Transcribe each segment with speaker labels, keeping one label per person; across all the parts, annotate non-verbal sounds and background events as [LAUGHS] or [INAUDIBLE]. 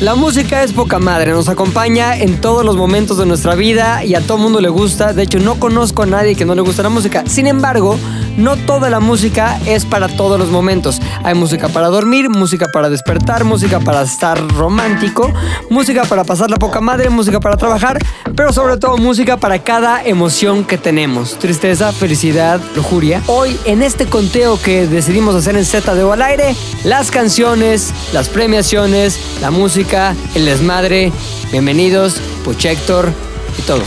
Speaker 1: La música es poca madre, nos acompaña en todos los momentos de nuestra vida y a todo mundo le gusta. De hecho, no conozco a nadie que no le guste la música. Sin embargo, no toda la música es para todos los momentos. Hay música para dormir, música para despertar, música para estar romántico, música para pasar la poca madre, música para trabajar, pero sobre todo música para cada emoción que tenemos. Tristeza, felicidad, lujuria. Hoy en este conteo que decidimos hacer en Z de O al aire, las canciones, las premiaciones, la música, el desmadre, bienvenidos, Puchector y todos.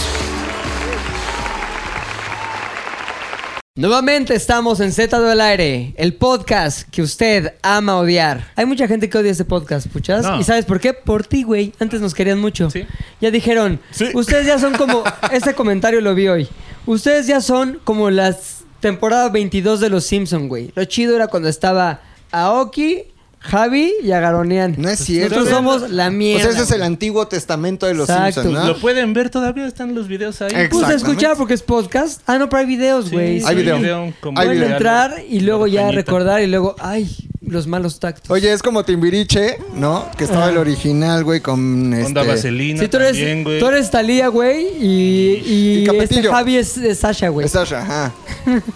Speaker 1: Nuevamente estamos en Z del Aire, el podcast que usted ama odiar. Hay mucha gente que odia este podcast, puchas.
Speaker 2: No.
Speaker 1: ¿Y sabes por qué? Por ti, güey. Antes nos querían mucho.
Speaker 2: Sí.
Speaker 1: Ya dijeron,
Speaker 2: Sí.
Speaker 1: ustedes ya son
Speaker 2: [LAUGHS]
Speaker 1: como... este comentario lo vi hoy. Ustedes ya son como las temporada 22 de Los Simpson, güey. Lo chido era cuando estaba Aoki, Javi y Agaronian.
Speaker 3: No es cierto.
Speaker 1: Nosotros
Speaker 2: pues
Speaker 1: somos la
Speaker 3: O
Speaker 1: mierda.
Speaker 3: sea, ese es el Antiguo Testamento de los
Speaker 1: Exacto.
Speaker 3: Simpsons, ¿no?
Speaker 2: Lo pueden ver todavía, están los videos ahí.
Speaker 3: Ex-
Speaker 1: Puse a escuchar
Speaker 3: Exactamente.
Speaker 1: porque es podcast. Ah, no, pero hay videos,
Speaker 2: Sí,
Speaker 1: güey.
Speaker 2: sí,
Speaker 3: Hay video.
Speaker 2: como
Speaker 3: Hay
Speaker 1: Pueden
Speaker 3: video.
Speaker 1: entrar y luego ya
Speaker 2: Cañita.
Speaker 1: recordar y luego, ay, los malos tactos.
Speaker 3: Oye, es como Timbiriche, ¿no? Que estaba el original, güey, con este...
Speaker 2: Onda vaselina
Speaker 1: Sí, tú eres,
Speaker 2: también, güey.
Speaker 1: tú eres Talía, güey, y, y
Speaker 3: Y Capetillo.
Speaker 1: este Javi es, es Sasha, güey.
Speaker 3: Es Sasha, ajá.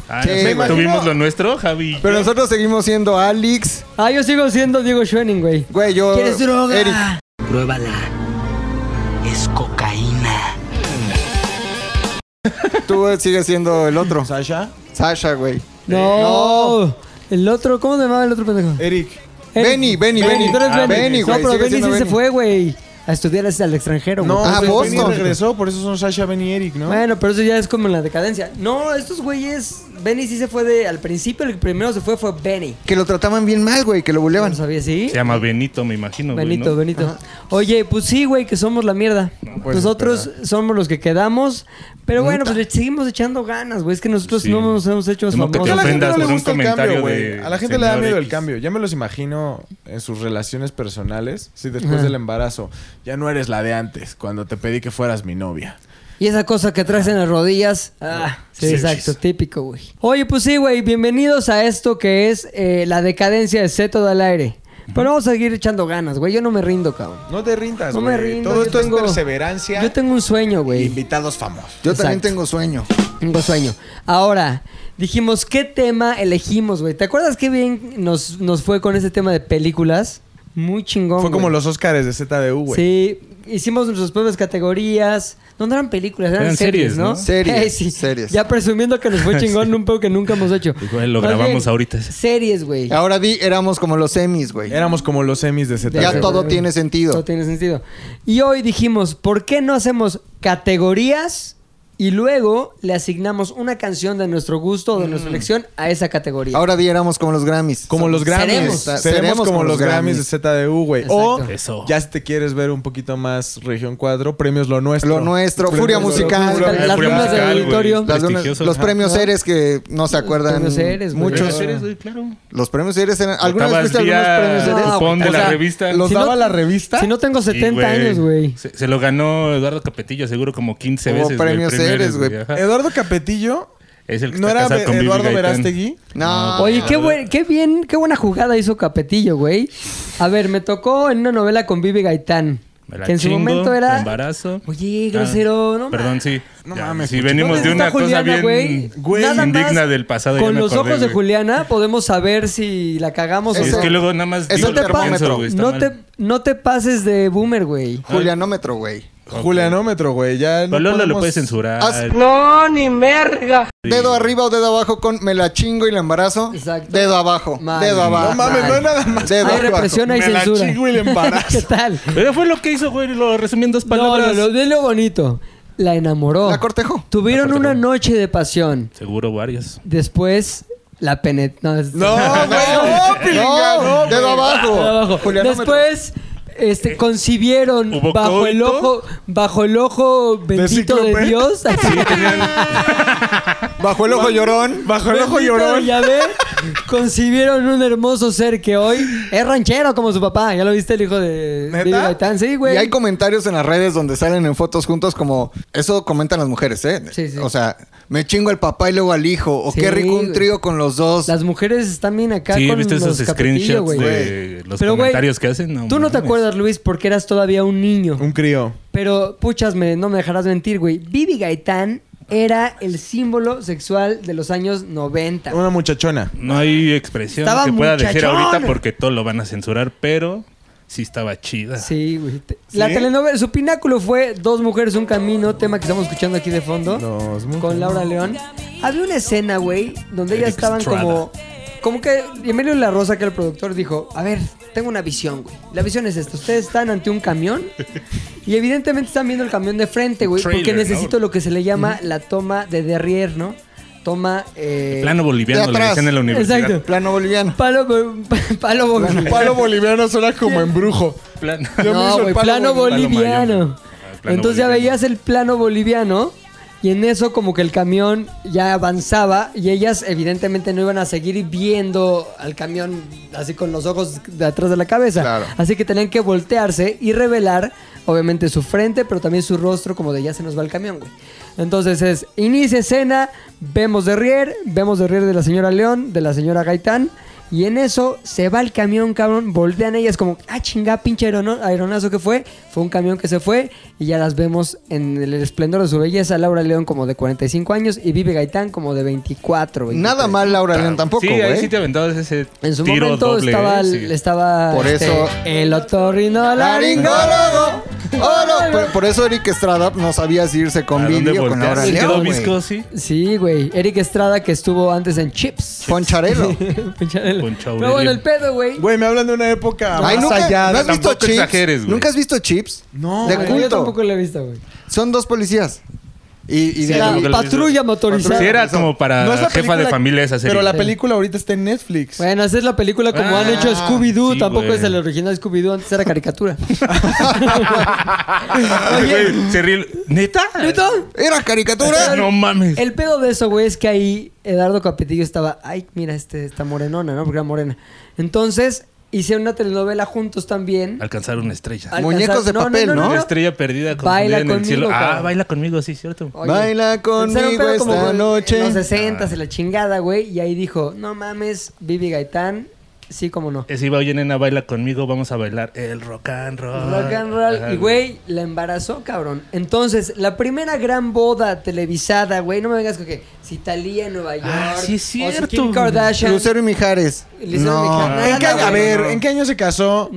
Speaker 2: Ah,
Speaker 3: Sí,
Speaker 2: no sé,
Speaker 3: me
Speaker 2: güey.
Speaker 3: imagino-
Speaker 2: Tuvimos lo nuestro, Javi.
Speaker 3: Pero nosotros seguimos siendo Alex,
Speaker 1: Ah, yo sigo siendo Diego Schoening, güey.
Speaker 3: güey, yo...
Speaker 1: ¿Quieres droga?
Speaker 3: Eric.
Speaker 4: Pruébala. Es cocaína.
Speaker 3: Tú sigues siendo el otro.
Speaker 5: Sasha,
Speaker 3: Sasha, güey.
Speaker 1: No. El otro, ¿cómo se llamaba el otro pendejo?
Speaker 5: Eric.
Speaker 1: Eric.
Speaker 3: Eh, Benny, Benny, Benny.
Speaker 1: Tú eres
Speaker 2: Ah,
Speaker 1: Benny.
Speaker 3: Benny,
Speaker 1: no,
Speaker 3: güey,
Speaker 1: pero
Speaker 3: sigue
Speaker 1: Benny sí
Speaker 3: siendo
Speaker 1: se
Speaker 3: Benny.
Speaker 1: fue, güey. A estudiar al extranjero, güey.
Speaker 5: No,
Speaker 3: Ah,
Speaker 5: pues,
Speaker 3: Boston.
Speaker 5: Benny regresó, por eso son Sasha, Ben y Eric, ¿no?
Speaker 1: Bueno, pero eso ya es como en la decadencia. No, estos güeyes. Benny sí se fue de. Al principio, el que primero se fue fue Benny.
Speaker 3: Que lo trataban bien mal, güey, que lo
Speaker 1: Yo
Speaker 3: buleaban.
Speaker 1: no sabía, ¿sí?
Speaker 2: Se llama Benito, me imagino. güey,
Speaker 1: Benito,
Speaker 2: ¿no?
Speaker 1: Benito. Oye, pues sí, güey, que somos la mierda.
Speaker 3: puedes
Speaker 1: nosotros somos los que quedamos. Pero bueno, pues le seguimos echando ganas, güey. Es que nosotros
Speaker 2: Sí.
Speaker 1: no nos hemos hecho
Speaker 2: No que te
Speaker 5: Porque a la
Speaker 1: famosos.
Speaker 5: gente
Speaker 2: ofendas
Speaker 5: no le
Speaker 2: por un
Speaker 5: gusta el
Speaker 2: comentario
Speaker 5: cambio, güey.
Speaker 2: de
Speaker 5: A la gente le da
Speaker 2: señor
Speaker 5: miedo el
Speaker 2: X.
Speaker 5: cambio. Ya me los imagino en sus relaciones personales. Si después
Speaker 1: Ajá.
Speaker 5: del embarazo ya no eres la de antes, cuando te pedí que fueras mi novia.
Speaker 1: Y esa cosa que traes en las rodillas. Ah, sí,
Speaker 5: Sí,
Speaker 1: exacto,
Speaker 5: sí.
Speaker 1: típico, güey. Oye, pues sí, güey, bienvenidos a esto que es eh, la decadencia de Zeto del aire. Pero vamos a seguir echando ganas, güey. Yo no me rindo, cabrón.
Speaker 5: No te rindas,
Speaker 1: No
Speaker 5: güey.
Speaker 1: me rindo,
Speaker 5: Todo
Speaker 1: yo
Speaker 5: esto
Speaker 1: tengo-
Speaker 5: es perseverancia.
Speaker 1: Yo tengo un sueño,
Speaker 5: y
Speaker 1: güey.
Speaker 5: Invitados famosos.
Speaker 3: Yo también
Speaker 1: Exacto.
Speaker 3: tengo sueño.
Speaker 1: Tengo sueño. Ahora, dijimos, ¿qué tema elegimos, güey? ¿Te acuerdas qué bien nos, nos fue con ese tema de películas? Muy chingón.
Speaker 5: Fue como
Speaker 1: güey.
Speaker 5: los Oscars de ZDU, güey.
Speaker 1: Sí, hicimos nuestras propias categorías. No, no eran películas, eran,
Speaker 2: Eran
Speaker 1: series,
Speaker 2: series,
Speaker 1: ¿no?
Speaker 2: ¿no?
Speaker 3: Series,
Speaker 1: Eh, [LAUGHS] sí.
Speaker 3: series.
Speaker 1: Ya presumiendo que
Speaker 2: [LAUGHS]
Speaker 1: nos fue chingón un poco que nunca hemos hecho.
Speaker 2: Igual Pues, lo
Speaker 1: Más
Speaker 2: grabamos
Speaker 1: bien,
Speaker 2: ahorita ese.
Speaker 1: Series, güey.
Speaker 3: Ahora di, éramos como los semis, güey.
Speaker 5: Éramos como los semis de ZDU.
Speaker 3: Ya todo
Speaker 1: güey.
Speaker 3: tiene sentido.
Speaker 1: Todo tiene sentido. Y hoy dijimos, ¿por qué no hacemos categorías y luego le asignamos una canción de nuestro gusto o de
Speaker 2: Mm.
Speaker 1: nuestra elección a esa categoría?
Speaker 3: Ahora di, éramos como los Grammys.
Speaker 5: Como los Grammys.
Speaker 1: Seremos.
Speaker 5: Seremos,
Speaker 3: Seremos
Speaker 5: como, los Grammys de ZDU, güey. O,
Speaker 1: Exacto.
Speaker 2: Eso.
Speaker 5: ya si te quieres ver un poquito más Región 4, premios Lo Nuestro.
Speaker 3: Lo Nuestro,
Speaker 5: Premios
Speaker 3: Furia
Speaker 5: Lo
Speaker 3: Musical.
Speaker 5: Nuestro.
Speaker 2: Eh,
Speaker 1: las
Speaker 2: Furia
Speaker 1: rumbas del
Speaker 2: Musical, güey,
Speaker 1: auditorio.
Speaker 3: Las-
Speaker 2: prestigioso,
Speaker 3: los
Speaker 2: ajá.
Speaker 3: premios Eres que no se acuerdan.
Speaker 1: premios Eres, güey.
Speaker 3: Muchos.
Speaker 2: Premios Eres, güey, claro.
Speaker 3: Los premios Eres eran. ¿Alguna vez
Speaker 2: Estabas
Speaker 3: fuiste a algunos
Speaker 2: vía
Speaker 3: premios Eres?
Speaker 1: No,
Speaker 2: cupón
Speaker 1: güey,
Speaker 2: de
Speaker 1: o
Speaker 2: la
Speaker 1: sea,
Speaker 2: revista.
Speaker 5: ¿Los
Speaker 1: Si
Speaker 5: daba
Speaker 1: no-
Speaker 5: la revista?
Speaker 1: Si no tengo
Speaker 2: Sí,
Speaker 1: 70 años, güey.
Speaker 2: Se, se lo ganó Eduardo Capetillo seguro como 15
Speaker 3: Hubo
Speaker 2: veces. güey,
Speaker 3: premios
Speaker 2: Premio
Speaker 3: Eres, güey.
Speaker 2: ajá.
Speaker 5: Eduardo Capetillo.
Speaker 2: Es el que
Speaker 5: ¿No
Speaker 2: está
Speaker 5: era
Speaker 2: casado
Speaker 5: Be-
Speaker 2: con Vivi
Speaker 5: Eduardo
Speaker 2: Gaitán.
Speaker 5: Verástegui?
Speaker 3: No.
Speaker 2: Ah,
Speaker 1: Oye, qué, buen- qué bien, qué buena jugada hizo Capetillo, güey. A ver, me tocó en una novela con Vivi Gaitán.
Speaker 2: Me la
Speaker 1: Que en su
Speaker 2: chingo,
Speaker 1: momento era.
Speaker 2: Embarazo.
Speaker 1: Oye, grosero, no
Speaker 2: Ah, Perdón,
Speaker 1: mames.
Speaker 2: sí.
Speaker 5: No
Speaker 2: Ya,
Speaker 5: mames,
Speaker 2: Si
Speaker 5: Pucho.
Speaker 2: venimos
Speaker 1: ¿Dónde
Speaker 2: de
Speaker 1: está
Speaker 2: una cosa
Speaker 1: Juliana,
Speaker 2: bien
Speaker 1: güey?
Speaker 5: güey,
Speaker 1: Nada más
Speaker 2: indigna del pasado. ya
Speaker 1: Con
Speaker 2: me
Speaker 1: los
Speaker 2: acordé,
Speaker 1: ojos de
Speaker 2: güey.
Speaker 1: Juliana podemos saber si la cagamos
Speaker 2: Es
Speaker 1: o no.
Speaker 2: que luego nada más
Speaker 3: Eso
Speaker 2: digo
Speaker 3: te
Speaker 2: lo que
Speaker 3: pa-
Speaker 2: pienso, güey. está
Speaker 1: no,
Speaker 2: mal.
Speaker 1: te, no te pases de boomer, güey.
Speaker 3: Julianómetro, güey.
Speaker 2: Ok.
Speaker 5: Julianómetro, güey. Ya no
Speaker 2: Pero Lolo lo
Speaker 5: podemos-
Speaker 2: puede censurar.
Speaker 3: Haz-
Speaker 1: Ah, No, ni merga.
Speaker 2: Sí.
Speaker 3: Dedo arriba o dedo abajo con me la chingo y la embarazo.
Speaker 1: Exacto.
Speaker 3: Dedo abajo.
Speaker 1: Madre.
Speaker 3: Dedo abajo.
Speaker 5: No mames, no hay nada más.
Speaker 3: Dedo
Speaker 1: Hay
Speaker 3: abajo.
Speaker 1: represión, hay
Speaker 5: Me la
Speaker 1: censura.
Speaker 5: chingo
Speaker 1: [LAUGHS]
Speaker 5: y le embarazo.
Speaker 1: ¿Qué tal?
Speaker 2: Pero fue lo que hizo, güey. Lo resumí en dos
Speaker 1: No,
Speaker 2: palabras.
Speaker 1: no, no, de lo bonito. La enamoró.
Speaker 3: La cortejo.
Speaker 1: Tuvieron
Speaker 2: La cortejó.
Speaker 1: una noche de pasión.
Speaker 2: Seguro varios.
Speaker 1: Después, la penet... No, es- [LAUGHS]
Speaker 3: [LAUGHS]
Speaker 5: No, güey. No, pilinga, no,
Speaker 3: No,
Speaker 5: güey.
Speaker 3: dedo abajo.
Speaker 1: Abajo.
Speaker 3: Julianómetro.
Speaker 1: Después... Este, concibieron
Speaker 2: ¿Hubo
Speaker 1: bajo el
Speaker 2: coito?
Speaker 1: ojo, bajo el ojo bendito de,
Speaker 5: Cíclope?
Speaker 1: Dios.
Speaker 3: Bajo el ojo llorón.
Speaker 5: Bajo el
Speaker 1: [LAUGHS]
Speaker 5: ojo
Speaker 1: Bendito
Speaker 5: llorón.
Speaker 1: de Yahvé, concibieron un hermoso ser que hoy es ranchero como su papá. ¿Ya lo viste el hijo de
Speaker 5: ¿Neta?
Speaker 1: Billy Gaitán? Sí, güey.
Speaker 3: Y hay comentarios en las redes donde salen en fotos juntos como... Eso comentan las mujeres, ¿eh?
Speaker 1: Sí, sí.
Speaker 3: O sea, me chingo al papá y luego al hijo. O
Speaker 1: Sí,
Speaker 3: qué rico
Speaker 1: güey.
Speaker 3: un trío con los dos.
Speaker 1: Las mujeres están bien acá
Speaker 2: Sí,
Speaker 1: con
Speaker 2: ¿viste
Speaker 1: los
Speaker 2: esos
Speaker 1: capetillos,
Speaker 2: screenshots
Speaker 1: güey.
Speaker 2: de los
Speaker 1: Pero, güey,
Speaker 2: comentarios que hacen? No
Speaker 1: Tú no te
Speaker 2: mames.
Speaker 1: acuerdas, Luis, porque eras todavía un niño.
Speaker 5: Un crío.
Speaker 1: Pero, puchas, me- no me dejarás mentir, güey. Bibi Gaitán era el símbolo sexual de los años 90.
Speaker 5: Una muchachona.
Speaker 2: No hay expresión
Speaker 1: Estaba
Speaker 2: que pueda decir
Speaker 1: muchachona.
Speaker 2: ahorita porque todo lo van a censurar, pero sí estaba chida.
Speaker 1: Sí, güey. Te- La telenovela, su pináculo fue Dos mujeres, un camino, tema que estamos escuchando aquí de fondo.
Speaker 5: Dos mujeres.
Speaker 1: Con Laura León. Había una escena, güey, donde ellas
Speaker 2: Eric
Speaker 1: estaban
Speaker 2: Estrada.
Speaker 1: como. Como que Emilio La Rosa, que era el productor, dijo: A ver, tengo una visión, güey. La visión es esta: Ustedes están ante un camión y evidentemente están viendo el camión de frente, güey,
Speaker 2: Trailer,
Speaker 1: porque necesito
Speaker 2: ¿no?
Speaker 1: lo que se le llama la toma de derrière, ¿no? Toma. eh,
Speaker 2: Plano boliviano,
Speaker 3: de
Speaker 2: lo
Speaker 3: atrás.
Speaker 2: decían en la universidad.
Speaker 1: Exacto.
Speaker 3: Plano boliviano.
Speaker 1: Palo, [LAUGHS] palo boliviano.
Speaker 5: Palo boliviano suena como embrujo.
Speaker 2: Plano.
Speaker 5: Yo me
Speaker 1: No,
Speaker 5: hizo el
Speaker 1: güey,
Speaker 5: palo
Speaker 1: plano
Speaker 5: boliviano.
Speaker 1: boliviano.
Speaker 2: Palo mayor. Ah, plano
Speaker 1: Entonces ya
Speaker 2: boliviano.
Speaker 1: veías el plano boliviano y en eso como que el camión ya avanzaba y ellas evidentemente no iban a seguir viendo al camión así con los ojos de atrás de la cabeza.
Speaker 3: Claro.
Speaker 1: Así que tenían que voltearse y revelar obviamente su frente, pero también su rostro como de ya se nos va el camión, güey. Entonces es inicia escena, vemos de rier, vemos de rier de la señora León, de la señora Gaitán. Y en eso se va el camión, cabrón. Voltean ellas como, ah, chinga, pinche aerono- aeronazo que fue. Fue un camión que se fue. Y ya las vemos en el esplendor de su belleza. Laura León como de 45 años y Vive Gaitán como de 24. 23.
Speaker 3: Nada mal Laura León tampoco,
Speaker 2: Ah, Sí,
Speaker 3: güey.
Speaker 2: ahí sí te aventabas ese
Speaker 1: En su
Speaker 2: tiro
Speaker 1: momento
Speaker 2: doble.
Speaker 1: estaba,
Speaker 2: ¿eh? Sí.
Speaker 1: estaba este,
Speaker 3: Por eso-
Speaker 1: el otorrinolaringólogo.
Speaker 3: Laringólogo. Oro. Ah, Por, por eso Eric Estrada no sabía si irse con
Speaker 2: ¿A dónde
Speaker 3: Vivi o con
Speaker 2: volteas?
Speaker 3: Laura
Speaker 2: Se
Speaker 3: León.
Speaker 2: quedó
Speaker 3: güey.
Speaker 2: Viscosi.
Speaker 1: Sí, güey. Eric Estrada que estuvo antes en Chips.
Speaker 2: [LAUGHS]
Speaker 3: Poncharelo.
Speaker 1: [LAUGHS] Poncharelo.
Speaker 2: Poncho Aurelio.
Speaker 1: Pero bueno, el pedo, güey.
Speaker 5: Güey, me hablan de una época
Speaker 3: Ay,
Speaker 5: más
Speaker 3: nunca,
Speaker 5: allá.
Speaker 3: ¿no has visto
Speaker 2: Tampoco
Speaker 3: chips?
Speaker 2: exageres, güey.
Speaker 3: ¿Nunca has visto chips?
Speaker 5: No,
Speaker 3: De
Speaker 5: güey.
Speaker 1: Yo tampoco
Speaker 3: culto.
Speaker 1: lo he visto, güey.
Speaker 3: Son dos policías. Y, y de-
Speaker 2: Sí,
Speaker 1: la
Speaker 2: como que lo
Speaker 1: patrulla
Speaker 2: dices.
Speaker 1: motorizada.
Speaker 2: Sí, era como para
Speaker 5: No es la
Speaker 2: Ah, jefa
Speaker 5: película-
Speaker 2: de familia esa serie.
Speaker 5: Pero la
Speaker 1: Sí.
Speaker 5: película ahorita está en Netflix.
Speaker 1: Bueno, esa es la película como han hecho
Speaker 2: Ah,
Speaker 1: Scooby-Doo.
Speaker 2: sí,
Speaker 1: Tampoco
Speaker 2: güey.
Speaker 1: es el original Scooby-Doo, antes era
Speaker 3: [LAUGHS]
Speaker 1: caricatura.
Speaker 2: [LAUGHS]
Speaker 1: Oye,
Speaker 2: Güey, se ríe. ¿Neta?
Speaker 1: ¿neta?
Speaker 3: Era caricatura.
Speaker 2: No mames.
Speaker 1: El pedo de eso, güey, es que ahí Eduardo Capetillo estaba, ay, mira, este está morenona, ¿no? Porque era morena. Entonces, hicieron una telenovela juntos también.
Speaker 2: Alcanzar una estrella.
Speaker 1: Alcanzar-
Speaker 3: Muñecos de papel, ¿no?
Speaker 2: Una estrella perdida
Speaker 1: Ah, Baila
Speaker 2: confundida en el
Speaker 1: conmigo,
Speaker 2: cielo. Ah,
Speaker 1: cabrón.
Speaker 2: baila conmigo, sí, cierto.
Speaker 1: Oye,
Speaker 3: Baila
Speaker 1: pensaron,
Speaker 3: conmigo
Speaker 1: pero como
Speaker 3: esta
Speaker 1: en Los
Speaker 3: noche.
Speaker 1: 60
Speaker 2: Ah.
Speaker 1: y la chingada, güey. Y ahí dijo, no mames, Vivi Gaitán, sí como no.
Speaker 2: Si va oye nena, baila conmigo, vamos a bailar el rock and roll.
Speaker 1: Rock and roll.
Speaker 2: Ah, Ajá,
Speaker 1: Y, güey, la embarazó, cabrón. Entonces, la primera gran boda televisada, güey, no me vengas con que si Talía en Nueva York.
Speaker 2: Ah, sí, es
Speaker 1: O si
Speaker 2: cierto,
Speaker 1: Kim
Speaker 2: güey.
Speaker 1: Kardashian.
Speaker 3: Lucero y Mijares.
Speaker 1: Lucero
Speaker 3: no.
Speaker 1: Mijares.
Speaker 5: ¿En qué año-
Speaker 1: Ah,
Speaker 5: a ver,
Speaker 1: no.
Speaker 5: ¿en qué año se casó?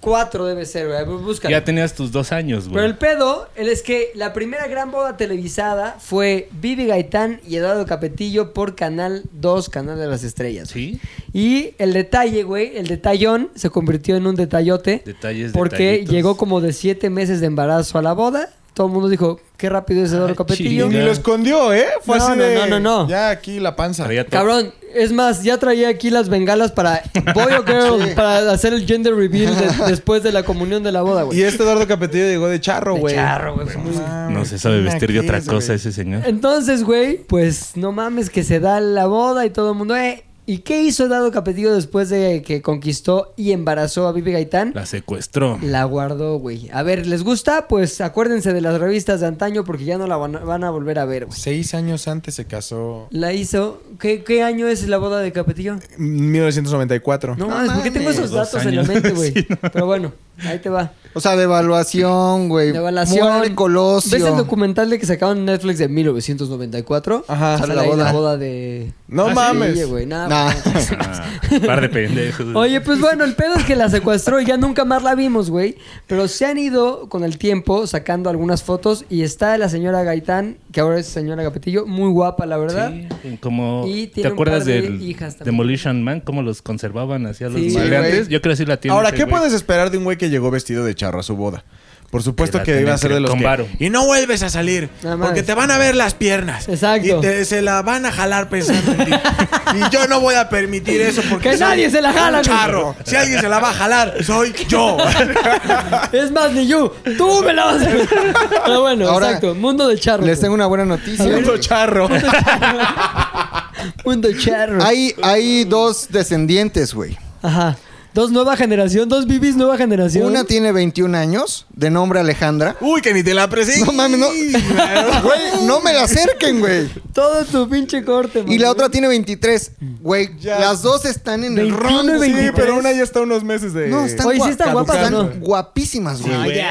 Speaker 1: 94 debe ser, güey. Búscalo.
Speaker 2: Ya tenías tus dos años,
Speaker 1: Pero
Speaker 2: güey.
Speaker 1: el pedo él es que la primera gran boda televisada fue Vivi Gaitán y Eduardo Capetillo por Canal 2, Canal de las Estrellas. güey.
Speaker 2: Sí.
Speaker 1: Y el detalle, güey, el detallón se convirtió en un detallote.
Speaker 2: Detalles,
Speaker 1: Porque
Speaker 2: detallitos.
Speaker 1: llegó como de siete meses de embarazo a la boda. Todo el mundo dijo, qué rápido es Eduardo
Speaker 2: Ah,
Speaker 5: Y
Speaker 1: Capetillo.
Speaker 2: chinga.
Speaker 5: ni lo escondió, ¿eh? Fue
Speaker 1: No,
Speaker 5: así
Speaker 1: no,
Speaker 5: de...
Speaker 1: no, no, no.
Speaker 5: Ya aquí la panza.
Speaker 2: Traía todo.
Speaker 1: Cabrón, es más, ya traía aquí las bengalas para Boy o Girl, para hacer el gender reveal de- después de la comunión de la boda, güey.
Speaker 5: Y este Eduardo Capetillo llegó de charro,
Speaker 1: De
Speaker 5: güey.
Speaker 1: charro, güey, fue muy-
Speaker 2: No se sabe vestir de otra cosa
Speaker 5: ese.
Speaker 2: ese señor.
Speaker 1: Entonces, güey, pues no mames que se da la boda y todo el mundo, eh. ¿Y qué hizo Eduardo Capetillo después de que conquistó y embarazó a Vivi Gaitán? [LAUGHS]
Speaker 2: La secuestró.
Speaker 1: La guardó, güey. A ver, ¿les gusta? Pues acuérdense de las revistas de antaño porque ya no la van a, van a volver a ver, güey.
Speaker 5: Seis años antes se casó.
Speaker 1: La hizo. ¿Qué, qué año es la boda de Capetillo?
Speaker 5: 1994.
Speaker 1: No, mames, ¿por qué tengo esos
Speaker 2: Dos
Speaker 1: datos en la
Speaker 2: años.
Speaker 1: mente, güey?
Speaker 2: Sí, no.
Speaker 1: Pero bueno, ahí te va.
Speaker 3: O sea, de evaluación, güey.
Speaker 1: De evaluación.
Speaker 3: Eh, Muere Colosio.
Speaker 1: ¿Ves el documental de que sacaron en Netflix de 1994?
Speaker 5: Ajá.
Speaker 1: Sale
Speaker 3: La
Speaker 1: ahí la
Speaker 3: boda.
Speaker 1: boda de. Ah,
Speaker 5: No
Speaker 1: Sí,
Speaker 5: mames.
Speaker 1: güey, nada,
Speaker 3: Nah.
Speaker 1: güey.
Speaker 2: [LAUGHS] Ah, par de pendejos.
Speaker 1: Oye, pues bueno, el pedo es que la secuestró y ya nunca más la vimos, güey. Pero se han ido con el tiempo sacando algunas fotos y está la señora Gaitán, que ahora es señora Capetillo, muy guapa, la verdad.
Speaker 2: Sí, como
Speaker 1: Y tiene
Speaker 2: te
Speaker 1: un
Speaker 2: acuerdas
Speaker 1: par de
Speaker 2: del
Speaker 1: hijas también.
Speaker 2: Demolition Man cómo los conservaban hacia los
Speaker 1: Sí,
Speaker 2: maleantes?
Speaker 3: güey.
Speaker 2: Yo creo que sí la tiene.
Speaker 5: Ahora,
Speaker 2: ese
Speaker 5: ¿qué
Speaker 2: güey.
Speaker 5: puedes esperar de un güey que llegó vestido de charro a su boda? Por
Speaker 2: Que
Speaker 5: supuesto
Speaker 2: la
Speaker 5: que iba a
Speaker 2: tienen
Speaker 5: ser de los
Speaker 2: con
Speaker 5: que...
Speaker 2: varo.
Speaker 5: Y no vuelves a salir,
Speaker 1: Nada más.
Speaker 5: porque te van a ver las piernas.
Speaker 1: Exacto.
Speaker 5: Y te- se la van a jalar
Speaker 1: [LAUGHS]
Speaker 5: pensando en ti. y yo no voy a permitir eso porque...
Speaker 1: Que
Speaker 5: soy
Speaker 1: nadie se la jala, güey.
Speaker 5: un charro. Si alguien se la va a jalar, soy
Speaker 1: [LAUGHS]
Speaker 5: yo.
Speaker 1: Es más, ni yo. Tú me la vas a... Pero bueno,
Speaker 3: Ahora,
Speaker 1: exacto. Mundo del charro.
Speaker 3: Les
Speaker 1: güey.
Speaker 3: tengo una buena noticia.
Speaker 1: A ver,
Speaker 3: güey.
Speaker 5: charro.
Speaker 1: Mundo charro.
Speaker 3: Hay, hay dos descendientes, güey.
Speaker 1: Ajá. Dos nueva generación, dos bibis nueva generación.
Speaker 3: Una tiene 21 años, de nombre Alejandra.
Speaker 5: Uy, que ni te la presento.
Speaker 3: No mames,
Speaker 5: [LAUGHS]
Speaker 3: no. Güey, no me la acerquen, güey.
Speaker 1: Todo tu pinche corte,
Speaker 3: Y la
Speaker 1: mamá.
Speaker 3: otra tiene 23. Güey,
Speaker 5: Ya.
Speaker 3: las dos están en el
Speaker 1: 21 y
Speaker 3: rango. güey.
Speaker 1: 23.
Speaker 5: Sí, pero una ya está unos meses de.
Speaker 3: No, están,
Speaker 1: Oye, sí
Speaker 3: gua-
Speaker 1: están
Speaker 5: guapas,
Speaker 3: están
Speaker 1: ¿no?
Speaker 3: guapísimas,
Speaker 2: Sí,
Speaker 3: güey.
Speaker 2: güey.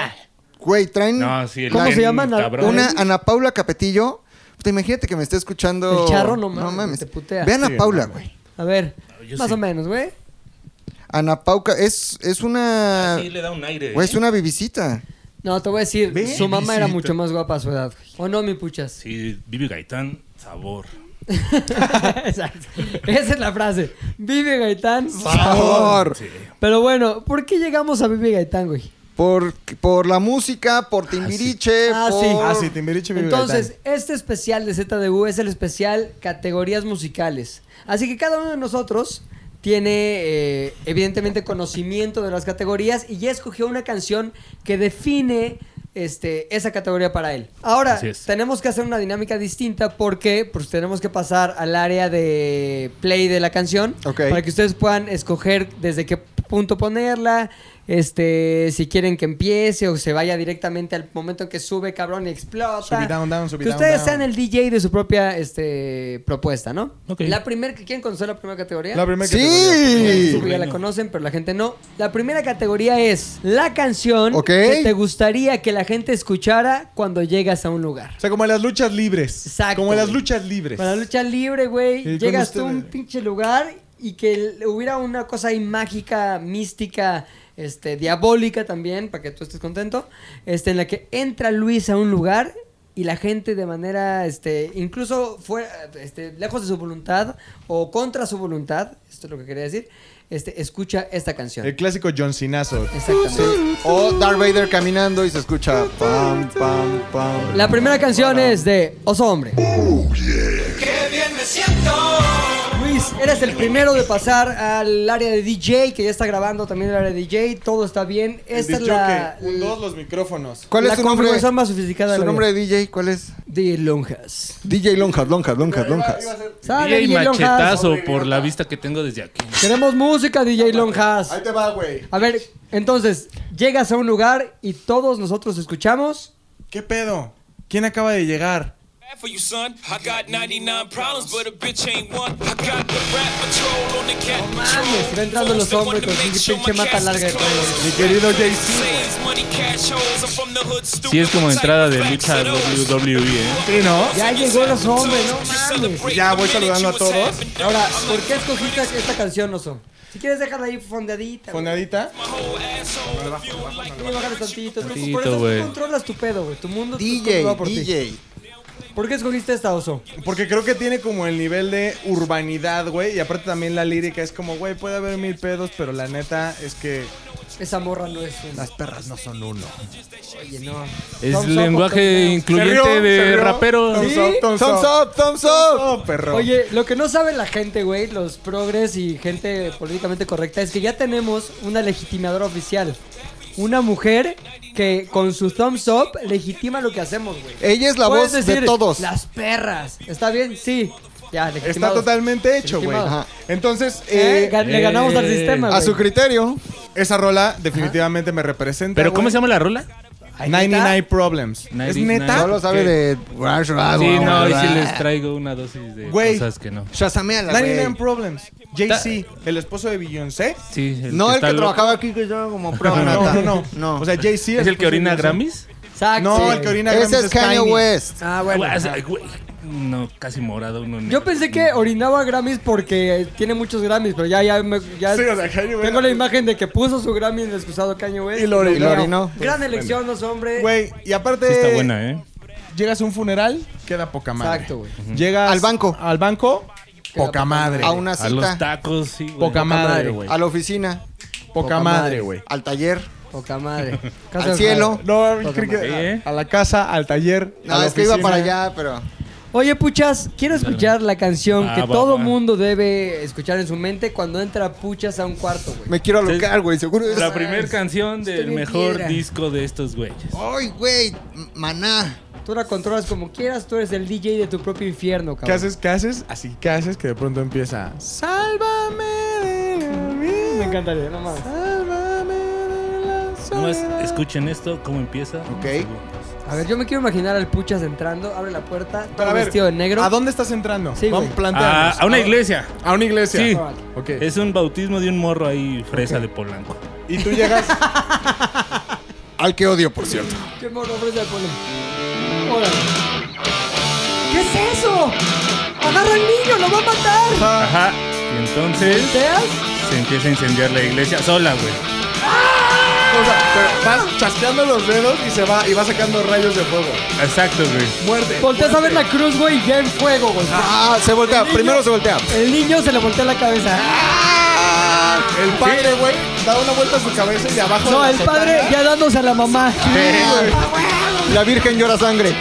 Speaker 3: Güey, traen
Speaker 2: No, sí, el
Speaker 1: ¿Cómo
Speaker 2: tren,
Speaker 1: se llaman?
Speaker 2: cabrón.
Speaker 3: una Ana Paula Capetillo. Te imagínate que me esté escuchando.
Speaker 1: El charro, no mames, te putea.
Speaker 3: Ve a Ana
Speaker 2: Sí,
Speaker 3: Paula,
Speaker 2: no
Speaker 3: güey.
Speaker 1: A ver,
Speaker 2: yo
Speaker 1: más
Speaker 2: sí.
Speaker 1: o menos, güey.
Speaker 3: Ana Pauca es, es una.
Speaker 2: Sí, le da un aire.
Speaker 3: Güey,
Speaker 2: ¿eh?
Speaker 3: es una bibicita.
Speaker 1: No, te voy a decir,
Speaker 2: Ve,
Speaker 1: su mamá era
Speaker 2: visita.
Speaker 1: mucho más guapa a su edad, güey. ¿O no, mi puchas?
Speaker 2: Sí, Vivi Gaitán, sabor.
Speaker 1: [LAUGHS] Exacto. Esa es la frase. Vive Gaitán.
Speaker 3: Por,
Speaker 2: Sí.
Speaker 1: Pero bueno, ¿por qué llegamos a Vive Gaitán, güey?
Speaker 3: por, por la música, por Timbiriche.
Speaker 1: Ah, sí.
Speaker 3: por-
Speaker 5: Ah, sí, Timbiriche vive
Speaker 1: Entonces, este especial de ZDU es el especial categorías musicales. Así que cada uno de nosotros tiene, eh, evidentemente, conocimiento de las categorías y ya escogió una canción que define este, esa categoría para él. Ahora,
Speaker 2: Así es.
Speaker 1: tenemos que hacer una dinámica distinta porque pues, tenemos que pasar al área de play de la canción
Speaker 3: Ok.
Speaker 1: para que ustedes puedan escoger desde qué punto ponerla, este, si quieren que empiece o se vaya directamente al momento en que sube, cabrón, y explota.
Speaker 5: Subí, down, down, subí,
Speaker 1: que
Speaker 5: down,
Speaker 1: ustedes
Speaker 5: down.
Speaker 1: sean el DJ de su propia este, propuesta, ¿no?
Speaker 2: Ok.
Speaker 1: La primer, ¿Quieren conocer la primera categoría?
Speaker 5: La primera
Speaker 1: Sí,
Speaker 3: Sí.
Speaker 1: porque ya la conocen, pero la gente no. La primera categoría es la canción
Speaker 3: Ok.
Speaker 1: que te gustaría que la gente escuchara cuando llegas a un lugar.
Speaker 5: O sea, como en las luchas libres.
Speaker 1: Exacto,
Speaker 5: Como en las
Speaker 1: güey.
Speaker 5: luchas libres.
Speaker 1: Para la lucha libre, güey,
Speaker 5: Y con
Speaker 1: llegas tú a un
Speaker 5: ustedes.
Speaker 1: pinche lugar y que l- hubiera una cosa ahí mágica, mística, este, diabólica también, para que tú estés contento, este, en la que entra Luis a un lugar y la gente de manera, este, incluso fuera, este, lejos de su voluntad o contra su voluntad, esto es lo que quería decir, este, escucha esta canción.
Speaker 5: El clásico John Cinazo.
Speaker 1: Exactamente.
Speaker 3: O Darth Vader caminando y se escucha. Pam, pam, pam.
Speaker 1: La primera canción es de Oso Hombre. Luis, eres el primero de pasar al área de DJ, que ya está grabando también el área de DJ, todo está bien. Esta es la,
Speaker 5: Un, dos, los micrófonos.
Speaker 3: ¿Cuál
Speaker 1: la
Speaker 3: es tu nombre?
Speaker 1: configuración más sofisticada de
Speaker 3: ¿Su
Speaker 1: la
Speaker 3: nombre de DJ? ¿Cuál es?
Speaker 1: vida. de Lonjas.
Speaker 3: DJ Lonjas, Lonjas, Lonjas, Lonjas.
Speaker 1: Sale
Speaker 2: DJ
Speaker 1: DJ Lonjas.
Speaker 2: machetazo por la vista que tengo desde aquí.
Speaker 1: Queremos música, DJ Lonjas.
Speaker 5: te va, güey.
Speaker 1: A ver, entonces, llegas a un lugar y todos nosotros escuchamos.
Speaker 5: ¿Qué pedo? ¿Quién acaba de llegar?
Speaker 6: Bad for you, son. I got 99 problems, but a bitch ain't one. I got the rap patrol on the cat
Speaker 1: Mames, va entrando los hombres con su pinche mata larga de todo.
Speaker 5: Mi querido Jay-Z.
Speaker 2: Sí, es como entrada de lucha WWE, ¿eh?
Speaker 5: Sí, ¿no?
Speaker 1: Ya llegó los hombres, no mames.
Speaker 5: Ya voy saludando a todos.
Speaker 1: Ahora, ¿por qué escogiste esta canción, Oso? Si quieres dejarla ahí fondeadita. güey.
Speaker 5: Fonadita.
Speaker 1: Sí, bájale tantito. tú-
Speaker 2: Tantito,
Speaker 1: por eso
Speaker 2: güey.
Speaker 1: tú controlas tu pedo, güey. Tu mundo está
Speaker 3: DJ,
Speaker 1: controlado por ti.
Speaker 3: DJ.
Speaker 1: ¿Por qué escogiste esta, Oso?
Speaker 5: Porque creo que tiene como el nivel de urbanidad, güey. Y aparte también la lírica es como, güey, puede haber mil pedos, pero la neta es que
Speaker 1: Esa morra no es una.
Speaker 5: las perras no son uno.
Speaker 1: Oye, no.
Speaker 2: Es
Speaker 1: Thumbs up,
Speaker 2: lenguaje
Speaker 1: thumbs
Speaker 2: incluyente de rapero.
Speaker 5: Thumbs up, thumbs
Speaker 3: Thumbs
Speaker 5: up.
Speaker 3: up, thumbs
Speaker 5: Thumbs
Speaker 3: up.
Speaker 5: up,
Speaker 1: up.
Speaker 5: perro.
Speaker 1: Oye, lo que no sabe la gente, güey, los progres y gente políticamente correcta, es que ya tenemos una legitimadora oficial. Una mujer que con su thumbs up legitima lo que hacemos, güey.
Speaker 3: Ella es la
Speaker 1: Puedes
Speaker 3: voz de
Speaker 1: decir,
Speaker 3: todos.
Speaker 1: Las perras. ¿Está bien? Sí. Ya,
Speaker 5: Está
Speaker 1: legitimados.
Speaker 5: totalmente hecho, güey.
Speaker 1: Legitimados.
Speaker 5: Ajá. Entonces,
Speaker 1: Eh,
Speaker 5: eh,
Speaker 1: ga- Le
Speaker 2: eh,
Speaker 1: ganamos al sistema,
Speaker 3: A
Speaker 1: güey.
Speaker 3: su criterio.
Speaker 5: esa rola definitivamente me representa.
Speaker 2: ¿Pero cómo
Speaker 5: güey.
Speaker 2: se llama la rola?
Speaker 1: Ahí está.
Speaker 5: 99 Problems. ¿Es
Speaker 2: 99.
Speaker 5: neta?
Speaker 3: Solo sabe
Speaker 2: ¿Qué?
Speaker 3: de. Ah,
Speaker 2: Sí, no, y si les traigo una dosis de
Speaker 5: Güey.
Speaker 2: cosas que no.
Speaker 3: Shazameala,
Speaker 5: 99
Speaker 3: güey.
Speaker 5: Problems. Jay-Z, el esposo de Beyoncé.
Speaker 2: Sí,
Speaker 3: No, el
Speaker 2: está
Speaker 3: que
Speaker 2: loco.
Speaker 3: trabajaba aquí que yo como
Speaker 5: [LAUGHS] No,
Speaker 3: programa.
Speaker 5: no, no, no.
Speaker 3: No.
Speaker 5: O sea, Jay-Z.
Speaker 2: ¿Es el que
Speaker 5: esposo de
Speaker 2: orina
Speaker 5: Beyoncé.
Speaker 2: Grammys?
Speaker 1: Exacto.
Speaker 5: No, el que orina Grammys.
Speaker 3: Ese es Kanye
Speaker 5: Tiny.
Speaker 3: West.
Speaker 1: Ah, bueno.
Speaker 2: Güey, ay, güey. No, casi morado uno.
Speaker 1: Yo
Speaker 2: negro.
Speaker 1: pensé que orinaba Grammys porque tiene muchos Grammys, pero ya, ya, me- ya
Speaker 5: Sí, o sea, Kanye West-
Speaker 1: tengo la imagen de que puso su Grammy en el excusado Kanye West.
Speaker 5: Y lo orinó. Pues,
Speaker 3: Y lo orinó.
Speaker 1: Gran elección, los hombres.
Speaker 5: Güey, y aparte.
Speaker 2: Sí, está buena, ¿eh?
Speaker 5: Llegas a un funeral, queda poca madre.
Speaker 1: Exacto, güey.
Speaker 5: Llegas
Speaker 3: Al banco.
Speaker 5: Al banco,
Speaker 1: Queda
Speaker 5: poca
Speaker 1: poca
Speaker 5: madre.
Speaker 3: A una
Speaker 2: A los
Speaker 3: cita.
Speaker 2: tacos, sí. güey.
Speaker 5: Poca madre,
Speaker 1: madre,
Speaker 5: güey.
Speaker 3: A la oficina.
Speaker 5: Poca madre, güey.
Speaker 3: Al taller.
Speaker 1: Poca
Speaker 5: [LAUGHS]
Speaker 1: madre. Casa
Speaker 3: Al
Speaker 1: de-
Speaker 3: cielo.
Speaker 5: No,
Speaker 1: Poca
Speaker 5: creo que
Speaker 2: madre. ¿Eh?
Speaker 5: a, a la casa, al taller. a
Speaker 3: No,
Speaker 5: la
Speaker 3: es que iba
Speaker 5: oficina.
Speaker 3: para allá, pero.
Speaker 1: Oye, Puchas, quiero escuchar la canción
Speaker 2: Ah,
Speaker 1: que
Speaker 2: va,
Speaker 1: todo
Speaker 2: va.
Speaker 1: mundo debe escuchar en su mente cuando entra Puchas a un cuarto, güey.
Speaker 3: Me quiero alocar, güey. Seguro es.
Speaker 2: La primera canción
Speaker 1: Estoy
Speaker 2: del
Speaker 1: bien
Speaker 2: mejor
Speaker 1: piedra.
Speaker 2: disco de estos güeyes.
Speaker 3: Ay, güey. Maná.
Speaker 1: Tú la controlas como quieras, tú eres el DJ de tu propio infierno, cabrón.
Speaker 5: ¿Qué haces? ¿Qué haces? Así, ¿qué haces? Que de pronto empieza. Sálvame de la vida,
Speaker 1: Me encantaría, no mames.
Speaker 5: Sálvame de la
Speaker 2: Nomás
Speaker 5: soledad".
Speaker 2: escuchen esto, cómo empieza.
Speaker 3: Ok.
Speaker 1: A ver, yo me quiero imaginar al Puchas entrando, abre la puerta, todo
Speaker 5: Pero a ver,
Speaker 1: vestido de negro.
Speaker 5: ¿a dónde estás entrando?
Speaker 1: Sí,
Speaker 5: Vamos,
Speaker 1: güey.
Speaker 2: Ah, A,
Speaker 5: planteanos.
Speaker 2: a una iglesia.
Speaker 5: A una iglesia.
Speaker 2: Sí.
Speaker 5: Ok.
Speaker 2: Es un bautismo de un morro ahí, fresa de Polanco.
Speaker 5: Y tú llegas.
Speaker 3: Al que odio, por cierto.
Speaker 1: ¿Qué morro ofrece al pueblo? Órale. ¿Qué es eso? ¡Agarra al niño, lo va a matar!
Speaker 2: Ajá. Y entonces
Speaker 1: ¿Volteas?
Speaker 2: se empieza a incendiar la iglesia sola, güey.
Speaker 5: o sea, pero vas chasqueando los dedos y se va y va sacando rayos de fuego.
Speaker 2: Exacto, güey.
Speaker 5: Muerte.
Speaker 1: [LAUGHS] Volteas a ver la cruz, güey, y ya en fuego, güey.
Speaker 3: Ah, se voltea. Primero se voltea.
Speaker 1: El niño se le voltea la cabeza.
Speaker 5: El padre, güey, da una vuelta a su cabeza y abajo.
Speaker 1: No,
Speaker 5: de la
Speaker 1: el padre
Speaker 5: sotana-
Speaker 1: ya dándose a la mamá.
Speaker 3: La Virgen llora sangre.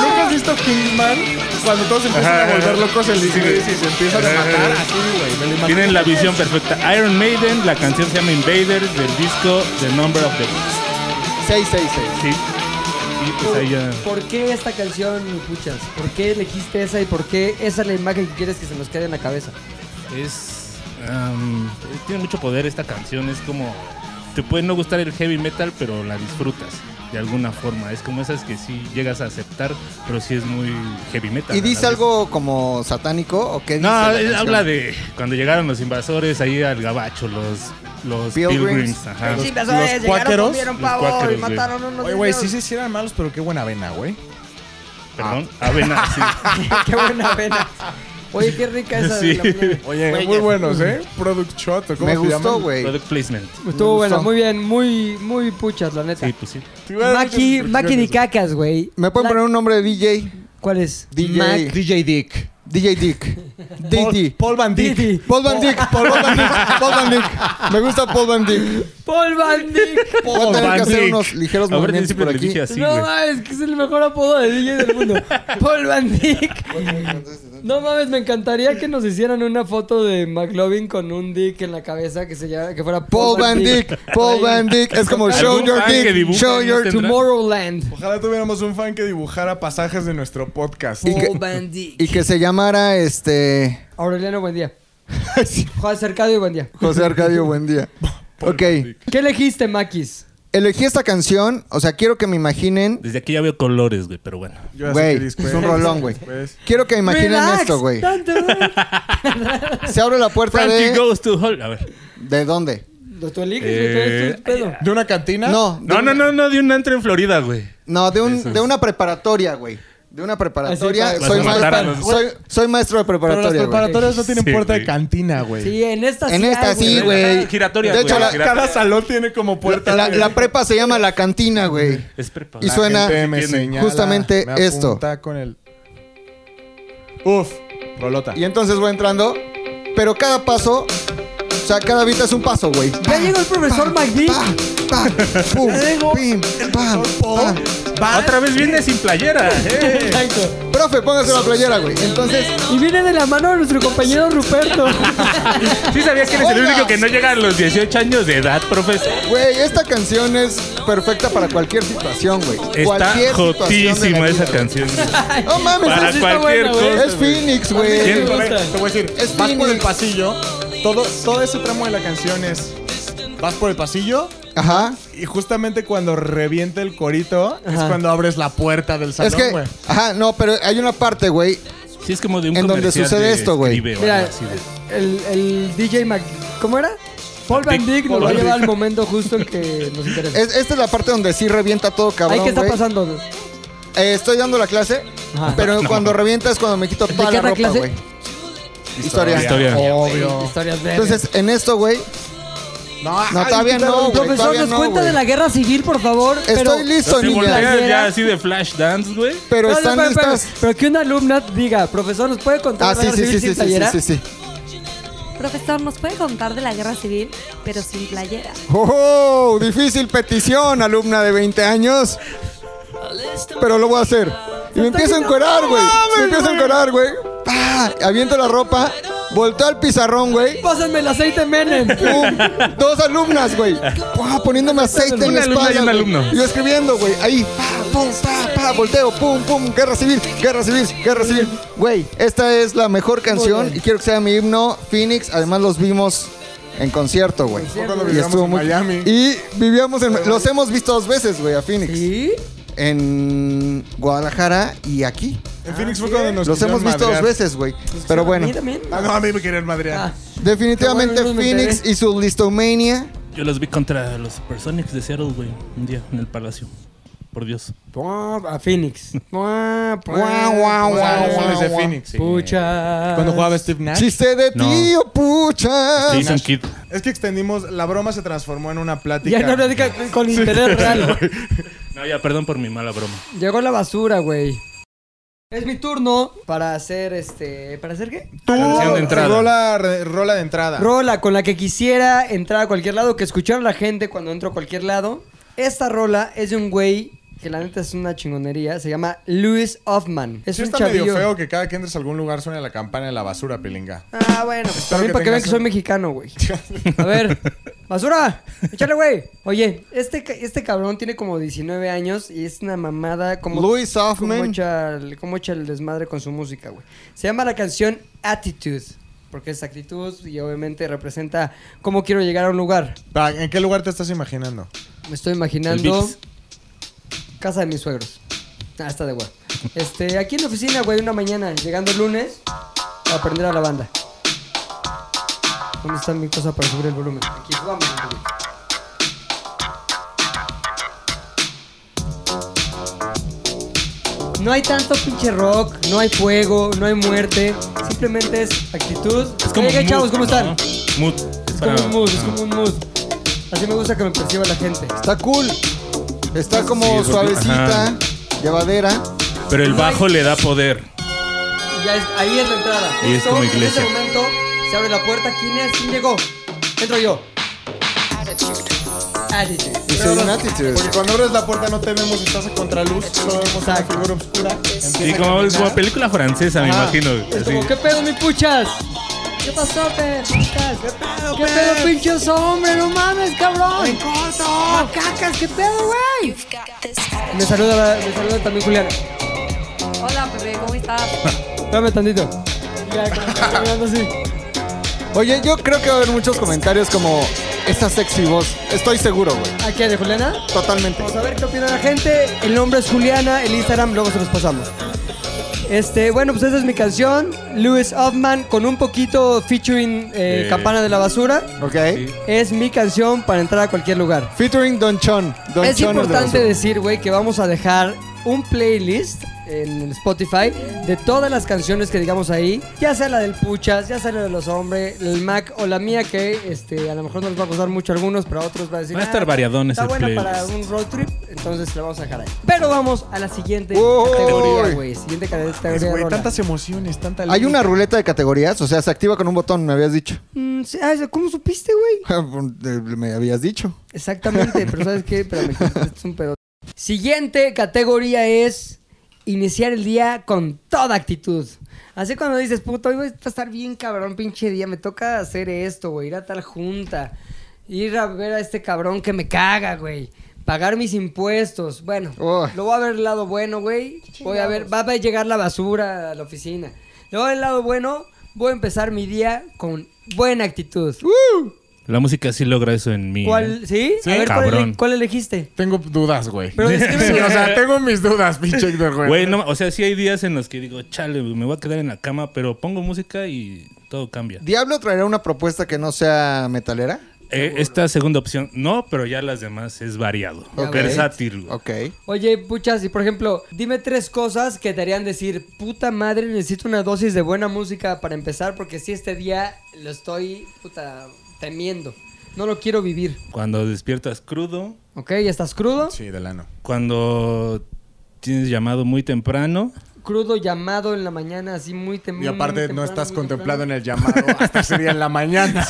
Speaker 5: ¿Nunca has visto Kingsman? Cuando todos se empiezan
Speaker 2: Ajá,
Speaker 5: a volver
Speaker 2: ajá.
Speaker 5: locos en la
Speaker 2: Sí,
Speaker 5: iglesia
Speaker 2: güey.
Speaker 5: y se empiezan a
Speaker 2: Ajá,
Speaker 5: matar
Speaker 2: ajá.
Speaker 5: así, güey. Me lo imagino.
Speaker 2: Tienen la visión perfecta. Iron Maiden, la canción se llama Invader del disco The Number of the Beast.
Speaker 3: 666.
Speaker 2: Sí. Y pues ahí ya.
Speaker 1: ¿Por qué esta canción, Puchas? ¿Por qué elegiste esa y por qué esa es la imagen que quieres que se nos quede en la cabeza?
Speaker 2: Es. am, tiene mucho poder esta canción. Es como. Te puede no gustar el heavy metal, pero la disfrutas de alguna forma. Es como esas que sí llegas a aceptar, pero sí es muy heavy metal.
Speaker 3: ¿Y
Speaker 2: a la
Speaker 3: dice
Speaker 2: vez.
Speaker 3: algo como satánico o qué dice?
Speaker 2: No,
Speaker 3: la
Speaker 2: él
Speaker 3: canción?
Speaker 2: habla de cuando llegaron los invasores ahí al gabacho, los, los
Speaker 3: Pilgrims.
Speaker 2: pilgrims. ajá.
Speaker 3: Los-
Speaker 5: Ah. los cuáqueros.
Speaker 2: Los cuáqueros, güey.
Speaker 1: unos
Speaker 5: Oye, güey, sí
Speaker 1: niños.
Speaker 5: se hicieron malos, pero qué buena avena, güey.
Speaker 2: Perdón, avena,
Speaker 3: [LAUGHS]
Speaker 2: sí.
Speaker 1: [LAUGHS] Qué buena pena. Oye, qué rica esa de
Speaker 2: Sí.
Speaker 1: la plena.
Speaker 5: Oye,
Speaker 3: Güey,
Speaker 5: muy
Speaker 3: ya-
Speaker 5: buenos, ¿eh? Product shot, ¿o ¿cómo
Speaker 3: Me
Speaker 5: se
Speaker 3: gustó,
Speaker 5: llaman?
Speaker 3: güey.
Speaker 2: Product placement.
Speaker 1: Estuvo
Speaker 3: Me
Speaker 1: bueno,
Speaker 3: gustó.
Speaker 1: muy bien, muy, muy puchas, la neta.
Speaker 2: Sí, pues sí.
Speaker 5: Tuvieron
Speaker 1: Maki,
Speaker 5: muchas
Speaker 1: Maki ni
Speaker 5: discusiones.
Speaker 1: cacas, güey.
Speaker 3: ¿Me pueden
Speaker 1: La-
Speaker 3: poner un nombre de DJ?
Speaker 1: ¿Cuál es?
Speaker 3: DJ.
Speaker 1: Mac-
Speaker 5: DJ Dick.
Speaker 2: [LAUGHS]
Speaker 3: DJ Dick.
Speaker 5: Paul,
Speaker 3: DD.
Speaker 5: Paul Van Dyck.
Speaker 1: Didi.
Speaker 3: Paul Van Dyck. Paul Van Dyck. Paul Van Dyck. Me gusta Paul Van Dyck.
Speaker 1: Paul Van Dyck.
Speaker 3: Voy a tener que hacer unos ligeros
Speaker 2: A ver,
Speaker 3: movimientos
Speaker 2: siempre
Speaker 3: por
Speaker 2: le
Speaker 3: aquí.
Speaker 2: dije así,
Speaker 1: no
Speaker 2: güey.
Speaker 1: mames, que es el mejor apodo de DJ del
Speaker 2: [LAUGHS]
Speaker 1: mundo. Paul Van Dyck. No mames, me encantaría que nos hicieran una foto de McLovin con un dick en la cabeza que se llama, que fuera
Speaker 3: Paul Van Dyck. Paul Van Dyck. Es como show
Speaker 2: ¿Algún
Speaker 3: your
Speaker 2: fan que
Speaker 3: dick.
Speaker 2: dibuja
Speaker 3: Show
Speaker 2: en
Speaker 3: your
Speaker 2: este-
Speaker 1: Tomorrowland.
Speaker 5: Ojalá tuviéramos un fan que dibujara pasajes de nuestro podcast.
Speaker 3: Y que-
Speaker 1: Paul Van Dyck.
Speaker 3: Y que se llamara este.
Speaker 1: Aureliano, buen
Speaker 3: [LAUGHS]
Speaker 1: día. Juan Cercadio, buen día.
Speaker 3: José Arcadio,
Speaker 2: [LAUGHS]
Speaker 3: buen día. Ok.
Speaker 1: ¿Qué elegiste, Maquis?
Speaker 3: Elegí esta canción. O sea, quiero que me imaginen.
Speaker 2: Desde aquí ya veo colores, güey, pero bueno.
Speaker 5: Yo ya sé
Speaker 3: Güey,
Speaker 5: qué disco
Speaker 3: es un rolón, güey.
Speaker 5: Pues,
Speaker 3: Quiero que imaginen
Speaker 1: Relax,
Speaker 3: esto, güey.
Speaker 1: tanto, güey.
Speaker 3: Se abre la puerta
Speaker 2: Frankie
Speaker 3: de.
Speaker 2: goes to Hall. A ver.
Speaker 3: ¿De dónde?
Speaker 1: [LAUGHS] Lo tú eliges, güey, tú eres tu
Speaker 2: Eh,
Speaker 1: pedo.
Speaker 5: ¿De una cantina?
Speaker 3: No, de
Speaker 2: No, no, no, no, de un antro en Florida, güey.
Speaker 3: No, de, un, de una preparatoria, güey. De una preparatoria.
Speaker 1: Así,
Speaker 3: soy,
Speaker 2: Vas a matar
Speaker 3: maestro,
Speaker 2: a los-
Speaker 3: soy, soy maestro de
Speaker 5: Pero las
Speaker 3: preparatoria, güey.
Speaker 5: preparatorias no tienen
Speaker 2: Sí,
Speaker 5: puerta de
Speaker 2: güey.
Speaker 5: cantina, güey.
Speaker 1: Sí, en esta
Speaker 3: En
Speaker 1: sí
Speaker 3: esta
Speaker 1: hay,
Speaker 3: sí, güey.
Speaker 2: Giratoria,
Speaker 3: De hecho,
Speaker 2: güey,
Speaker 3: la,
Speaker 2: giratoria.
Speaker 5: Cada salón tiene como puerta.
Speaker 3: la-
Speaker 5: de-
Speaker 3: la prepa se llama la cantina, güey.
Speaker 2: Es prepa.
Speaker 3: Y suena
Speaker 5: Gente me
Speaker 2: tiene
Speaker 5: señala,
Speaker 3: justamente
Speaker 5: me apunta
Speaker 3: esto.
Speaker 5: con el... Uf, rolota.
Speaker 3: Y entonces voy entrando. Pero cada paso, o sea, cada vista es un paso, güey.
Speaker 1: Ya llegó el profesor McDick.
Speaker 3: Pa, pa,
Speaker 1: [LAUGHS]
Speaker 3: pum, pim, pam, pam.
Speaker 2: Otra vez viene sin playera, eh.
Speaker 5: [LAUGHS]
Speaker 1: Exacto.
Speaker 3: Profe, póngase la playera, güey. Entonces,
Speaker 1: Y viene de la mano de nuestro compañero
Speaker 3: [LAUGHS]
Speaker 1: Ruperto.
Speaker 2: Sí sabías que eres el
Speaker 3: Oiga.
Speaker 2: único que no llega a los 18 años de edad, profesor.
Speaker 3: güey, esta canción es perfecta para cualquier situación, güey.
Speaker 2: Está
Speaker 3: Cualquier situación de la
Speaker 2: jotísima
Speaker 3: vida,
Speaker 2: esa
Speaker 3: güey.
Speaker 2: canción.
Speaker 3: [LAUGHS] No mames,
Speaker 2: Para
Speaker 3: es-
Speaker 2: cualquier
Speaker 1: buena, güey.
Speaker 2: cosa.
Speaker 3: es Phoenix,
Speaker 5: Te
Speaker 3: güey.
Speaker 1: me
Speaker 5: voy a
Speaker 1: gusta.
Speaker 5: decir,
Speaker 3: Es
Speaker 5: vas por el
Speaker 3: Phoenix.
Speaker 5: pasillo. Todo, todo ese tramo de la canción es... Vas por el pasillo
Speaker 3: Ajá.
Speaker 5: y justamente cuando revienta el corito es
Speaker 1: Ajá.
Speaker 5: cuando abres la puerta del salón,
Speaker 3: Es que,
Speaker 5: güey.
Speaker 3: ajá, no, pero hay una parte, güey.
Speaker 2: Sí, es como de un
Speaker 3: En donde
Speaker 2: comercial
Speaker 3: sucede
Speaker 2: de
Speaker 3: esto, güey.
Speaker 2: Escribe o
Speaker 1: Mira,
Speaker 2: algo así de-
Speaker 1: El, el DJ Mc... ¿Cómo era? Paul Van
Speaker 2: Dick,
Speaker 1: Dyck nos
Speaker 2: Paul
Speaker 1: va a
Speaker 2: Van
Speaker 1: llevar al momento justo en que nos interesa.
Speaker 3: Es- esta es la parte donde sí revienta todo, cabrón.
Speaker 1: Ay, ¿qué está
Speaker 3: güey.
Speaker 1: pasando?
Speaker 3: Eh, estoy dando la clase,
Speaker 1: Ajá.
Speaker 3: pero cuando revienta es cuando me quito toda
Speaker 1: qué
Speaker 3: la
Speaker 1: otra
Speaker 3: ropa,
Speaker 1: clase?
Speaker 3: güey. Historia.
Speaker 2: Historia.
Speaker 5: Obvio.
Speaker 1: Historias verdes.
Speaker 3: Entonces, en esto, güey,
Speaker 5: No,
Speaker 3: No,
Speaker 5: ay,
Speaker 3: todavía
Speaker 5: quitaron-
Speaker 3: no, güey.
Speaker 1: Profesor,
Speaker 3: todavía
Speaker 1: nos
Speaker 3: no,
Speaker 1: cuenta
Speaker 3: güey.
Speaker 1: de la guerra civil, por favor. pero-
Speaker 3: estoy listo,
Speaker 2: Se
Speaker 3: niña.
Speaker 2: voltea ya así de flash dance, güey.
Speaker 3: Pero
Speaker 1: No, no,
Speaker 3: están
Speaker 1: pero, pero-
Speaker 3: listas.
Speaker 1: pero que una alumna diga, profesor, ¿nos puede contar
Speaker 3: Ah,
Speaker 1: la
Speaker 3: sí,
Speaker 1: guerra
Speaker 3: sí,
Speaker 1: civil
Speaker 3: sí, sí,
Speaker 1: sin
Speaker 3: sí, sí,
Speaker 1: playera?
Speaker 3: sí, sí.
Speaker 7: Profesor, ¿nos puede contar de la guerra civil, pero sin playera?
Speaker 3: ¡Oh! Difícil petición, alumna de 20 años. Pero lo voy a hacer. Y me empiezo a encuerar, güey. Me empiezo a encuerar, güey. Pa, Aviento la ropa. Volteó al pizarrón, güey.
Speaker 1: Pásenme el aceite
Speaker 3: [LAUGHS]
Speaker 1: Menem.
Speaker 3: Pum. Dos alumnas, güey. Pua, Poniéndome aceite en
Speaker 2: Una
Speaker 3: la
Speaker 2: alumna
Speaker 3: espalda.
Speaker 2: y un
Speaker 3: güey.
Speaker 2: alumno.
Speaker 3: Y yo escribiendo, güey. Ahí. Pa, pum, pa, pa, volteo. Pum, pum. Guerra civil, guerra civil, guerra civil. Güey, esta es la mejor canción y quiero que sea mi himno Phoenix. Además, los vimos en concierto, güey.
Speaker 5: Fue cuando
Speaker 3: Y
Speaker 5: vivíamos
Speaker 3: estuvo
Speaker 5: en
Speaker 3: muy-
Speaker 5: Miami.
Speaker 3: Y vivíamos en. Los hemos visto dos veces, güey, a Phoenix. En Guadalajara y aquí.
Speaker 5: En Phoenix fue cuando nos
Speaker 3: Los
Speaker 5: quisieron
Speaker 3: hemos visto dos
Speaker 5: madrear.
Speaker 3: veces, güey. Pero bueno,
Speaker 1: ¿Y Pues también?
Speaker 5: Ah, no, a mí me querían madrear.
Speaker 1: Ah.
Speaker 3: definitivamente
Speaker 1: Qué bueno, no me
Speaker 3: Phoenix
Speaker 1: enteré.
Speaker 3: y su listomania.
Speaker 2: Yo los vi contra los Personics de Seattle, güey. Un día en el Palacio. Por Dios.
Speaker 1: A Phoenix. Guau,
Speaker 3: Guau, guau,
Speaker 5: O sea,
Speaker 3: guau,
Speaker 5: eso
Speaker 3: guau,
Speaker 5: desde
Speaker 3: guau.
Speaker 5: Phoenix.
Speaker 1: Pucha.
Speaker 5: Cuando jugaba Steve Nash.
Speaker 3: Chiste de
Speaker 2: No.
Speaker 3: tío, pucha.
Speaker 2: Jason Kidd.
Speaker 5: Es que extendimos, la broma se transformó en una plática.
Speaker 1: Ya no platica con interés real.
Speaker 2: [LAUGHS]
Speaker 5: [LAUGHS]
Speaker 2: No, ya, perdón por mi mala broma.
Speaker 1: Llegó la basura, güey. Es mi turno para hacer este. ¿Para hacer qué?
Speaker 5: Tú,
Speaker 2: Canción de entrada.
Speaker 5: Rola, re- rola de entrada.
Speaker 1: Rola con la que quisiera entrar a cualquier lado, que escuchar a la gente cuando entro a cualquier lado. Esta rola es de un güey que la neta es una chingonería. Se llama Louis Hoffman. Es
Speaker 5: Sí
Speaker 1: un
Speaker 5: está
Speaker 1: chavillo.
Speaker 5: medio feo que cada que entres a algún lugar suene la campana de la basura, pilinga.
Speaker 1: Ah, bueno, pues también
Speaker 5: que
Speaker 1: para que vean
Speaker 5: tengas
Speaker 1: que soy
Speaker 5: un-
Speaker 1: mexicano,
Speaker 5: [LAUGHS]
Speaker 1: güey. A ver, basura, échale, güey. Oye, este, ca- este cabrón tiene como 19 años y es una mamada como.
Speaker 3: Louis
Speaker 1: Cómo
Speaker 3: Hoffman.
Speaker 1: echa, el, cómo echa el desmadre con su música, güey. Se llama la canción Attitude, porque es actitud y obviamente representa cómo quiero llegar a un lugar.
Speaker 5: Pa- ¿En qué lugar te estás imaginando?
Speaker 1: Me estoy imaginando
Speaker 2: Vips.
Speaker 1: casa de mis suegros. Ah, está de huevo. Este, aquí en la oficina, güey, una mañana, llegando el lunes, a aprender a la banda. ¿Dónde está mi cosa para subir el volumen? Aquí, vamos. güey. No hay tanto pinche rock, no hay fuego, no hay muerte. Simplemente es actitud.
Speaker 2: Es como.
Speaker 1: Oigan,
Speaker 2: mood,
Speaker 1: chavos, ¿cómo están?
Speaker 2: ¿no? Mood.
Speaker 1: Es como un mood, es como un mood. Así me gusta que me perciba la gente.
Speaker 3: Está cool. Está como
Speaker 2: Sí, es lo que-
Speaker 3: suavecita,
Speaker 2: ajá.
Speaker 3: llevadera.
Speaker 2: Pero el bajo le da poder.
Speaker 1: Y ya es- ahí es la entrada.
Speaker 2: Ahí es
Speaker 1: Justo
Speaker 2: como iglesia.
Speaker 1: En ese momento se abre la puerta. ¿Quién es? ¿Quién llegó? Entro yo. Attitude.
Speaker 3: Y soy un attitude.
Speaker 5: Porque cuando abres la puerta no te vemos, estás a contraluz, solo vemos una figura oscura. Empieza
Speaker 2: Sí,
Speaker 5: a
Speaker 2: como,
Speaker 5: caminar.
Speaker 2: es como película francesa, me imagino.
Speaker 1: Es
Speaker 2: así.
Speaker 1: como, ¿qué pedo, mi puchas? ¿Qué pasó, pe? puchas? ¿Qué pedo, ¿Qué pedo, pinches hombre? No mames, cabrón. ¡En ¡Macacas! ¿Qué pedo, güey? Me saluda, me saluda también Juliana.
Speaker 7: Hola, bebé, ¿cómo estás?
Speaker 1: Dame tantito. Ya, como
Speaker 2: [LAUGHS]
Speaker 1: que caminando así.
Speaker 3: Oye, yo creo que va a haber muchos comentarios como esta sexy voz. Estoy seguro, güey.
Speaker 1: ¿Aquí de Juliana?
Speaker 3: Totalmente.
Speaker 1: Vamos a ver qué opina la gente. El nombre es Juliana, el Instagram, luego se los pasamos. Este, bueno, pues esa es mi canción, Louis Hoffman, con un poquito featuring eh,
Speaker 2: Eh.
Speaker 1: Campana de la Basura.
Speaker 3: Ok.
Speaker 2: Sí.
Speaker 1: Es mi canción para entrar a cualquier lugar.
Speaker 3: Featuring Don Chon. Don
Speaker 1: es
Speaker 3: Chon el de
Speaker 1: importante
Speaker 3: los-
Speaker 1: decir, güey, que vamos a dejar un playlist en el Spotify de todas las canciones que digamos ahí, ya sea la del Puchas, ya sea la de los hombres, el Mac o la mía que este, a lo mejor no les va a gustar mucho a algunos, pero a otros va a decir, "Ah,
Speaker 2: Va a estar variadón
Speaker 1: está
Speaker 2: ese
Speaker 1: buena para
Speaker 2: playlist.
Speaker 1: un road trip, entonces la vamos a dejar ahí. Pero vamos a la siguiente
Speaker 3: Uy.
Speaker 1: categoría, güey, siguiente categoría.
Speaker 5: Es,
Speaker 1: de
Speaker 5: güey,
Speaker 1: rola.
Speaker 5: tantas emociones, tanta
Speaker 3: Hay una ruleta de categorías, o sea, se activa con un botón, me habías dicho. [LAUGHS]
Speaker 1: Mm, sí, ah, ¿Cómo supiste, güey?
Speaker 3: me habías dicho.
Speaker 1: Exactamente, pero ¿sabes qué? Espérame, esto es un pedo. Siguiente categoría es iniciar el día con toda actitud. Así cuando dices, puto, hoy voy a estar bien cabrón, pinche día, me toca hacer esto, güey, ir a tal junta, ir a ver a este cabrón que me caga, güey, pagar mis impuestos. Bueno,
Speaker 3: Uy.
Speaker 1: lo voy a ver el lado bueno, güey. Voy a ver, va a llegar la basura a la oficina. Luego del lado bueno, voy a empezar mi día con buena actitud.
Speaker 2: La música sí logra eso en mí.
Speaker 1: ¿Cuál?
Speaker 2: ¿eh?
Speaker 1: ¿Sí?
Speaker 2: Sí.
Speaker 1: A ver, ¿cuál,
Speaker 2: Cabrón.
Speaker 1: ele- cuál elegiste?
Speaker 5: Tengo dudas, güey.
Speaker 1: Pero descríbeme.
Speaker 5: o sea, tengo mis dudas, [LAUGHS] pinche Héctor, güey.
Speaker 2: Güey, no, o sea, sí hay días en los que digo, chale, me voy a quedar en la cama, pero pongo música y todo cambia.
Speaker 3: ¿Diablo traerá una propuesta que no sea metalera?
Speaker 2: Eh, esta segunda opción, no, pero ya las demás es variado.
Speaker 3: Ok.
Speaker 2: Versátil. güey.
Speaker 3: Ok.
Speaker 1: Oye, puchas, y por ejemplo, dime tres cosas que te harían decir, puta madre, necesito una dosis de buena música para empezar, porque si este día lo estoy, puta, temiendo. No lo quiero vivir,
Speaker 2: Cuando despiertas crudo,
Speaker 1: ¿ok? ¿Ya estás crudo?
Speaker 5: Sí, del ano.
Speaker 2: cuando tienes llamado muy temprano, [LAUGHS]
Speaker 1: Crudo, llamado en la mañana, así muy tem- muy
Speaker 5: Y
Speaker 1: temprano.
Speaker 5: aparte no estás
Speaker 1: muy
Speaker 5: contemplado en
Speaker 1: temprano.
Speaker 5: el llamado hasta sería en la [LAUGHS] mañana.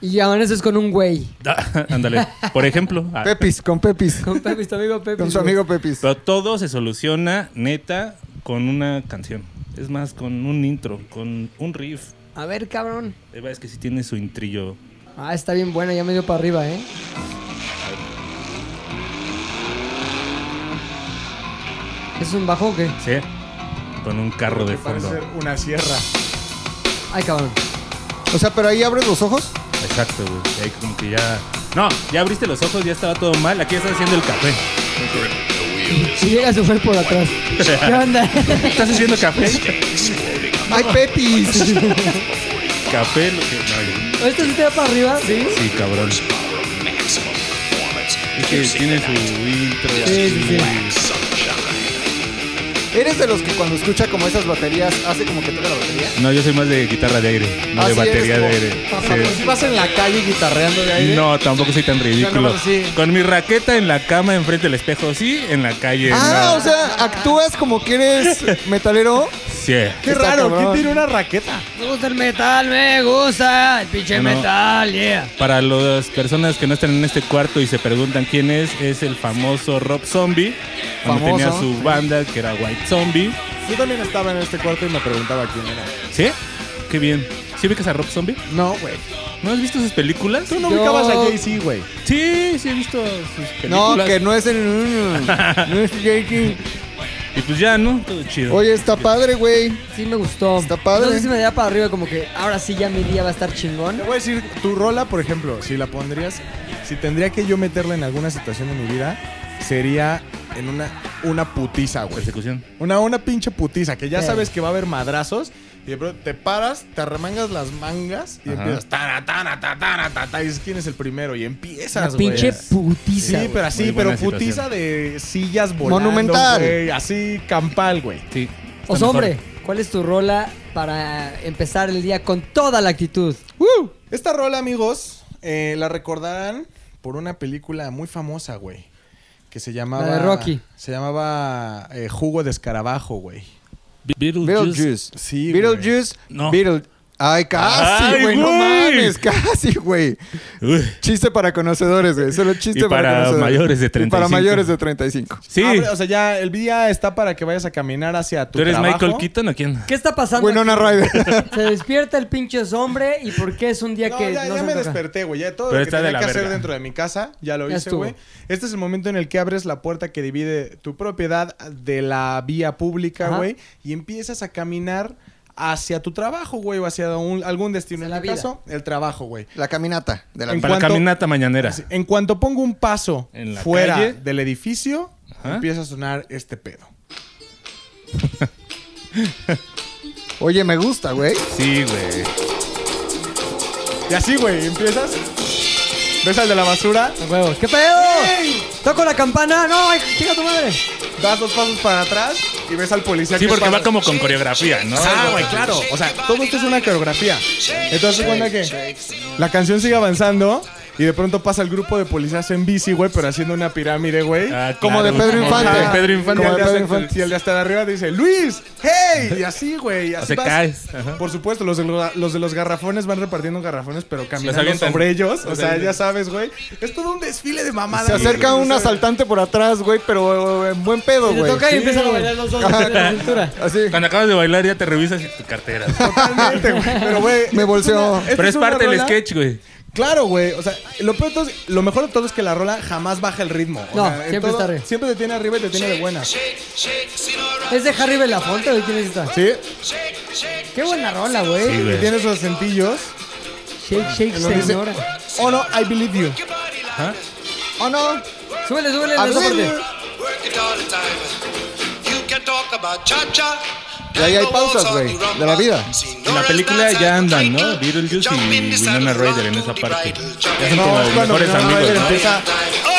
Speaker 1: Y amaneces con un güey.
Speaker 2: da- ándale,
Speaker 1: [LAUGHS]
Speaker 2: por ejemplo. ah,
Speaker 3: Pepis, con Pepis.
Speaker 1: Con Pepis, tu amigo Pepis.
Speaker 3: Con su
Speaker 1: güey.
Speaker 3: amigo Pepis.
Speaker 2: pero todo se soluciona, neta, con una canción. Es más, con un intro, con un riff,
Speaker 1: A ver, cabrón.
Speaker 2: Ahí va, es que sí tiene su intrillo.
Speaker 1: Ah, está bien buena, ya me dio para arriba, ¿eh? ¿Es un bajo o qué?
Speaker 2: ¿Sí? Con un carro de fondo.
Speaker 5: Parece una sierra.
Speaker 1: Ay, cabrón.
Speaker 3: O sea, pero ahí abres los ojos.
Speaker 2: Exacto, güey. Ahí como que ya. No, ya abriste los ojos, ya estaba todo mal. Aquí ya estás haciendo el café.
Speaker 1: Si llega a sufrir por atrás. ¿Qué onda? [LAUGHS]
Speaker 2: ¿Estás haciendo café?
Speaker 3: ¡Ay, Pepis!
Speaker 2: Café, lo que. No,
Speaker 1: ¿Esto sí te da para arriba? Sí.
Speaker 2: güey. sí, cabrón. Es que tiene su intro.
Speaker 1: Sí, sí,
Speaker 3: [LAUGHS] ¿Eres de los que cuando escucha como esas baterías hace como que toca la batería?
Speaker 2: No, yo soy más de guitarra de aire, no
Speaker 3: Ah,
Speaker 2: de
Speaker 3: sí, eres
Speaker 2: batería de
Speaker 3: como- O sea,
Speaker 2: aire.
Speaker 3: pero
Speaker 2: Sí.
Speaker 3: si vas en la calle guitarreando de aire.
Speaker 2: No, tampoco soy tan ridículo.
Speaker 3: ¿Eh? nomás así.
Speaker 2: Con mi raqueta en la cama, enfrente del espejo, sí, en la calle.
Speaker 3: Ah,
Speaker 2: no.
Speaker 3: o sea, actúas como
Speaker 2: [LAUGHS]
Speaker 3: que eres metalero.
Speaker 2: Sí.
Speaker 5: Qué
Speaker 3: Está
Speaker 5: raro,
Speaker 3: cabrón.
Speaker 5: ¿quién tiene una raqueta?
Speaker 1: Me gusta el metal, me gusta el pinche
Speaker 2: No, no.
Speaker 1: metal, yeah.
Speaker 2: Para las personas que no están en este cuarto y se preguntan quién es, es el famoso Rob Zombie. Cuando
Speaker 3: Famoso,
Speaker 2: tenía su banda que era White Zombie.
Speaker 5: Yo también estaba en este cuarto y me preguntaba quién era.
Speaker 2: ¿Sí? Qué bien. ¿Sí ubicas a Rob Zombie?
Speaker 5: No, güey.
Speaker 2: ¿No has visto sus películas?
Speaker 5: Tú no
Speaker 1: Yo-
Speaker 5: ubicabas a Jay-Z, güey.
Speaker 2: Sí, sí he visto sus
Speaker 3: No,
Speaker 2: películas.
Speaker 3: que no
Speaker 2: [LAUGHS]
Speaker 3: es el. No es Jake.
Speaker 2: Y pues ya, ¿no? Todo chido.
Speaker 3: Oye, está padre, güey.
Speaker 1: Sí me gustó.
Speaker 3: Está padre.
Speaker 1: No sé si me da para arriba como que ahora sí ya mi día va a estar chingón.
Speaker 5: Te voy a decir, tu rola, por ejemplo, si la pondrías, si tendría que yo meterla en alguna situación de mi vida, sería en una, una putiza, güey.
Speaker 2: Persecución.
Speaker 5: Una, una pinche putiza, que ya
Speaker 1: Sí.
Speaker 5: sabes que va a haber madrazos, y de pronto te paras, te arremangas las mangas y
Speaker 2: Ajá.
Speaker 5: empiezas. Tana, tana, ta, tana, ta, ta", y dices, ¿quién es el primero? Y
Speaker 1: Una
Speaker 5: empiezas, güey.
Speaker 1: pinche
Speaker 5: Sí,
Speaker 1: putiza. güey.
Speaker 5: pero así,
Speaker 2: Muy buena
Speaker 5: pero putiza
Speaker 2: situación.
Speaker 5: de sillas volando.
Speaker 3: Monumental.
Speaker 5: güey, así campal, güey.
Speaker 2: Sí.
Speaker 1: Os
Speaker 2: está
Speaker 1: Pues, hombre,
Speaker 2: mejor.
Speaker 1: ¿cuál es tu rola para empezar el día con toda la actitud?
Speaker 5: Esta rola, amigos, eh, la recordarán por una película muy famosa, güey. Que se llamaba.
Speaker 1: La de Rocky.
Speaker 5: Se llamaba eh, Jugo de Escarabajo, güey.
Speaker 2: Be- Beetlejuice.
Speaker 3: Beetlejuice.
Speaker 5: Sí, güey.
Speaker 3: Beetlejuice.
Speaker 2: No.
Speaker 3: Beetle- Ay, casi,
Speaker 2: Ay,
Speaker 3: güey. No
Speaker 2: güey.
Speaker 3: mames, [LAUGHS] casi, güey.
Speaker 2: Uy.
Speaker 3: Chiste para conocedores, güey. Solo chiste
Speaker 2: Y para
Speaker 3: conocedores.
Speaker 2: mayores de
Speaker 3: Y para
Speaker 2: 35.
Speaker 3: mayores de 35.
Speaker 2: Sí.
Speaker 5: Ah, pero, o sea, ya el día está para que vayas a caminar hacia tu
Speaker 2: ¿Tú eres
Speaker 5: trabajo.
Speaker 2: Michael Keaton o quién?
Speaker 1: ¿Qué está pasando?
Speaker 3: Winona
Speaker 1: aquí?
Speaker 3: Ryder.
Speaker 1: [LAUGHS] Se despierta el pinche hombre y por qué es un día
Speaker 5: No,
Speaker 1: que
Speaker 5: ya,
Speaker 1: no
Speaker 5: ya
Speaker 1: se
Speaker 5: me
Speaker 1: antoja?
Speaker 5: desperté, güey. Ya todo
Speaker 2: Pero
Speaker 5: lo que
Speaker 2: está de
Speaker 5: tenía
Speaker 2: la
Speaker 5: que hacer
Speaker 2: verga.
Speaker 5: dentro de mi casa, ya lo
Speaker 1: Ya
Speaker 5: hice,
Speaker 1: estuvo.
Speaker 5: güey. Este es el momento en el que abres la puerta que divide tu propiedad de la vía pública,
Speaker 1: Ajá.
Speaker 5: güey, y empiezas a caminar hacia tu trabajo, güey, o hacia un- algún destino.
Speaker 1: Hacia
Speaker 5: En
Speaker 1: la
Speaker 5: mi
Speaker 1: vida.
Speaker 5: caso, el trabajo, güey.
Speaker 3: La caminata de la
Speaker 5: En
Speaker 3: vida.
Speaker 2: Para
Speaker 5: cuanto-
Speaker 2: caminata mañanera.
Speaker 5: En cuanto pongo un paso
Speaker 2: En la
Speaker 5: fuera
Speaker 2: calle.
Speaker 5: del edificio,
Speaker 2: Ajá.
Speaker 5: empieza a sonar este pedo.
Speaker 3: Oye, me gusta, güey.
Speaker 2: Sí, güey.
Speaker 5: Y así, güey, empiezas. ¿Ves al de la basura?
Speaker 1: A huevo. ¿Qué pedo? ¿Toco la campana? No, ay, chica tu madre.
Speaker 5: Das dos pasos para atrás y ves al policía
Speaker 2: Sí,
Speaker 5: que
Speaker 2: porque
Speaker 5: pasa.
Speaker 2: va como con coreografía, ¿no?
Speaker 5: Ah, güey, claro. O sea, todo esto es una coreografía. Entonces, se cuenta que la canción sigue avanzando y de pronto pasa el grupo de policías en bici, güey, pero haciendo una pirámide, güey.
Speaker 2: Ah,
Speaker 3: Como
Speaker 2: claro,
Speaker 3: de Pedro
Speaker 2: como
Speaker 3: Infante.
Speaker 2: de Pedro Infante.
Speaker 5: Y el,
Speaker 3: Como
Speaker 5: de
Speaker 3: Pedro
Speaker 5: hasta-
Speaker 3: Infante.
Speaker 5: y el de hasta de arriba dice, Luis, hey. Y así, güey. y así
Speaker 2: se
Speaker 5: vas.
Speaker 2: caes. Ajá.
Speaker 5: Por supuesto, los de, los, los de los garrafones van repartiendo garrafones, pero caminando
Speaker 2: avientan.
Speaker 5: sobre ellos. O
Speaker 2: Los
Speaker 5: sea,
Speaker 2: avientan.
Speaker 5: ya sabes, güey. Es todo un desfile de mamadas.
Speaker 3: Se
Speaker 5: güey.
Speaker 3: acerca un asaltante por atrás, güey, pero eh, en buen pedo,
Speaker 1: Y te
Speaker 3: güey.
Speaker 1: toca y
Speaker 3: Sí.
Speaker 1: empiezan a bailar los dos
Speaker 5: [LAUGHS]
Speaker 1: de la cintura.
Speaker 3: Así.
Speaker 2: Cuando acabas de bailar ya te revisas y tu cartera.
Speaker 5: Totalmente, güey. Pero, güey. esta
Speaker 3: Me
Speaker 5: es
Speaker 3: volteó.
Speaker 5: una- esta
Speaker 2: Pero es
Speaker 5: una
Speaker 2: parte del
Speaker 5: rola-
Speaker 2: sketch, güey.
Speaker 5: Claro, güey. O sea, lo, peor de todo es- lo mejor de todo es que la rola jamás baja el ritmo. O
Speaker 1: No,
Speaker 5: sea, en
Speaker 1: siempre está arriba.
Speaker 5: Siempre te tiene arriba y te tiene de buena. Sí.
Speaker 1: ¿Es de Harry Belafonte o de quién es esta? Qué buena rola, güey.
Speaker 2: Sí,
Speaker 5: Y
Speaker 2: güey.
Speaker 5: tiene esos acentillos.
Speaker 1: Shake, shake,
Speaker 5: Lo dice-
Speaker 1: señora.
Speaker 5: Oh no, I believe you.
Speaker 3: Oh, no.
Speaker 1: Súbele, súbele
Speaker 3: A
Speaker 1: en esa
Speaker 3: ver.
Speaker 1: parte.
Speaker 3: Y ahí hay pausas, güey, de la vida.
Speaker 2: En la película ya andan, ¿no? Beetlejuice y Winona Ryder en esa parte. Ya son
Speaker 5: No,
Speaker 2: como
Speaker 5: es cuando
Speaker 2: mejores
Speaker 5: Winona
Speaker 2: amigos,
Speaker 5: Ryder
Speaker 2: ¿no?
Speaker 5: empieza-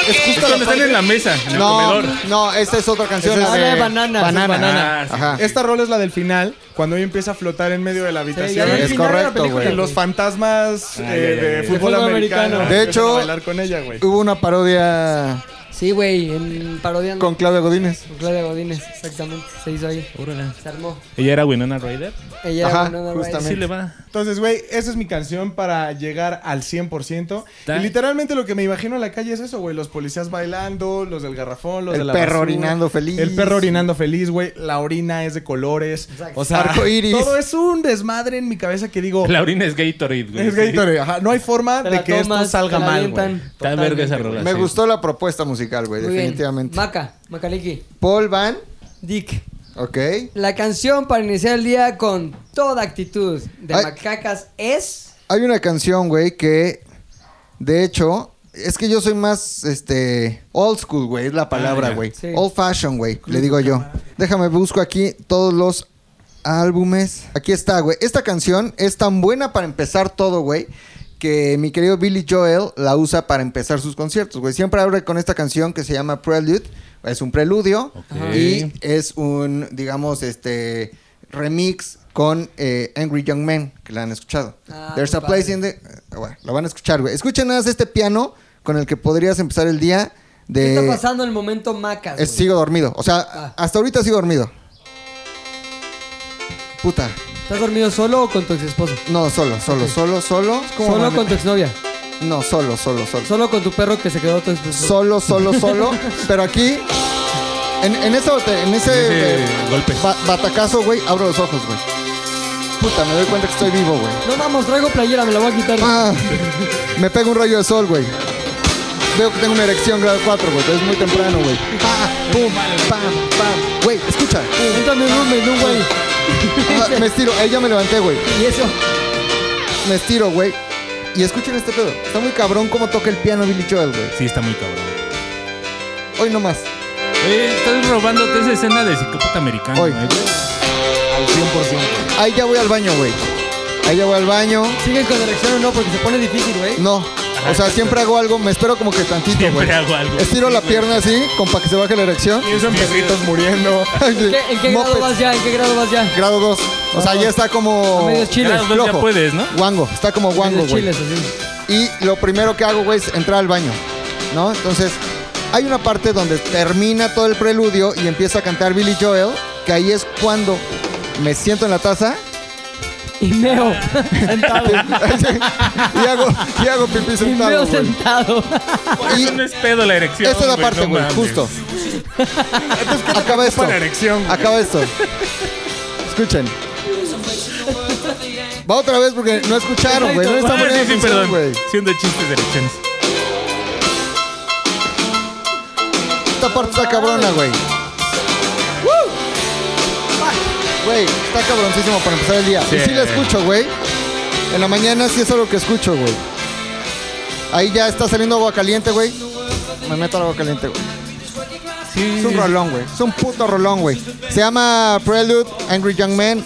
Speaker 2: Es justo cuando están en la mesa, en el
Speaker 3: No,
Speaker 2: comedor.
Speaker 3: no, esta es otra canción.
Speaker 1: Esa es
Speaker 3: la
Speaker 1: de banana, esa es
Speaker 3: Banana.
Speaker 1: banana.
Speaker 2: Ah, sí.
Speaker 3: Ajá.
Speaker 5: Esta rola es la del final, cuando ella empieza a flotar en medio de la
Speaker 1: Sí, ya
Speaker 5: habitación.
Speaker 1: al final
Speaker 3: es
Speaker 1: de la
Speaker 3: correcto,
Speaker 1: película,
Speaker 3: güey.
Speaker 5: Y los fantasmas
Speaker 2: Ah,
Speaker 5: eh,
Speaker 2: ya, ya,
Speaker 5: de
Speaker 2: ya.
Speaker 5: fútbol,
Speaker 1: Fútbol
Speaker 5: americano.
Speaker 1: americano.
Speaker 5: empiezan
Speaker 3: De
Speaker 5: a
Speaker 3: hecho-
Speaker 5: bailar con ella, güey.
Speaker 3: Hubo una parodia
Speaker 1: Sí, güey, en parodiando.
Speaker 3: con Claudia Godínez.
Speaker 1: Con Claudia Godínez, exactamente. Se hizo ahí. Se armó.
Speaker 2: Ella era Winona Ryder.
Speaker 1: Ella
Speaker 3: Ajá,
Speaker 1: era Winona Ryder.
Speaker 3: justamente.
Speaker 2: Sí le va.
Speaker 5: Entonces, güey, esa es mi canción para llegar al 100%.
Speaker 2: Ta-
Speaker 5: Y literalmente lo que me imagino en la calle es eso, güey. Los policías bailando, los del garrafón, los
Speaker 3: El
Speaker 5: de la
Speaker 3: perro
Speaker 5: basura.
Speaker 3: orinando feliz.
Speaker 5: El perro orinando feliz, güey. La orina es de colores. O sea,
Speaker 3: Arcoíris.
Speaker 5: todo es un desmadre en mi cabeza que digo...
Speaker 2: La orina es Gatorade, güey.
Speaker 5: Oh. Es Gatorade, ajá. No hay forma
Speaker 1: Te
Speaker 5: de
Speaker 1: la
Speaker 5: que
Speaker 1: tomas,
Speaker 5: esto salga
Speaker 1: te la
Speaker 5: mal,
Speaker 1: avientan.
Speaker 5: güey.
Speaker 2: Está verga esa rola.
Speaker 3: Me
Speaker 2: sí.
Speaker 3: gustó la propuesta musical, güey,
Speaker 1: Muy bien.
Speaker 3: definitivamente.
Speaker 1: Maca, Macaliki,
Speaker 3: Paul Van,
Speaker 1: Dick.
Speaker 3: ok.
Speaker 1: La canción para iniciar el día con toda actitud de
Speaker 3: Ay.
Speaker 1: Macacas es.
Speaker 3: Hay una canción, güey, que de hecho es que yo soy más este old school, güey, es la palabra, güey.
Speaker 1: Sí.
Speaker 3: Old fashion, güey, le digo yo. Déjame busco aquí todos los álbumes. Aquí está, güey. Esta canción es tan buena para empezar todo, güey. Que mi querido Billy Joel la usa para empezar sus conciertos, güey. Siempre abre con esta canción que se llama Prelude. Es un preludio.
Speaker 2: Ok.
Speaker 3: Y es un, digamos, este remix con eh, Angry Young Men, que la han escuchado.
Speaker 1: Ah,
Speaker 3: There's
Speaker 1: qué
Speaker 3: a
Speaker 1: padre.
Speaker 3: place in the... eh, Bueno, la van a escuchar, güey. Escuchen nada más este piano con el que podrías empezar el día de...
Speaker 1: ¿Qué está pasando en el momento Macas?
Speaker 3: Eh,
Speaker 1: güey?
Speaker 3: sigo dormido. O sea,
Speaker 1: Ah.
Speaker 3: hasta ahorita sigo dormido. Puta.
Speaker 1: ¿Estás dormido solo o con tu ex esposo?
Speaker 3: No, solo, solo, solo, solo.
Speaker 1: Solo con tu exnovia.
Speaker 3: No, solo, solo, solo.
Speaker 1: Solo con tu perro que se quedó tu esposo.
Speaker 3: Solo, solo,
Speaker 1: [LAUGHS]
Speaker 3: solo. Pero aquí... En, en, eso te- en ese...
Speaker 2: Ese
Speaker 3: eh,
Speaker 2: golpe.
Speaker 3: ba- batacazo, güey, abro los ojos, güey. Puta, me doy cuenta que estoy vivo, güey.
Speaker 1: No vamos, traigo playera, me la voy a quitar.
Speaker 3: Ah, me pego un rayo de sol, güey. Veo que tengo una erección grado 4, güey. pero Es muy temprano, güey. Pa, pum, pam, pam. Güey, escucha.
Speaker 1: Entrame un roommate, un güey.
Speaker 3: Ah, me estiro. Ahí ya me levanté, güey.
Speaker 1: Y eso.
Speaker 3: Me estiro, güey. Y escuchen este pedo. Está muy cabrón cómo toca el piano Billy Joel, güey.
Speaker 2: Sí, está muy cabrón.
Speaker 3: Hoy nomás.
Speaker 2: Oye, estás robándote esa escena de psicópata americano,
Speaker 3: Hoy.
Speaker 2: eh, güey.
Speaker 3: Ahí ya voy al baño, güey. Ahí ya voy al baño.
Speaker 1: ¿Siguen con erección o no? Porque se pone difícil, güey.
Speaker 3: No. O sea, siempre hago algo. Me espero como que tantito,
Speaker 2: Ah, Siempre
Speaker 3: güey.
Speaker 2: hago algo.
Speaker 3: Estiro la pierna así, con para que se baje la erección.
Speaker 5: Pienso en perritos muriendo.
Speaker 1: ¿Qué- ¿En qué grado
Speaker 3: Mopeds.
Speaker 1: vas ya? ¿En qué grado vas ya?
Speaker 3: Grado 2. O sea, ya está como.
Speaker 1: Ah. Medios chiles.
Speaker 2: Ya, pues, ya
Speaker 3: flojo.
Speaker 2: puedes, ¿no?
Speaker 3: Wango, está como Wango,
Speaker 1: Medios
Speaker 3: güey.
Speaker 1: chiles, así.
Speaker 3: Y lo primero que hago, güey, es entrar al baño, ¿no? Entonces, hay una parte donde termina todo el preludio y empieza a cantar Billy Joel, que ahí es cuando me siento en la taza
Speaker 1: Y
Speaker 3: [LAUGHS]
Speaker 1: meo. sentado.
Speaker 3: y hago, y hago pipí
Speaker 1: Y meo
Speaker 3: sentado, güey.
Speaker 1: sentado.
Speaker 2: Por eso no es pedo la erección.
Speaker 3: Esta es la
Speaker 2: güey,
Speaker 3: parte,
Speaker 2: no
Speaker 3: güey,
Speaker 2: mames.
Speaker 3: justo. Acaba esto.
Speaker 5: Para erección. güey.
Speaker 3: Acaba esto. Escuchen. Va otra vez porque no escucharon, güey. No le están
Speaker 2: Ah,
Speaker 3: poniendo
Speaker 2: sí, sí,
Speaker 3: atención,
Speaker 2: perdón.
Speaker 3: güey.
Speaker 2: Siendo chistes de erecciones.
Speaker 3: Esta parte está cabrona, güey. Güey, está cabroncísimo para empezar el día.
Speaker 2: Sí.
Speaker 3: Y sí la escucho, güey. En la mañana sí es algo que escucho, güey. Ahí ya está saliendo agua caliente, güey. Me meto al agua caliente, güey.
Speaker 2: Sí.
Speaker 3: Es un rolón, güey. Es un puto rolón, güey. Se llama Prelude Angry Young Man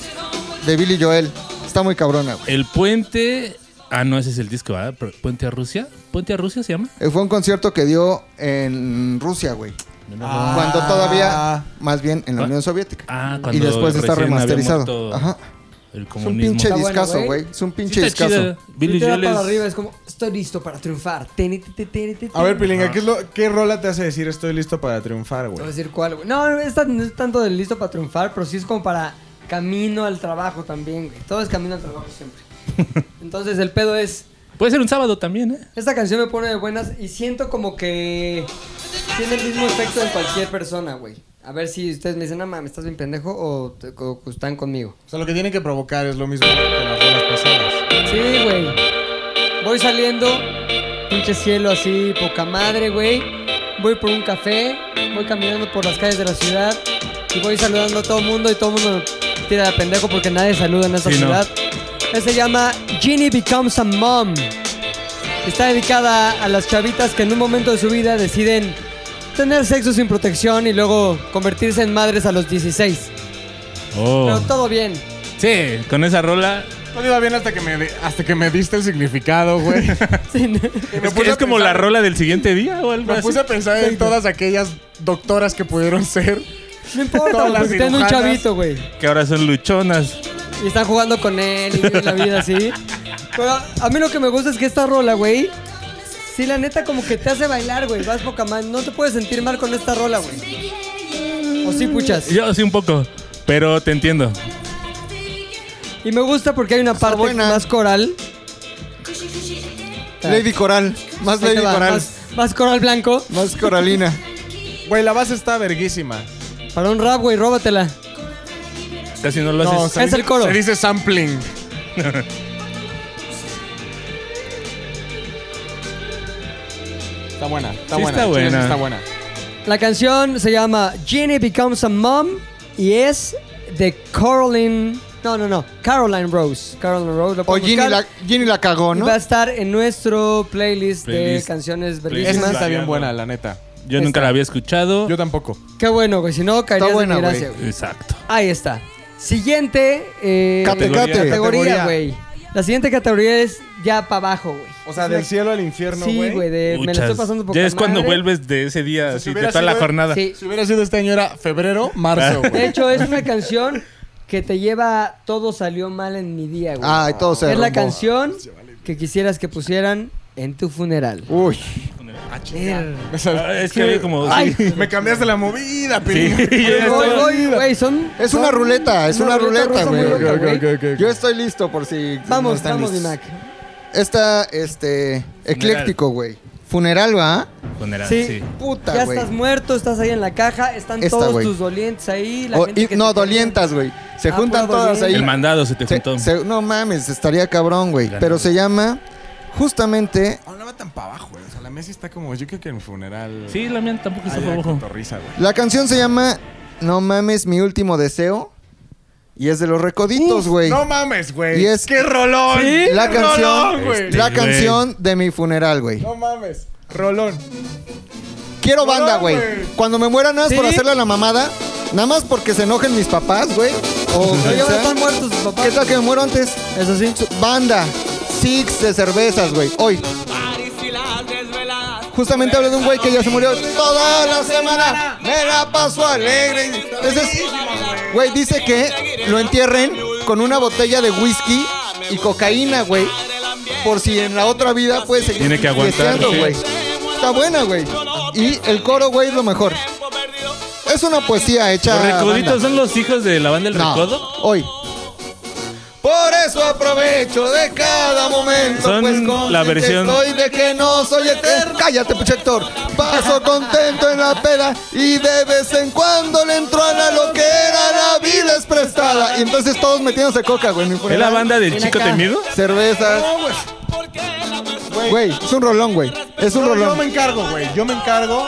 Speaker 3: de Billy Joel. Está muy cabrona, güey.
Speaker 2: El puente. Ah, no, ese es el disco, ¿verdad? Pero, ¿Puente a Rusia? ¿Puente a Rusia se llama?
Speaker 3: Eh, Fue un concierto que dio en Rusia, güey. Cuando todavía, más bien en la
Speaker 2: Ah.
Speaker 3: Unión Soviética.
Speaker 2: Ah, cuando
Speaker 3: Ah. y después está
Speaker 2: recién había
Speaker 3: remasterizado.
Speaker 2: muerto
Speaker 3: Ajá.
Speaker 2: El
Speaker 3: Es un
Speaker 2: comunismo.
Speaker 3: pinche
Speaker 1: Está bueno,
Speaker 3: discazo,
Speaker 1: güey.
Speaker 3: güey. Es un
Speaker 2: Sí
Speaker 3: pinche
Speaker 2: está chida.
Speaker 3: discazo.
Speaker 2: Billy
Speaker 1: te da
Speaker 2: Joel
Speaker 1: para arriba,
Speaker 2: es...
Speaker 1: es como, estoy listo para triunfar. Teni, ti, ti, ti, ti, ti.
Speaker 5: A ver, Pilinga, ¿qué, es lo, ¿qué rola te hace decir estoy listo para triunfar,
Speaker 1: Te
Speaker 5: güey?
Speaker 1: voy a decir cuál, güey. No, no, esta no es tanto de listo para triunfar, pero sí es como para camino al trabajo también, güey. Todo es camino al trabajo
Speaker 3: [LAUGHS]
Speaker 1: siempre. Entonces el pedo es,
Speaker 2: Puede ser un sábado también, ¿eh?
Speaker 1: esta canción me pone de buenas y siento como que tiene el mismo efecto en cualquier persona, güey. A ver si ustedes me dicen, no mames, estás bien pendejo o, te- o están conmigo.
Speaker 5: O sea, lo que tiene que provocar es lo mismo que las rolas pasadas.
Speaker 1: Sí, güey. Voy saliendo, pinche cielo así, poca madre, güey. Voy por un café, voy caminando por las calles de la ciudad y voy saludando a todo el mundo y todo el mundo me tira de pendejo porque nadie saluda en esta
Speaker 2: Sí, no.
Speaker 1: ciudad. Este se llama Ginny Becomes a Mom. Está dedicada a las chavitas que en un momento de su vida deciden tener sexo sin protección y luego convertirse en madres a los 16.
Speaker 2: Oh.
Speaker 1: Pero todo bien. [LAUGHS]
Speaker 2: Sí, con esa rola.
Speaker 5: Todo Pues iba bien hasta que me, di- hasta que me diste el significado, güey.
Speaker 2: [LAUGHS] Es,
Speaker 5: me
Speaker 2: que
Speaker 5: puse
Speaker 2: es
Speaker 5: a
Speaker 2: como
Speaker 5: pensar-
Speaker 2: la rola del siguiente día o algo
Speaker 5: Me
Speaker 2: así.
Speaker 5: puse a pensar en todas aquellas doctoras que pudieron ser.
Speaker 1: No importa,
Speaker 5: Todas
Speaker 1: güey,
Speaker 5: las
Speaker 1: porque tienen un
Speaker 5: cirujanas.
Speaker 1: chavito, güey.
Speaker 2: Que ahora son luchonas.
Speaker 1: y están jugando con él y viven la vida así. Pero a mí lo que me gusta es que esta rola, güey, sí, la neta, como que te hace bailar, güey. Vas poca mal. No te puedes sentir mal con esta rola, güey. O sí, puchas.
Speaker 2: Yo sí un poco, pero te entiendo.
Speaker 1: Y me gusta porque hay una
Speaker 3: Está
Speaker 1: parte
Speaker 3: buena.
Speaker 1: más coral.
Speaker 3: Lady Coral. Más
Speaker 1: Ahí te
Speaker 3: Lady
Speaker 1: va,
Speaker 3: Coral.
Speaker 1: Más, más coral blanco.
Speaker 3: Más Coralina.
Speaker 5: Güey, la base está verguísima.
Speaker 1: Para un rap, güey, róbatela.
Speaker 2: Casi no lo
Speaker 5: No,
Speaker 2: haces.
Speaker 5: se
Speaker 1: Es el coro.
Speaker 5: Se dice sampling. está buena, está
Speaker 2: Sí,
Speaker 5: buena.
Speaker 2: está
Speaker 5: Chile, sí
Speaker 2: buena.
Speaker 5: Está buena.
Speaker 1: La canción se llama Jenny Becomes a Mom y es de Caroline. No, no, no. Caroline Rose. Caroline Rose. la
Speaker 3: O
Speaker 1: pueden
Speaker 3: Ginny
Speaker 1: buscar.
Speaker 3: la, Ginny la cagó,
Speaker 1: Y
Speaker 3: ¿no?
Speaker 1: Va a estar en nuestro playlist, de
Speaker 2: Playlist.
Speaker 1: canciones
Speaker 2: Playlist.
Speaker 5: Esa
Speaker 1: bellísimas.
Speaker 5: está bien
Speaker 2: Variado.
Speaker 5: buena, la neta.
Speaker 2: Yo nunca la había escuchado.
Speaker 5: Yo tampoco.
Speaker 1: Qué bueno, güey. Si no, caerías
Speaker 3: buena,
Speaker 1: en
Speaker 3: güey.
Speaker 1: gracia, güey.
Speaker 2: Exacto.
Speaker 1: Ahí está. Siguiente eh,
Speaker 3: Catecate.
Speaker 1: categoría,
Speaker 5: Categoría.
Speaker 1: güey. La siguiente categoría es ya para abajo, güey.
Speaker 5: O sea,
Speaker 1: Es una-
Speaker 5: del cielo al infierno, güey.
Speaker 1: Sí, güey. de- Eh, Me la estoy
Speaker 2: Muchas.
Speaker 1: pasando por
Speaker 2: Ya es cuando vuelves de ese día,
Speaker 5: sea, si
Speaker 2: así, de
Speaker 5: hubiera
Speaker 2: toda la
Speaker 5: sido-
Speaker 2: jornada.
Speaker 1: Sí.
Speaker 5: Si hubiera sido este año era febrero, marzo,
Speaker 1: De
Speaker 5: güey.
Speaker 1: hecho, es una canción que te lleva a Todo salió mal en mi día, güey.
Speaker 3: Ay, Ah, todo se
Speaker 1: es la
Speaker 3: derrumbó.
Speaker 1: canción que quisieras que pusieran en tu funeral.
Speaker 3: Uy.
Speaker 5: O sea,
Speaker 2: Ah, [LAUGHS] es que había como.
Speaker 1: Ay.
Speaker 2: sí.
Speaker 5: me cambiaste la movida,
Speaker 2: Sí, [LAUGHS]
Speaker 5: piringa.
Speaker 2: ya
Speaker 1: Voy,
Speaker 2: estaba-
Speaker 1: voy, güey, son...
Speaker 3: Es una ruleta, es una ruleta,
Speaker 1: rusa muy
Speaker 3: güey.
Speaker 1: loca, güey.
Speaker 3: Yo estoy listo por si. no
Speaker 1: Vamos,
Speaker 3: están
Speaker 1: vamos,
Speaker 3: listos.
Speaker 1: Dimac.
Speaker 3: Está, este. Ecléctico, güey. Funeral, ¿va?
Speaker 2: Funeral,
Speaker 1: Sí.
Speaker 2: sí.
Speaker 3: Puta,
Speaker 1: Ya
Speaker 3: güey.
Speaker 1: estás muerto, estás ahí en la caja, están
Speaker 3: Esta,
Speaker 1: todos
Speaker 3: güey.
Speaker 1: tus dolientes ahí. la
Speaker 3: O-
Speaker 1: gente
Speaker 3: y-
Speaker 1: que
Speaker 3: no,
Speaker 1: te-
Speaker 3: dolientas, güey. Se
Speaker 1: Ah,
Speaker 3: juntan
Speaker 1: pura
Speaker 3: todas ahí.
Speaker 1: dolienta.
Speaker 2: El mandado se te
Speaker 3: Se-
Speaker 2: juntó.
Speaker 3: se- no mames, estaría cabrón, güey.
Speaker 2: Ganado.
Speaker 3: Pero se llama justamente
Speaker 5: No, no va tan para abajo, güey. O sea, la mesa está como, yo creo que en funeral.
Speaker 2: Sí, la mía tampoco está
Speaker 5: Ay,
Speaker 2: por
Speaker 5: la
Speaker 2: abajo.
Speaker 5: cotorriza, güey.
Speaker 3: La canción se llama No mames, mi último deseo. Y es de los recoditos, güey.
Speaker 5: No mames, güey.
Speaker 3: Y es-
Speaker 5: ¡Qué rolón!
Speaker 3: la
Speaker 5: ¡Qué
Speaker 3: canción,
Speaker 5: rolón, güey!
Speaker 3: la
Speaker 2: Güey.
Speaker 3: canción de mi funeral, güey.
Speaker 5: No mames. Rolón.
Speaker 3: Quiero
Speaker 5: No,
Speaker 3: banda, güey.
Speaker 5: güey.
Speaker 3: Cuando me muera nada más
Speaker 1: ¿Sí?
Speaker 3: por hacerle a la mamada, nada más porque se enojen mis papás, güey. O
Speaker 1: Pero ya
Speaker 3: quizá-
Speaker 1: están muertos tus
Speaker 3: ¿Qué
Speaker 1: papás.
Speaker 3: tal que me muero antes?
Speaker 1: Eso sí.
Speaker 3: Banda, six de cervezas, güey. Hoy. Justamente hablo de un güey que ya se murió toda la semana. Me la paso alegre. Entonces, güey, dice que lo entierren con una botella de whisky y cocaína, güey. Por si en la otra vida puede seguir
Speaker 2: Tiene que aguantar,
Speaker 3: fiesteando,
Speaker 2: sí.
Speaker 3: güey. Está buena, güey. Y el coro, güey, es lo mejor. Es una poesía hecha.
Speaker 2: ¿Los
Speaker 3: banda.
Speaker 2: recoditos son los hijos de la banda del
Speaker 3: No,
Speaker 2: recodo?
Speaker 3: hoy. Por eso aprovecho de cada momento.
Speaker 2: Son
Speaker 3: pues, consciente
Speaker 2: la versión-
Speaker 3: Estoy de que no soy eterno. Cállate, pues, puchector. Paso contento en la peda y de vez en cuando le entro a la loquera. La vida es prestada. Y entonces todos metiéndose coca, güey. en mi
Speaker 2: ¿Es
Speaker 3: funeral.
Speaker 2: la banda del chico temido?
Speaker 3: Cervezas. Güey, es un rolón, güey. Es un
Speaker 5: No, yo me
Speaker 3: rolón.
Speaker 5: encargo, güey. Yo me encargo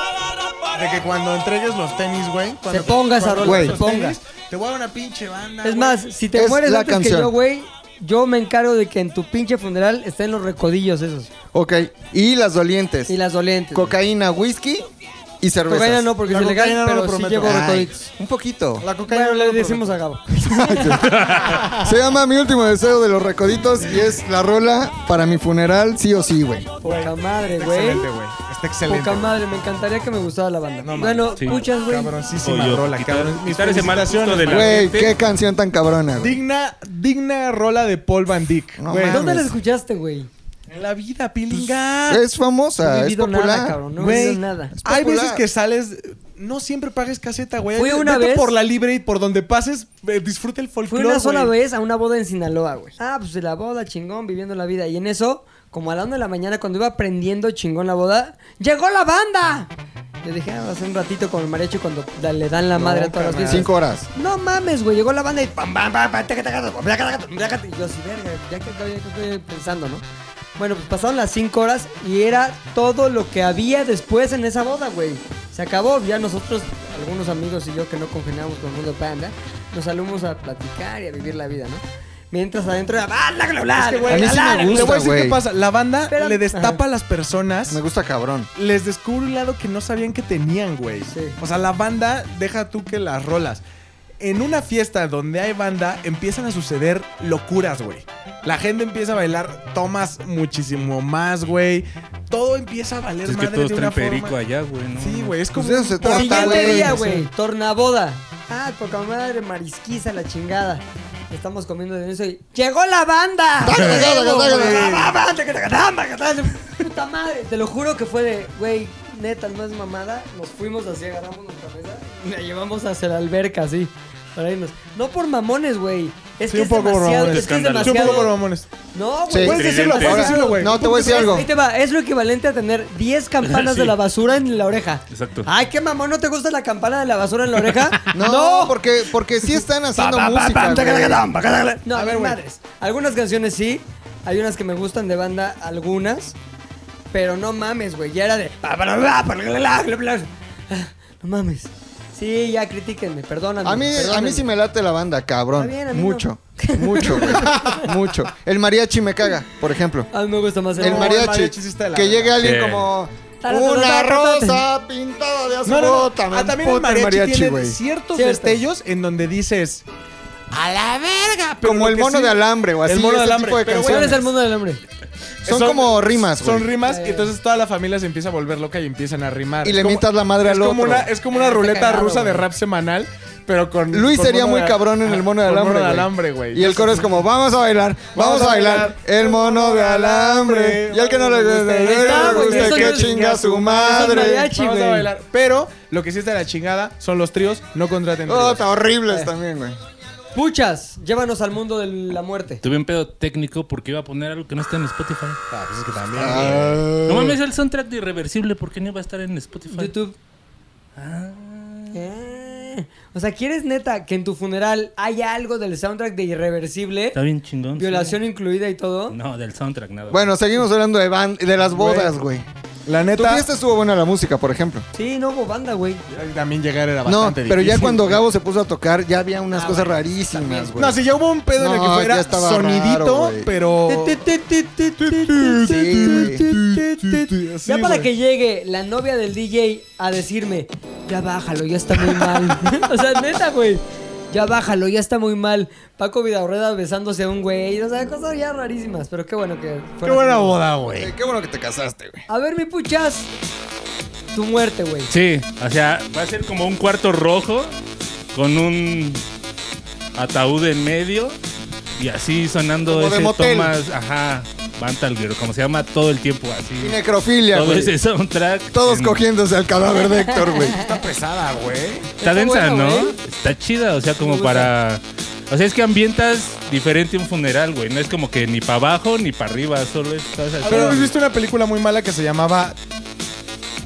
Speaker 5: de que cuando entregues los tenis, güey. cuando-
Speaker 1: Se ponga esa
Speaker 5: cuando
Speaker 1: rola,
Speaker 3: Güey.
Speaker 1: se
Speaker 5: los
Speaker 1: ponga.
Speaker 5: tenis, te voy a dar una pinche banda.
Speaker 1: Es
Speaker 5: güey.
Speaker 1: más, si te
Speaker 3: Es
Speaker 1: mueres
Speaker 3: la
Speaker 1: antes
Speaker 3: canción.
Speaker 1: que yo, güey, yo me encargo de que en tu pinche funeral estén los recodillos esos.
Speaker 3: Ok. Y las dolientes.
Speaker 1: Y las dolientes.
Speaker 3: Cocaína, whisky y cervezas.
Speaker 1: Cocaína no, porque
Speaker 5: La
Speaker 1: es ilegal,
Speaker 5: cocaína no lo
Speaker 1: pero sí
Speaker 5: prometo.
Speaker 1: llevo
Speaker 3: Ay,
Speaker 1: recoditos.
Speaker 3: un poquito.
Speaker 5: La cocaína.
Speaker 1: Bueno, le decimos a Gabo.
Speaker 3: [LAUGHS] Se llama Mi último deseo de los recoditos y es la rola para mi funeral, sí o sí, güey.
Speaker 1: Poca madre,
Speaker 5: Está
Speaker 1: güey.
Speaker 5: excelente, güey. Está excelente.
Speaker 1: Poca madre, me encantaría que me gustara la banda.
Speaker 5: No mames,
Speaker 1: bueno,
Speaker 2: sí.
Speaker 1: muchas, güey.
Speaker 5: Cabroncísima
Speaker 2: Oye,
Speaker 5: rola,
Speaker 2: quitar-
Speaker 5: cabrón. Mis
Speaker 2: quitar ese mal gusto
Speaker 5: felicitaciones,
Speaker 2: de la-
Speaker 5: güey.
Speaker 3: Güey,
Speaker 2: gente.
Speaker 3: qué canción tan cabrona, güey.
Speaker 5: Digna, digna rola de Paul Van Dyck.
Speaker 3: No
Speaker 5: güey.
Speaker 1: ¿Dónde
Speaker 3: mames.
Speaker 1: la escuchaste, güey?
Speaker 5: En la vida, pilinga.
Speaker 1: Pues,
Speaker 3: Es
Speaker 1: No he
Speaker 3: famosa, es
Speaker 1: vivido
Speaker 3: popular.
Speaker 1: nada, cabrón. No he
Speaker 5: Güey.
Speaker 1: vivido nada.
Speaker 3: Es
Speaker 5: Hay
Speaker 3: popular.
Speaker 5: veces que sales. No siempre pagues caseta, güey.
Speaker 1: Fui
Speaker 5: Vete-
Speaker 1: una
Speaker 5: vete
Speaker 1: vez-
Speaker 5: por la libre y por donde pases, eh, disfruta el
Speaker 1: Fui
Speaker 5: folclore.
Speaker 1: una sola
Speaker 5: güey.
Speaker 1: vez a una boda en Sinaloa, güey. Ah, pues de la boda, chingón, viviendo la vida. Y en eso, como a la una de la mañana, cuando iba aprendiendo chingón la boda, ¡llegó la banda! Le dije, ah, hace un ratito con el mariachi cuando da- le dan la madre a todas las fiestas.
Speaker 3: Cinco horas.
Speaker 1: No mames, güey. Llegó la banda y pam, pam, pam, pam, taca, taca, taca, taca, taca, taca. Y yo así, verga, ya que acabé, ya que estoy pensando, ¿no? Bueno, pues pasaron las 5 horas y era todo lo que había después en esa boda, güey. Se acabó, ya nosotros, algunos amigos y yo que no congeniamos con el mundo panda, nos salimos a platicar y a vivir la vida, ¿no? Mientras adentro era bla, bla, bla.
Speaker 5: Es que, güey,
Speaker 3: A mí sí me
Speaker 5: le voy
Speaker 3: gusta,
Speaker 5: a decir
Speaker 3: güey.
Speaker 5: qué pasa. La banda
Speaker 1: Espérame.
Speaker 5: le destapa
Speaker 1: Ajá.
Speaker 5: a las personas.
Speaker 3: Me gusta cabrón.
Speaker 5: Les descubre un lado que no sabían que tenían, güey.
Speaker 1: Sí.
Speaker 5: O sea, la banda, deja tú que las rolas. En una fiesta donde hay banda, empiezan a suceder locuras, güey. La gente empieza a bailar, tomas muchísimo más, güey. Todo empieza a valer
Speaker 2: Es que
Speaker 5: madre
Speaker 2: todos
Speaker 5: de una
Speaker 2: traen perico
Speaker 5: forma.
Speaker 2: allá, güey. ¿no?
Speaker 5: Sí, güey, es como
Speaker 3: Pues de eso se trata,
Speaker 5: portal,
Speaker 1: Siguiente
Speaker 3: güey.
Speaker 1: día, güey. Tornaboda. Ah, poca madre, marisquiza, la chingada. Estamos comiendo de eso y. ¡Llegó la banda!
Speaker 3: Dágale, dágale, dágale.
Speaker 1: La banda, que te ganaba, que tal. ¡Puta madre! Te lo juro que fue de, güey, neta, no es mamada. Nos fuimos así, agarramos nuestra mesa y la llevamos hacia la alberca, así. Para irnos. No por mamones, güey. Es
Speaker 5: Sí,
Speaker 1: que
Speaker 5: un poco
Speaker 1: es
Speaker 5: por
Speaker 1: demasiado.
Speaker 5: mamones.
Speaker 1: Es que es
Speaker 2: escándalo.
Speaker 5: Sí, un
Speaker 1: demasiado.
Speaker 5: poco por mamones.
Speaker 1: No,
Speaker 3: Sí.
Speaker 1: güey.
Speaker 5: Puedes decirlo, puedes
Speaker 3: Ahora,
Speaker 5: decirlo, güey.
Speaker 3: No, te voy a decir
Speaker 1: Es-
Speaker 3: algo.
Speaker 1: ahí te va, es lo equivalente a tener
Speaker 3: [LAUGHS]
Speaker 1: 10 campanas
Speaker 2: Sí.
Speaker 1: de la basura en la oreja.
Speaker 2: Exacto.
Speaker 1: Ay, qué mamón, ¿no te gusta la campana de la basura en la oreja?
Speaker 3: [LAUGHS] No, porque, porque sí están
Speaker 1: [LAUGHS]
Speaker 3: haciendo música. güey.
Speaker 1: No,
Speaker 5: A
Speaker 1: a
Speaker 5: ver,
Speaker 1: ver,
Speaker 5: güey.
Speaker 1: madres. Algunas canciones sí, hay unas que me gustan de banda, algunas. Pero no mames, güey, ya era de. Ah, No mames. Sí, ya critíquenme, perdóname.
Speaker 3: A mí, a
Speaker 1: perdónenme.
Speaker 3: mí sí me late la banda, cabrón.
Speaker 1: Está bien, a mí
Speaker 3: mucho, mucho,
Speaker 1: [LAUGHS]
Speaker 3: güey. mucho. El mariachi me caga, por ejemplo.
Speaker 1: A mí me gusta más el,
Speaker 3: El
Speaker 5: No,
Speaker 3: mariachi.
Speaker 5: el mariachi sí está de la
Speaker 3: que
Speaker 5: verga.
Speaker 3: llegue alguien
Speaker 2: Sí.
Speaker 3: como una
Speaker 1: Tararara,
Speaker 3: rosa pintada [LAUGHS] de azul.
Speaker 5: No, no, no.
Speaker 3: Puta, me
Speaker 5: Ah, también el
Speaker 3: emputa
Speaker 5: mariachi, tiene
Speaker 3: güey.
Speaker 5: ciertos
Speaker 1: Cierto.
Speaker 5: destellos en donde dices... A la verga. pero
Speaker 3: Como
Speaker 5: lo
Speaker 3: el
Speaker 5: que
Speaker 3: mono
Speaker 5: sí-
Speaker 3: de alambre o así,
Speaker 5: El mono
Speaker 3: ese
Speaker 5: de alambre.
Speaker 3: tipo de
Speaker 5: pero, güey,
Speaker 1: ¿Cuál
Speaker 3: canciones.
Speaker 1: es el mundo del hombre?
Speaker 3: Son como rimas, güey.
Speaker 5: Son rimas y entonces toda la familia se empieza a volver loca y empiezan a rimar.
Speaker 3: Y le
Speaker 5: Es como-
Speaker 3: mientas la madre
Speaker 5: es
Speaker 3: al
Speaker 5: como
Speaker 3: otro.
Speaker 5: Una, es como una
Speaker 1: Está
Speaker 5: ruleta
Speaker 1: cagado,
Speaker 5: rusa de
Speaker 1: güey.
Speaker 5: rap semanal, pero con...
Speaker 3: Luis
Speaker 5: con
Speaker 3: sería
Speaker 5: mono
Speaker 3: muy
Speaker 5: de-
Speaker 3: cabrón en el mono de
Speaker 5: con
Speaker 3: alambre.
Speaker 5: mono de
Speaker 3: güey.
Speaker 5: alambre, güey.
Speaker 3: Y el coro es como, vamos a bailar, vamos, a bailar, el mono de alambre. Y al que no le gusta,
Speaker 5: Ahí está,
Speaker 3: le
Speaker 5: güey,
Speaker 3: gusta
Speaker 5: eso
Speaker 3: que
Speaker 5: no es-
Speaker 3: chinga a su
Speaker 1: Eso es
Speaker 3: madre.
Speaker 1: mariachi.
Speaker 5: Vamos a
Speaker 1: güey.
Speaker 5: bailar. Pero lo que sí está de la chingada son los tríos, no contraten
Speaker 3: Oh,
Speaker 5: tríos.
Speaker 3: está horribles también, güey.
Speaker 1: Puchas, llévanos al mundo de la muerte.
Speaker 2: Tuve un pedo técnico porque iba a poner algo que no está en Spotify.
Speaker 5: Ah, pues es que también.
Speaker 3: Eh.
Speaker 5: Ah.
Speaker 2: No mames, el soundtrack de Irreversible, ¿por qué no iba a estar en Spotify?
Speaker 1: YouTube.
Speaker 5: Ah.
Speaker 1: Eh. O sea, ¿quieres neta que en tu funeral haya algo del soundtrack de Irreversible?
Speaker 2: Está bien chingón. sí.
Speaker 1: Violación incluida y todo.
Speaker 2: No, del soundtrack nada.
Speaker 3: Bueno, seguimos hablando de, ban- de las bodas, güey.
Speaker 5: La
Speaker 3: Tu
Speaker 5: neta,
Speaker 3: fiesta estuvo buena la música, por ejemplo.
Speaker 1: Sí, no hubo banda, güey.
Speaker 5: también llegar era bastante
Speaker 3: No, pero ya
Speaker 5: difícil.
Speaker 3: cuando Gabo se puso a tocar, ya había unas
Speaker 1: Ah,
Speaker 3: cosas
Speaker 1: bueno,
Speaker 3: rarísimas, güey.
Speaker 5: pues, No, si ya hubo un pedo en el
Speaker 3: No,
Speaker 5: que
Speaker 3: ya
Speaker 5: fuera
Speaker 3: estaba
Speaker 5: sonidito,
Speaker 3: raro, güey.
Speaker 5: pero...
Speaker 1: Ya para que llegue la novia del DJ a decirme, ya bájalo, ya está muy mal. [LAUGHS] o sea, neta, güey. Ya bájalo, ya está muy mal. Paco Vidaurreda besándose a un güey. O sea, cosas ya rarísimas, pero qué bueno que
Speaker 5: Qué
Speaker 1: fuera
Speaker 5: buena
Speaker 1: así.
Speaker 5: boda, güey.
Speaker 3: Eh, Qué bueno que te casaste, güey.
Speaker 1: A ver, mi puchas. Tu muerte, güey.
Speaker 2: Sí, o sea, va a ser como un cuarto rojo con un ataúd en medio y así sonando
Speaker 3: Como de
Speaker 2: ese
Speaker 3: motel.
Speaker 2: Thomas, ajá, Bantalguero, como se llama todo el tiempo así.
Speaker 3: Y necrofilia,
Speaker 2: Todo
Speaker 3: güey.
Speaker 2: ese soundtrack.
Speaker 3: Todos
Speaker 2: en-
Speaker 3: cogiéndose al cadáver de Héctor,
Speaker 5: [LAUGHS]
Speaker 3: güey.
Speaker 5: Está pesada, güey.
Speaker 2: Está
Speaker 1: Está
Speaker 2: densa,
Speaker 1: buena,
Speaker 2: ¿no?
Speaker 5: ¿eh?
Speaker 1: güey.
Speaker 2: Está chida, o sea,
Speaker 1: Me
Speaker 2: como
Speaker 1: gusta.
Speaker 2: para... O sea, es que ambientas diferente un funeral, güey. No es como que ni para abajo ni para arriba, solo estás así.
Speaker 5: Pero hemos visto una película muy mala que se llamaba.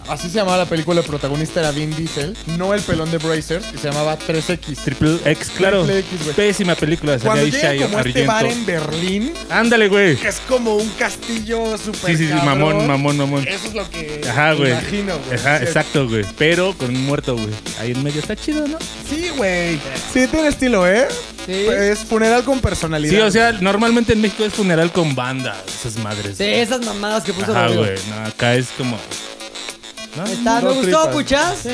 Speaker 5: Así se llamaba la película, el protagonista era Vin Diesel, no el pelón de Brazers, y se llamaba 3X.
Speaker 2: Triple X, claro.
Speaker 5: Triple X, güey.
Speaker 2: Pésima película, salía
Speaker 5: Cuando
Speaker 2: ahí
Speaker 5: llega
Speaker 2: Shia
Speaker 5: como este
Speaker 2: Argento.
Speaker 5: bar en Berlín,
Speaker 2: Ándale, güey.
Speaker 5: que es como un castillo super.
Speaker 2: Sí, sí, sí,
Speaker 5: cabrón,
Speaker 2: mamón, mamón, mamón.
Speaker 5: Eso es lo que
Speaker 2: Ajá, güey.
Speaker 5: imagino, güey.
Speaker 2: Ajá,
Speaker 5: Sí.
Speaker 2: exacto, güey. Pero con un muerto, güey. Ahí en medio está chido, ¿no?
Speaker 5: Sí, güey. Sí, tiene estilo, ¿eh?
Speaker 1: Sí.
Speaker 5: Es funeral con personalidad.
Speaker 2: Sí, o sea, normalmente en México es funeral con banda, esas madres.
Speaker 1: Sí, esas mamadas que puso
Speaker 2: Ajá,
Speaker 1: Rodrigo.
Speaker 2: güey. No, acá es como. ¿no?
Speaker 1: Está, me
Speaker 5: Dos
Speaker 1: gustó,
Speaker 5: tripas.
Speaker 1: Puchas.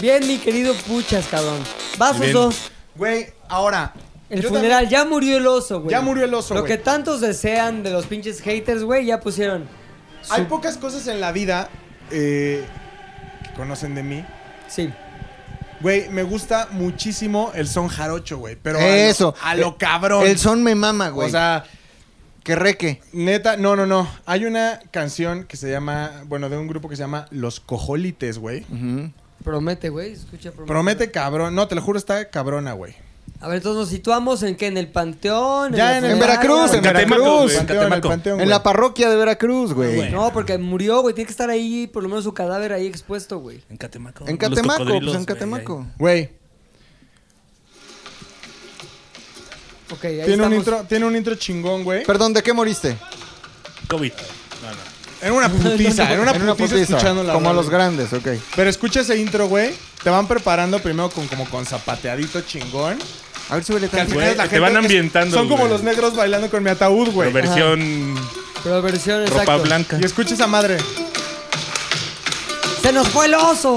Speaker 1: Bien, mi querido Puchas, cabrón. Vas,
Speaker 2: Bien.
Speaker 1: oso.
Speaker 5: Güey, ahora.
Speaker 1: El
Speaker 5: yo
Speaker 1: funeral, ya murió el oso, güey.
Speaker 5: Ya murió el oso,
Speaker 1: Lo
Speaker 5: güey.
Speaker 1: que tantos desean de los pinches haters, güey, ya pusieron.
Speaker 5: también-
Speaker 1: su-
Speaker 5: Hay pocas cosas en la vida eh, que conocen de mí
Speaker 1: Sí.
Speaker 5: Güey, me gusta muchísimo el son jarocho, güey. Pero
Speaker 3: Eso.
Speaker 5: A lo, a lo cabrón.
Speaker 3: El son me mama, güey.
Speaker 5: O sea,
Speaker 3: que reque.
Speaker 5: neta, no, no, no. Hay una canción que se llama, bueno, de un grupo que se llama Los Cojolites, güey.
Speaker 1: Promete, güey. Escucha, promete.
Speaker 5: Promete cabrón. No, te lo juro, está cabrona, güey.
Speaker 1: A ver, entonces nos situamos en qué? En el panteón.
Speaker 5: Ya en
Speaker 1: la
Speaker 5: el-
Speaker 3: En
Speaker 1: funeraria,
Speaker 3: Veracruz, en
Speaker 1: güey?
Speaker 2: Catemaco,
Speaker 3: Veracruz.
Speaker 2: güey.
Speaker 5: Panteón, el
Speaker 2: Catemaco.
Speaker 5: panteón,
Speaker 3: En
Speaker 5: güey.
Speaker 3: la parroquia de Veracruz, güey.
Speaker 2: Güey.
Speaker 1: No, porque murió, güey. Tiene que estar ahí, por lo menos su cadáver ahí expuesto, güey.
Speaker 2: En Catemaco.
Speaker 3: En
Speaker 2: Los
Speaker 3: Catemaco, pues
Speaker 2: cocodrilos,
Speaker 3: en
Speaker 2: güey,
Speaker 3: Catemaco.
Speaker 5: Güey,
Speaker 1: Ok, ahí
Speaker 5: tiene un,
Speaker 1: estamos.
Speaker 5: intro, tiene un intro chingón, güey.
Speaker 3: Perdón, ¿de qué moriste?
Speaker 2: ahí. COVID. No,
Speaker 3: Pues,
Speaker 2: no.
Speaker 3: [LAUGHS]
Speaker 5: Era una putiza, era una,
Speaker 3: En una
Speaker 5: putiza,
Speaker 3: putiza,
Speaker 5: escuchando la
Speaker 3: Como a
Speaker 5: rola,
Speaker 3: los
Speaker 5: güey.
Speaker 3: grandes, ok.
Speaker 5: Pero escucha ese intro, güey. Te van preparando primero con, como con zapateadito chingón.
Speaker 3: A ver, súbele
Speaker 5: Que al
Speaker 3: tantito.
Speaker 5: final
Speaker 2: Güey,
Speaker 5: la
Speaker 2: te
Speaker 5: gente
Speaker 2: van
Speaker 5: es-
Speaker 2: ambientando,
Speaker 5: Son como
Speaker 2: güey.
Speaker 5: los negros bailando con mi ataúd,
Speaker 2: Pero
Speaker 5: güey.
Speaker 2: versión
Speaker 1: Pero versión
Speaker 2: ropa
Speaker 1: exacto.
Speaker 2: blanca.
Speaker 5: Y escucha esa madre.
Speaker 1: ¡Se nos fue el oso!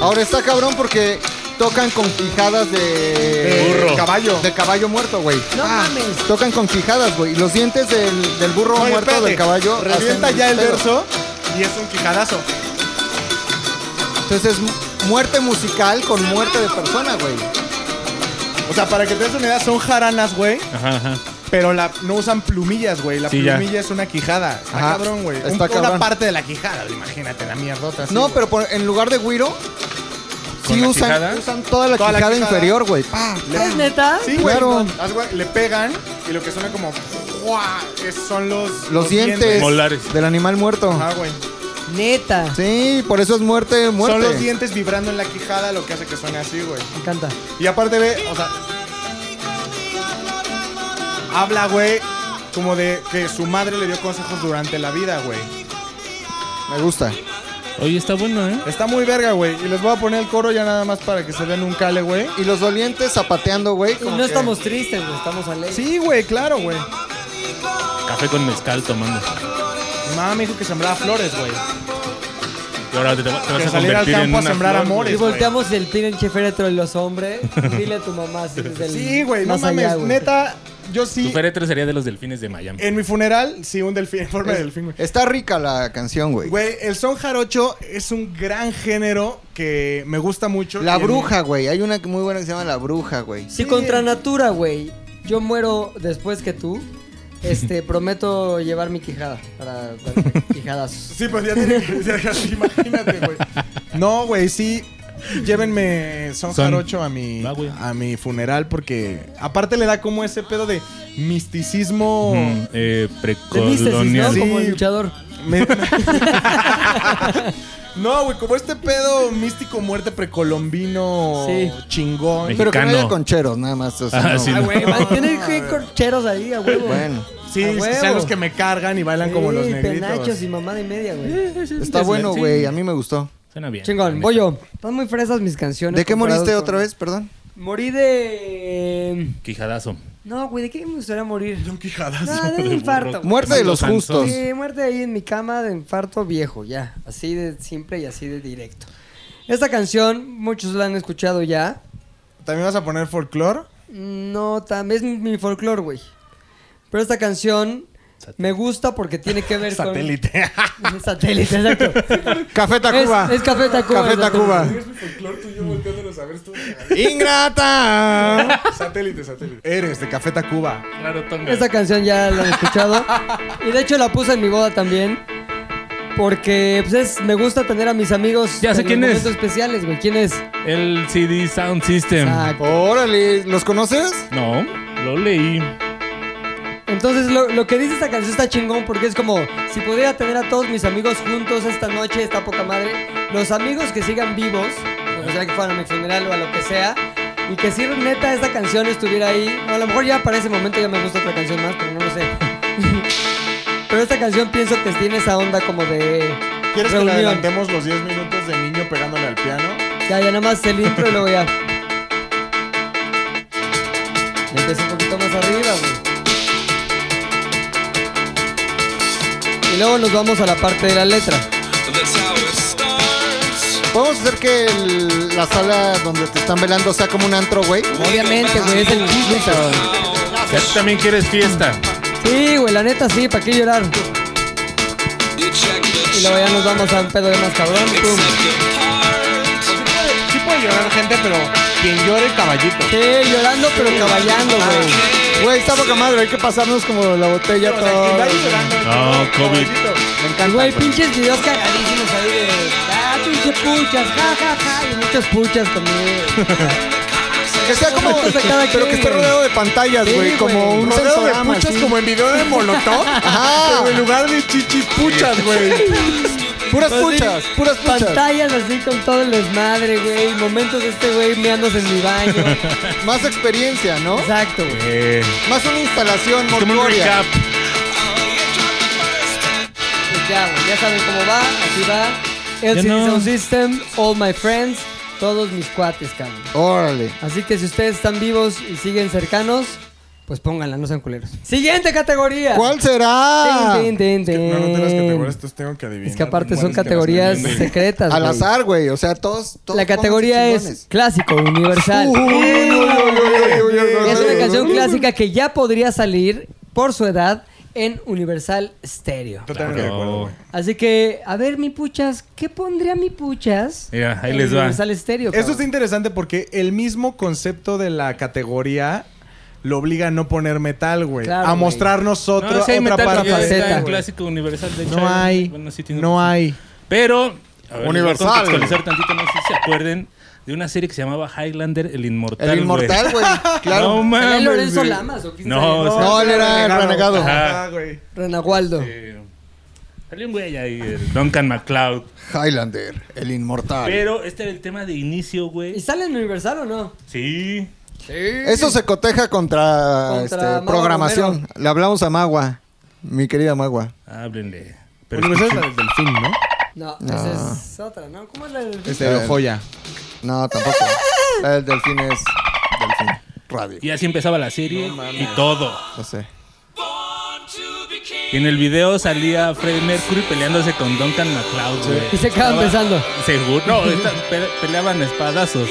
Speaker 3: Ahora está cabrón porque tocan con quijadas de...
Speaker 2: burro.
Speaker 5: Caballo.
Speaker 3: Eh, De caballo muerto, güey. Ah,
Speaker 1: No mames.
Speaker 3: Tocan con quijadas, güey. Y los dientes del, del burro
Speaker 5: Oye,
Speaker 3: muerto,
Speaker 5: espérate,
Speaker 3: del caballo...
Speaker 5: Revienta
Speaker 3: hacen
Speaker 5: ya el
Speaker 3: pedo.
Speaker 5: verso y es un quijadazo.
Speaker 3: Entonces, mu- muerte musical con muerte de persona, güey.
Speaker 5: O sea, para que te des una idea, son jaranas, güey.
Speaker 2: Ajá, ajá.
Speaker 5: Pero la, no usan plumillas, güey. La
Speaker 2: Ah. Sí, ya.
Speaker 5: plumilla es una quijada. Está
Speaker 3: Ajá,
Speaker 5: cabrón, güey.
Speaker 3: está
Speaker 5: Un- Una
Speaker 3: cabrón.
Speaker 5: parte de la quijada, imagínate, la mierdota. así,
Speaker 3: No,
Speaker 5: güey.
Speaker 3: pero por- en lugar de güiro,
Speaker 2: ¿Con
Speaker 3: sí
Speaker 2: la
Speaker 3: usan,
Speaker 2: quijada?
Speaker 3: usan toda la
Speaker 5: Toda la
Speaker 3: quijada,
Speaker 5: quijada.
Speaker 3: inferior, güey.
Speaker 5: Ah,
Speaker 3: Pa, pa.
Speaker 7: ¿Es neta?
Speaker 5: Sí, güey.
Speaker 3: Claro.
Speaker 5: no, haz, güey, le pegan y lo que suena como. ¡guau! es- son los.
Speaker 3: Los dientes
Speaker 2: Molares.
Speaker 3: del animal muerto.
Speaker 5: Ajá, güey.
Speaker 1: Neta.
Speaker 3: Sí, por eso es muerte, muerte.
Speaker 5: Son los dientes vibrando en la quijada lo que hace que suene así, güey.
Speaker 1: Me encanta.
Speaker 5: Y aparte ve, o sea. Habla, güey, como de que su madre le dio consejos durante la vida, güey.
Speaker 3: Me gusta.
Speaker 2: Oye, está bueno, ¿eh?
Speaker 5: Está muy verga, güey. Y les voy a poner el coro ya nada más para que se den un cale, güey.
Speaker 3: Y los dolientes zapateando, güey.
Speaker 1: Y
Speaker 3: como
Speaker 1: no
Speaker 3: que-
Speaker 1: estamos tristes, güey, estamos alegres.
Speaker 5: Sí, güey, claro, güey.
Speaker 2: Café con mezcal tomando.
Speaker 5: Mi mamá me dijo que sembraba flores, güey.
Speaker 2: Y ahora te, te vas
Speaker 5: Que
Speaker 2: a
Speaker 5: salir al
Speaker 2: convertir en
Speaker 5: campo a
Speaker 2: una
Speaker 5: sembrar
Speaker 2: flor,
Speaker 5: amores.
Speaker 1: Y
Speaker 2: güey.
Speaker 1: volteamos el pinche féretro de los hombres. Dile a tu mamá si desde el
Speaker 5: Sí, güey, no
Speaker 1: más allá,
Speaker 5: mames.
Speaker 1: güey.
Speaker 5: Neta, yo
Speaker 2: Tu
Speaker 5: sí.
Speaker 2: féretro sería de los delfines de Miami.
Speaker 5: En mi funeral, sí, un delfín, en forma de
Speaker 3: Es-
Speaker 5: delfín, güey.
Speaker 3: Está rica la canción, güey.
Speaker 5: Güey, el son jarocho es un gran género que me gusta mucho.
Speaker 3: La
Speaker 5: Y en-
Speaker 3: bruja, güey. Hay una que- muy buena que se llama La Bruja, güey.
Speaker 1: Si contra natura, güey, yo muero después que tú, este, prometo llevar mi quijada para, para
Speaker 5: [LAUGHS]
Speaker 1: quijadas.
Speaker 5: Sí, pues ya tiene que- ya- ya- Imagínate, güey. No, güey, sí. Llévenme Son,
Speaker 2: Son.
Speaker 5: Jarocho a mi,
Speaker 2: Va, güey.
Speaker 5: a mi funeral porque aparte le da como ese pedo de misticismo.
Speaker 2: Mm, eh,
Speaker 1: De místesis, ¿no?
Speaker 2: precolonial.
Speaker 5: Sí.
Speaker 1: Como el luchador.
Speaker 5: Me- [LAUGHS] no, güey, como este pedo místico muerte precolombino
Speaker 1: Sí.
Speaker 5: chingón.
Speaker 2: Mexicano.
Speaker 3: Pero que no haya concheros, nada más. o sea,
Speaker 2: Ah,
Speaker 3: no.
Speaker 2: sí,
Speaker 1: Ah,
Speaker 2: no.
Speaker 1: güey, mantiene que corcheros ahí, a huevo.
Speaker 3: Bueno,
Speaker 5: Sí,
Speaker 1: A
Speaker 5: que
Speaker 1: huevo.
Speaker 5: sean los que me cargan y bailan como los
Speaker 1: Sí,
Speaker 5: negritos.
Speaker 1: penachos y mamá de media, güey.
Speaker 3: está bueno,
Speaker 2: Sí.
Speaker 3: güey. A mí me gustó.
Speaker 2: Suena bien.
Speaker 1: Chingón, voy yo. Están muy fresas mis canciones.
Speaker 3: ¿De qué
Speaker 1: comparados
Speaker 3: moriste
Speaker 1: con-
Speaker 3: otra vez, perdón?
Speaker 1: Morí de...
Speaker 2: Quijadazo.
Speaker 1: No, güey, ¿de qué me gustaría morir?
Speaker 5: Son quijadas.
Speaker 1: No, de un infarto. güey.
Speaker 3: Muerte de los
Speaker 2: Santos.
Speaker 3: justos.
Speaker 1: Sí, muerte ahí en mi cama de infarto viejo, ya. Así de simple y así de directo. Esta canción, muchos la han escuchado ya.
Speaker 5: ¿También vas a poner folclore?
Speaker 1: No, también es mi folclore, güey. Pero esta canción me gusta porque tiene que ver con...
Speaker 5: Satélite.
Speaker 1: [LAUGHS] Satélite, exacto.
Speaker 3: Café Tacuba.
Speaker 1: Es, es Café Tacuba.
Speaker 3: Café
Speaker 1: exacto.
Speaker 3: Tacuba. ¡Ingrata! [LAUGHS]
Speaker 5: satélite, satélite. Eres de Café Tacuba.
Speaker 2: Claro, Tonga.
Speaker 1: Esta canción ya la han escuchado. y de hecho la puse en mi boda también. Porque pues, es- me gusta tener a mis amigos
Speaker 2: Ya sé
Speaker 1: en
Speaker 2: quién
Speaker 1: los
Speaker 2: es.
Speaker 1: momentos especiales, güey. ¿Quién es?
Speaker 2: El CD Sound System.
Speaker 1: Exacto.
Speaker 3: Órale, ¿los conoces?
Speaker 2: No, lo leí.
Speaker 1: Entonces lo, lo que dice esta canción está chingón porque es como si pudiera tener a todos mis amigos juntos esta noche, esta poca madre, los amigos que sigan vivos, o sea que fueran a mi funeral o a lo que sea, y que si neta esta canción estuviera ahí, a lo mejor ya para ese momento ya me gusta otra canción más, pero no lo sé. [LAUGHS] pero esta canción pienso que tiene esa onda como de
Speaker 5: ¿Quieres que le
Speaker 1: reunión.
Speaker 5: adelantemos los 10 minutos de niño pegándole al piano?
Speaker 1: Ya, ya nada más el intro y luego ya. Le empiezo un poquito más arriba, güey. Y luego nos vamos a la parte de la letra.
Speaker 6: That's how it starts.
Speaker 3: ¿Podemos hacer que el- la sala donde te están velando sea como un antro, güey?
Speaker 1: Obviamente, güey, es el intro.
Speaker 2: Ya tú también quieres fiesta.
Speaker 1: Sí, güey, la neta sí, ¿para qué llorar?
Speaker 6: You check the
Speaker 1: Y luego ya nos vamos a un pedo de más cabrón. pum.
Speaker 5: Sí puede llorar gente, pero quien llore el caballito.
Speaker 1: Sí, llorando pero caballando, güey.
Speaker 3: Güey, está poca madre, hay que pasarnos como la botella
Speaker 5: O sea, quien
Speaker 3: todo.
Speaker 5: vaya llorando el
Speaker 2: No, COVID.
Speaker 5: caballito.
Speaker 3: Me encanta.
Speaker 1: Güey,
Speaker 3: güey.
Speaker 1: pinches videos cagadísimos ahí de. ¡Ah, pinche puchas! ¡Ja, ja, ja! Y muchas puchas también. [LAUGHS]
Speaker 3: Que sea como.
Speaker 1: Momentos de cada
Speaker 3: Pero que
Speaker 1: quien.
Speaker 3: esté rodeado de pantallas,
Speaker 1: Sí,
Speaker 3: güey. como
Speaker 1: güey.
Speaker 3: un Ah,
Speaker 5: Rodeado de
Speaker 3: sensorama.
Speaker 5: puchas
Speaker 3: así.
Speaker 5: como en video
Speaker 1: [LAUGHS]
Speaker 5: de Molotov. Pero en lugar de chichis puchas, güey.
Speaker 3: Puras
Speaker 1: Así,
Speaker 3: puchas, puras puchas.
Speaker 1: Pantallas así con todo el desmadre, güey. Momentos de este güey meándose en mi baño.
Speaker 3: Más experiencia, ¿no?
Speaker 1: Exacto, güey.
Speaker 2: Eh,
Speaker 3: Más una instalación
Speaker 2: como un
Speaker 3: mortuoria.
Speaker 2: recap.
Speaker 1: Pues ya, güey. Ya saben cómo va. Así va. LCD
Speaker 2: no.
Speaker 1: Sound System, All My Friends, todos mis cuates, cabrón.
Speaker 3: Órale.
Speaker 1: Así que si ustedes están vivos y siguen cercanos, pues pónganla, no sean culeros. Siguiente categoría.
Speaker 3: ¿Cuál será?
Speaker 1: Tin, tin, tin, tin.
Speaker 5: No, no te las categorías, estos tengo que adivinar.
Speaker 1: Es que aparte son
Speaker 5: Buenas que las
Speaker 1: categorías
Speaker 5: adivinen.
Speaker 1: secretas.
Speaker 3: Al
Speaker 1: güey.
Speaker 3: azar, güey. O sea, todos. todos
Speaker 1: La categoría
Speaker 3: pónganse
Speaker 1: es clásico, universal.
Speaker 3: chingones.
Speaker 1: Es una canción clásica que ya podría salir por su edad en Universal Stereo.
Speaker 5: Totalmente de acuerdo,
Speaker 2: Claro.
Speaker 5: güey.
Speaker 1: Así que, a ver, mi puchas, ¿qué pondría mi puchas?
Speaker 2: Mira, ahí
Speaker 1: en
Speaker 2: les va.
Speaker 1: Universal Stereo.
Speaker 5: Esto
Speaker 1: cabrón?
Speaker 5: está interesante porque el mismo concepto de la categoría lo obliga a no poner metal, güey.
Speaker 1: Claro,
Speaker 5: a
Speaker 1: güey.
Speaker 5: mostrarnos otro,
Speaker 2: No, sí hay
Speaker 5: otra
Speaker 2: metal,
Speaker 5: parte.
Speaker 2: ya está
Speaker 1: faceta,
Speaker 2: en
Speaker 1: güey.
Speaker 2: clásico universal de
Speaker 5: No
Speaker 2: Child.
Speaker 5: hay.
Speaker 2: Bueno, sí tiene-
Speaker 5: no hay.
Speaker 2: Pero a ver, les voy a
Speaker 3: Universal.
Speaker 2: contextualizar tantito, no sé si se acuerden. de una serie que se llamaba Highlander, El Inmortal.
Speaker 3: El
Speaker 2: güey.
Speaker 3: inmortal, güey.
Speaker 2: No
Speaker 3: Claro.
Speaker 2: mames,
Speaker 1: ¿Salía Lorenzo
Speaker 2: güey.
Speaker 1: Lamas o quién
Speaker 2: No,
Speaker 1: sale?
Speaker 2: o sea,
Speaker 3: No, él era el renegado.
Speaker 5: Ajá, güey.
Speaker 1: Renagualdo.
Speaker 2: eh, salió un güey ahí, el Duncan MacLeod.
Speaker 3: Highlander, el inmortal.
Speaker 2: Pero este era el tema de inicio,
Speaker 1: ¿Y
Speaker 2: güey.
Speaker 1: sale en Universal o no?
Speaker 2: Sí.
Speaker 1: Sí.
Speaker 3: Eso se coteja contra,
Speaker 1: Contra
Speaker 3: este,
Speaker 1: Mago
Speaker 3: programación.
Speaker 1: Romero.
Speaker 3: Le hablamos a Magua, mi querida Magua.
Speaker 2: Háblenle. Pero
Speaker 1: pues,
Speaker 5: Pero esa es la del delfín, ¿no?
Speaker 1: No,
Speaker 3: No.
Speaker 1: esa es otra, ¿no? ¿Cómo es la del...
Speaker 3: Eh,
Speaker 5: Este, joya.
Speaker 3: No, tampoco. El delfín es delfín. Radio.
Speaker 2: y así empezaba la serie y todo.
Speaker 3: No sé.
Speaker 2: Y en el video salía Freddie Mercury peleándose con Duncan MacLeod, güey.
Speaker 1: Y se acaban
Speaker 2: Estaba-
Speaker 1: besando.
Speaker 2: Seguro. No, esta- pe- peleaban espadazos.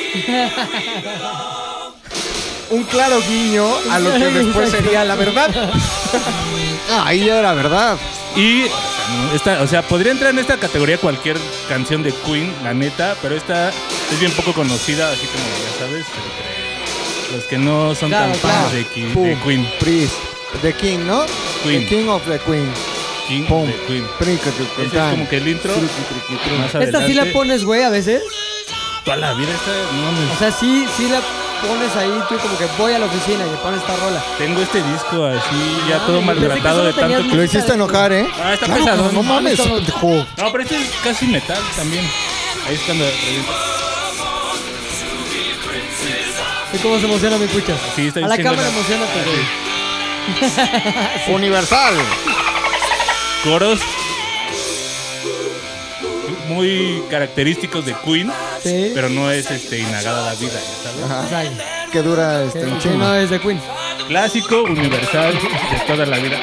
Speaker 5: Un claro guiño a lo que
Speaker 1: [LAUGHS]
Speaker 5: después sería la verdad.
Speaker 3: Ah, ahí ya era verdad.
Speaker 2: Y esta, o sea, podría entrar en esta categoría cualquier canción de Queen, la neta, pero esta es bien poco conocida, así como ya sabes, entre los que no son
Speaker 1: Claro,
Speaker 2: tan fans
Speaker 3: claro.
Speaker 2: de, Ki-
Speaker 3: Pum,
Speaker 2: de Queen.
Speaker 3: Pris. The King, ¿no?
Speaker 2: Queen.
Speaker 3: The King of the Queen.
Speaker 2: King,
Speaker 3: Pum.
Speaker 2: de Queen.
Speaker 3: Prin, que- que- que-
Speaker 2: Ese es
Speaker 3: tan.
Speaker 2: como que el intro.
Speaker 3: Tri, tri, tri, tri, tri.
Speaker 2: Más
Speaker 1: Esta sí la
Speaker 2: adelante,
Speaker 1: pones, güey, a veces.
Speaker 2: Toda la vida esta, no
Speaker 1: O
Speaker 2: mames.
Speaker 1: sea, sí, sí la pones ahí tú como que voy a la oficina y le pones esta rola.
Speaker 2: Tengo este disco así, ya
Speaker 1: Ah,
Speaker 2: todo
Speaker 1: yo pensé que
Speaker 2: maltratado
Speaker 1: solo
Speaker 2: de tanto
Speaker 1: tenías
Speaker 2: que
Speaker 3: Lo hiciste enojar, ¿eh?
Speaker 2: Ah, está
Speaker 3: Claro,
Speaker 2: pesado.
Speaker 3: No mames,
Speaker 1: Está pesado.
Speaker 3: pendejo.
Speaker 2: No, pero este es casi metal también. Ahí es cuando.
Speaker 1: ¿Y cómo se emociona mi pucha?
Speaker 2: Sí, está
Speaker 1: a la
Speaker 2: bien
Speaker 1: cámara
Speaker 2: chingona.
Speaker 1: emociona güey.
Speaker 3: Universal.
Speaker 2: Coros. Muy característicos de Queen.
Speaker 1: Sí.
Speaker 2: Pero no es este inagada la vida, ya ¿sabes?
Speaker 1: O sea,
Speaker 3: Que dura este un
Speaker 1: que no
Speaker 3: chingo.
Speaker 1: es de Queen.
Speaker 2: Clásico, universal, de toda la vida.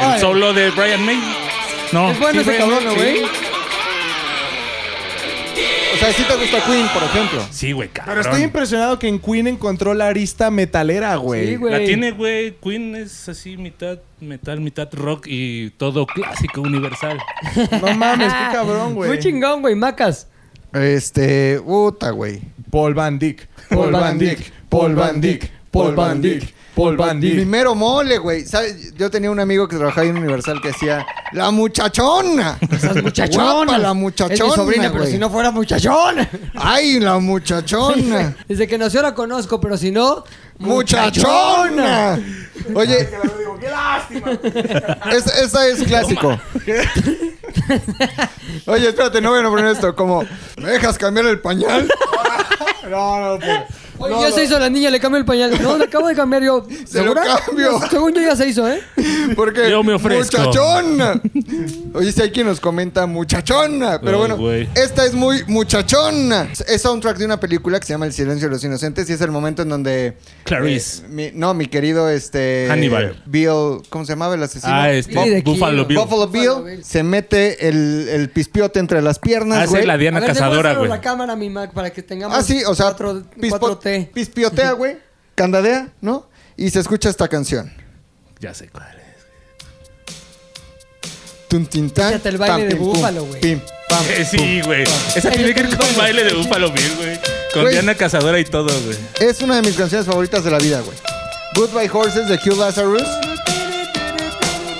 Speaker 1: Ay.
Speaker 2: El solo de Brian May.
Speaker 3: Ah,
Speaker 2: No.
Speaker 1: Es bueno ese
Speaker 2: Brian
Speaker 1: cabrón, ¿no,
Speaker 2: May,
Speaker 1: güey.
Speaker 2: sí.
Speaker 3: O sea, si te gusta Queen, por ejemplo.
Speaker 2: Sí, güey, cabrón.
Speaker 5: Pero estoy impresionado que en Queen encontró la arista metalera, güey.
Speaker 1: Sí, güey.
Speaker 2: La tiene, güey. Queen es así mitad metal, mitad rock y todo clásico universal.
Speaker 5: No mames, qué cabrón, güey.
Speaker 1: Ah, Muy chingón, güey, Macas.
Speaker 3: Este, puta, güey.
Speaker 5: Paul Van Dyck.
Speaker 1: Paul Van Dyck,
Speaker 5: Paul Van Dyck. Paul Van Dyck. Paul Van
Speaker 3: Mi
Speaker 5: Dyck.
Speaker 3: mero mole, güey. ¿Sabes? Yo tenía un amigo que trabajaba en Universal que hacía la muchachona. [LAUGHS]
Speaker 1: Esas
Speaker 3: Guapa
Speaker 1: muchachonas.
Speaker 3: la muchachona.
Speaker 1: Es mi sobrina, pero
Speaker 3: güey.
Speaker 1: si no fuera
Speaker 3: [LAUGHS]
Speaker 1: muchachona.
Speaker 3: Ay, la muchachona.
Speaker 1: Desde que nació la conozco, pero si no.
Speaker 3: muchachona. Oye,
Speaker 5: ¡Qué lástima!
Speaker 3: es- esa es clásico. Oye, espérate, no voy a poner esto. Como, ¿me dejas cambiar el pañal?
Speaker 5: No, no, pues.
Speaker 1: Oye, ya se hizo la niña, le cambio el pañal. No, le acabo de cambiar yo.
Speaker 3: [LAUGHS] Se lo
Speaker 1: ¿Segura?
Speaker 3: cambio.
Speaker 1: [LAUGHS] Según yo ya se hizo, ¿eh?
Speaker 3: Porque
Speaker 2: Yo me ofrezco.
Speaker 3: muchachona. Oye, si hay quien nos comenta muchachona, pero
Speaker 2: Ay,
Speaker 3: bueno,
Speaker 2: güey.
Speaker 3: esta es muy muchachona. Es soundtrack de una película que se llama El silencio de los inocentes y es el momento en donde
Speaker 2: Clarice.
Speaker 3: eh, mi- no, mi querido este
Speaker 2: Hannibal.
Speaker 3: Bill, ¿cómo se llamaba el asesino?
Speaker 2: ah, este.
Speaker 1: Y de aquí,
Speaker 2: Buffalo
Speaker 1: ¿no?
Speaker 2: Bill.
Speaker 3: Buffalo Bill,
Speaker 1: Buffalo Bill.
Speaker 3: se mete el, el pispiote entre las piernas,
Speaker 2: Hace
Speaker 3: güey.
Speaker 2: Ah, la Diana
Speaker 1: A ver,
Speaker 2: Cazadora,
Speaker 1: demuéstralo
Speaker 2: güey.
Speaker 1: la cámara, mi Mac, para que tengamos.
Speaker 3: Ah, sí, o sea,
Speaker 1: cuatro-
Speaker 3: pispo-
Speaker 1: 4T. [LAUGHS]
Speaker 3: pispiotea, güey, candadea, ¿no? Y se escucha esta canción.
Speaker 2: Ya sé cuál es.
Speaker 3: Tum, tin, tan,
Speaker 1: Fíjate el baile
Speaker 3: tam,
Speaker 1: de
Speaker 3: pim, pum,
Speaker 1: Búfalo, güey.
Speaker 3: pim, pam,
Speaker 2: Eh,
Speaker 3: pum.
Speaker 2: sí, güey. Esa
Speaker 1: Ahí
Speaker 2: tiene
Speaker 1: está
Speaker 2: que ver
Speaker 1: el
Speaker 2: con
Speaker 1: baile.
Speaker 2: baile de Buffalo Bill, güey. Con
Speaker 3: Güey.
Speaker 2: Diana Cazadora y todo, güey.
Speaker 3: Es una de mis canciones favoritas de la vida, güey. Goodbye Horses de Q Lazarus.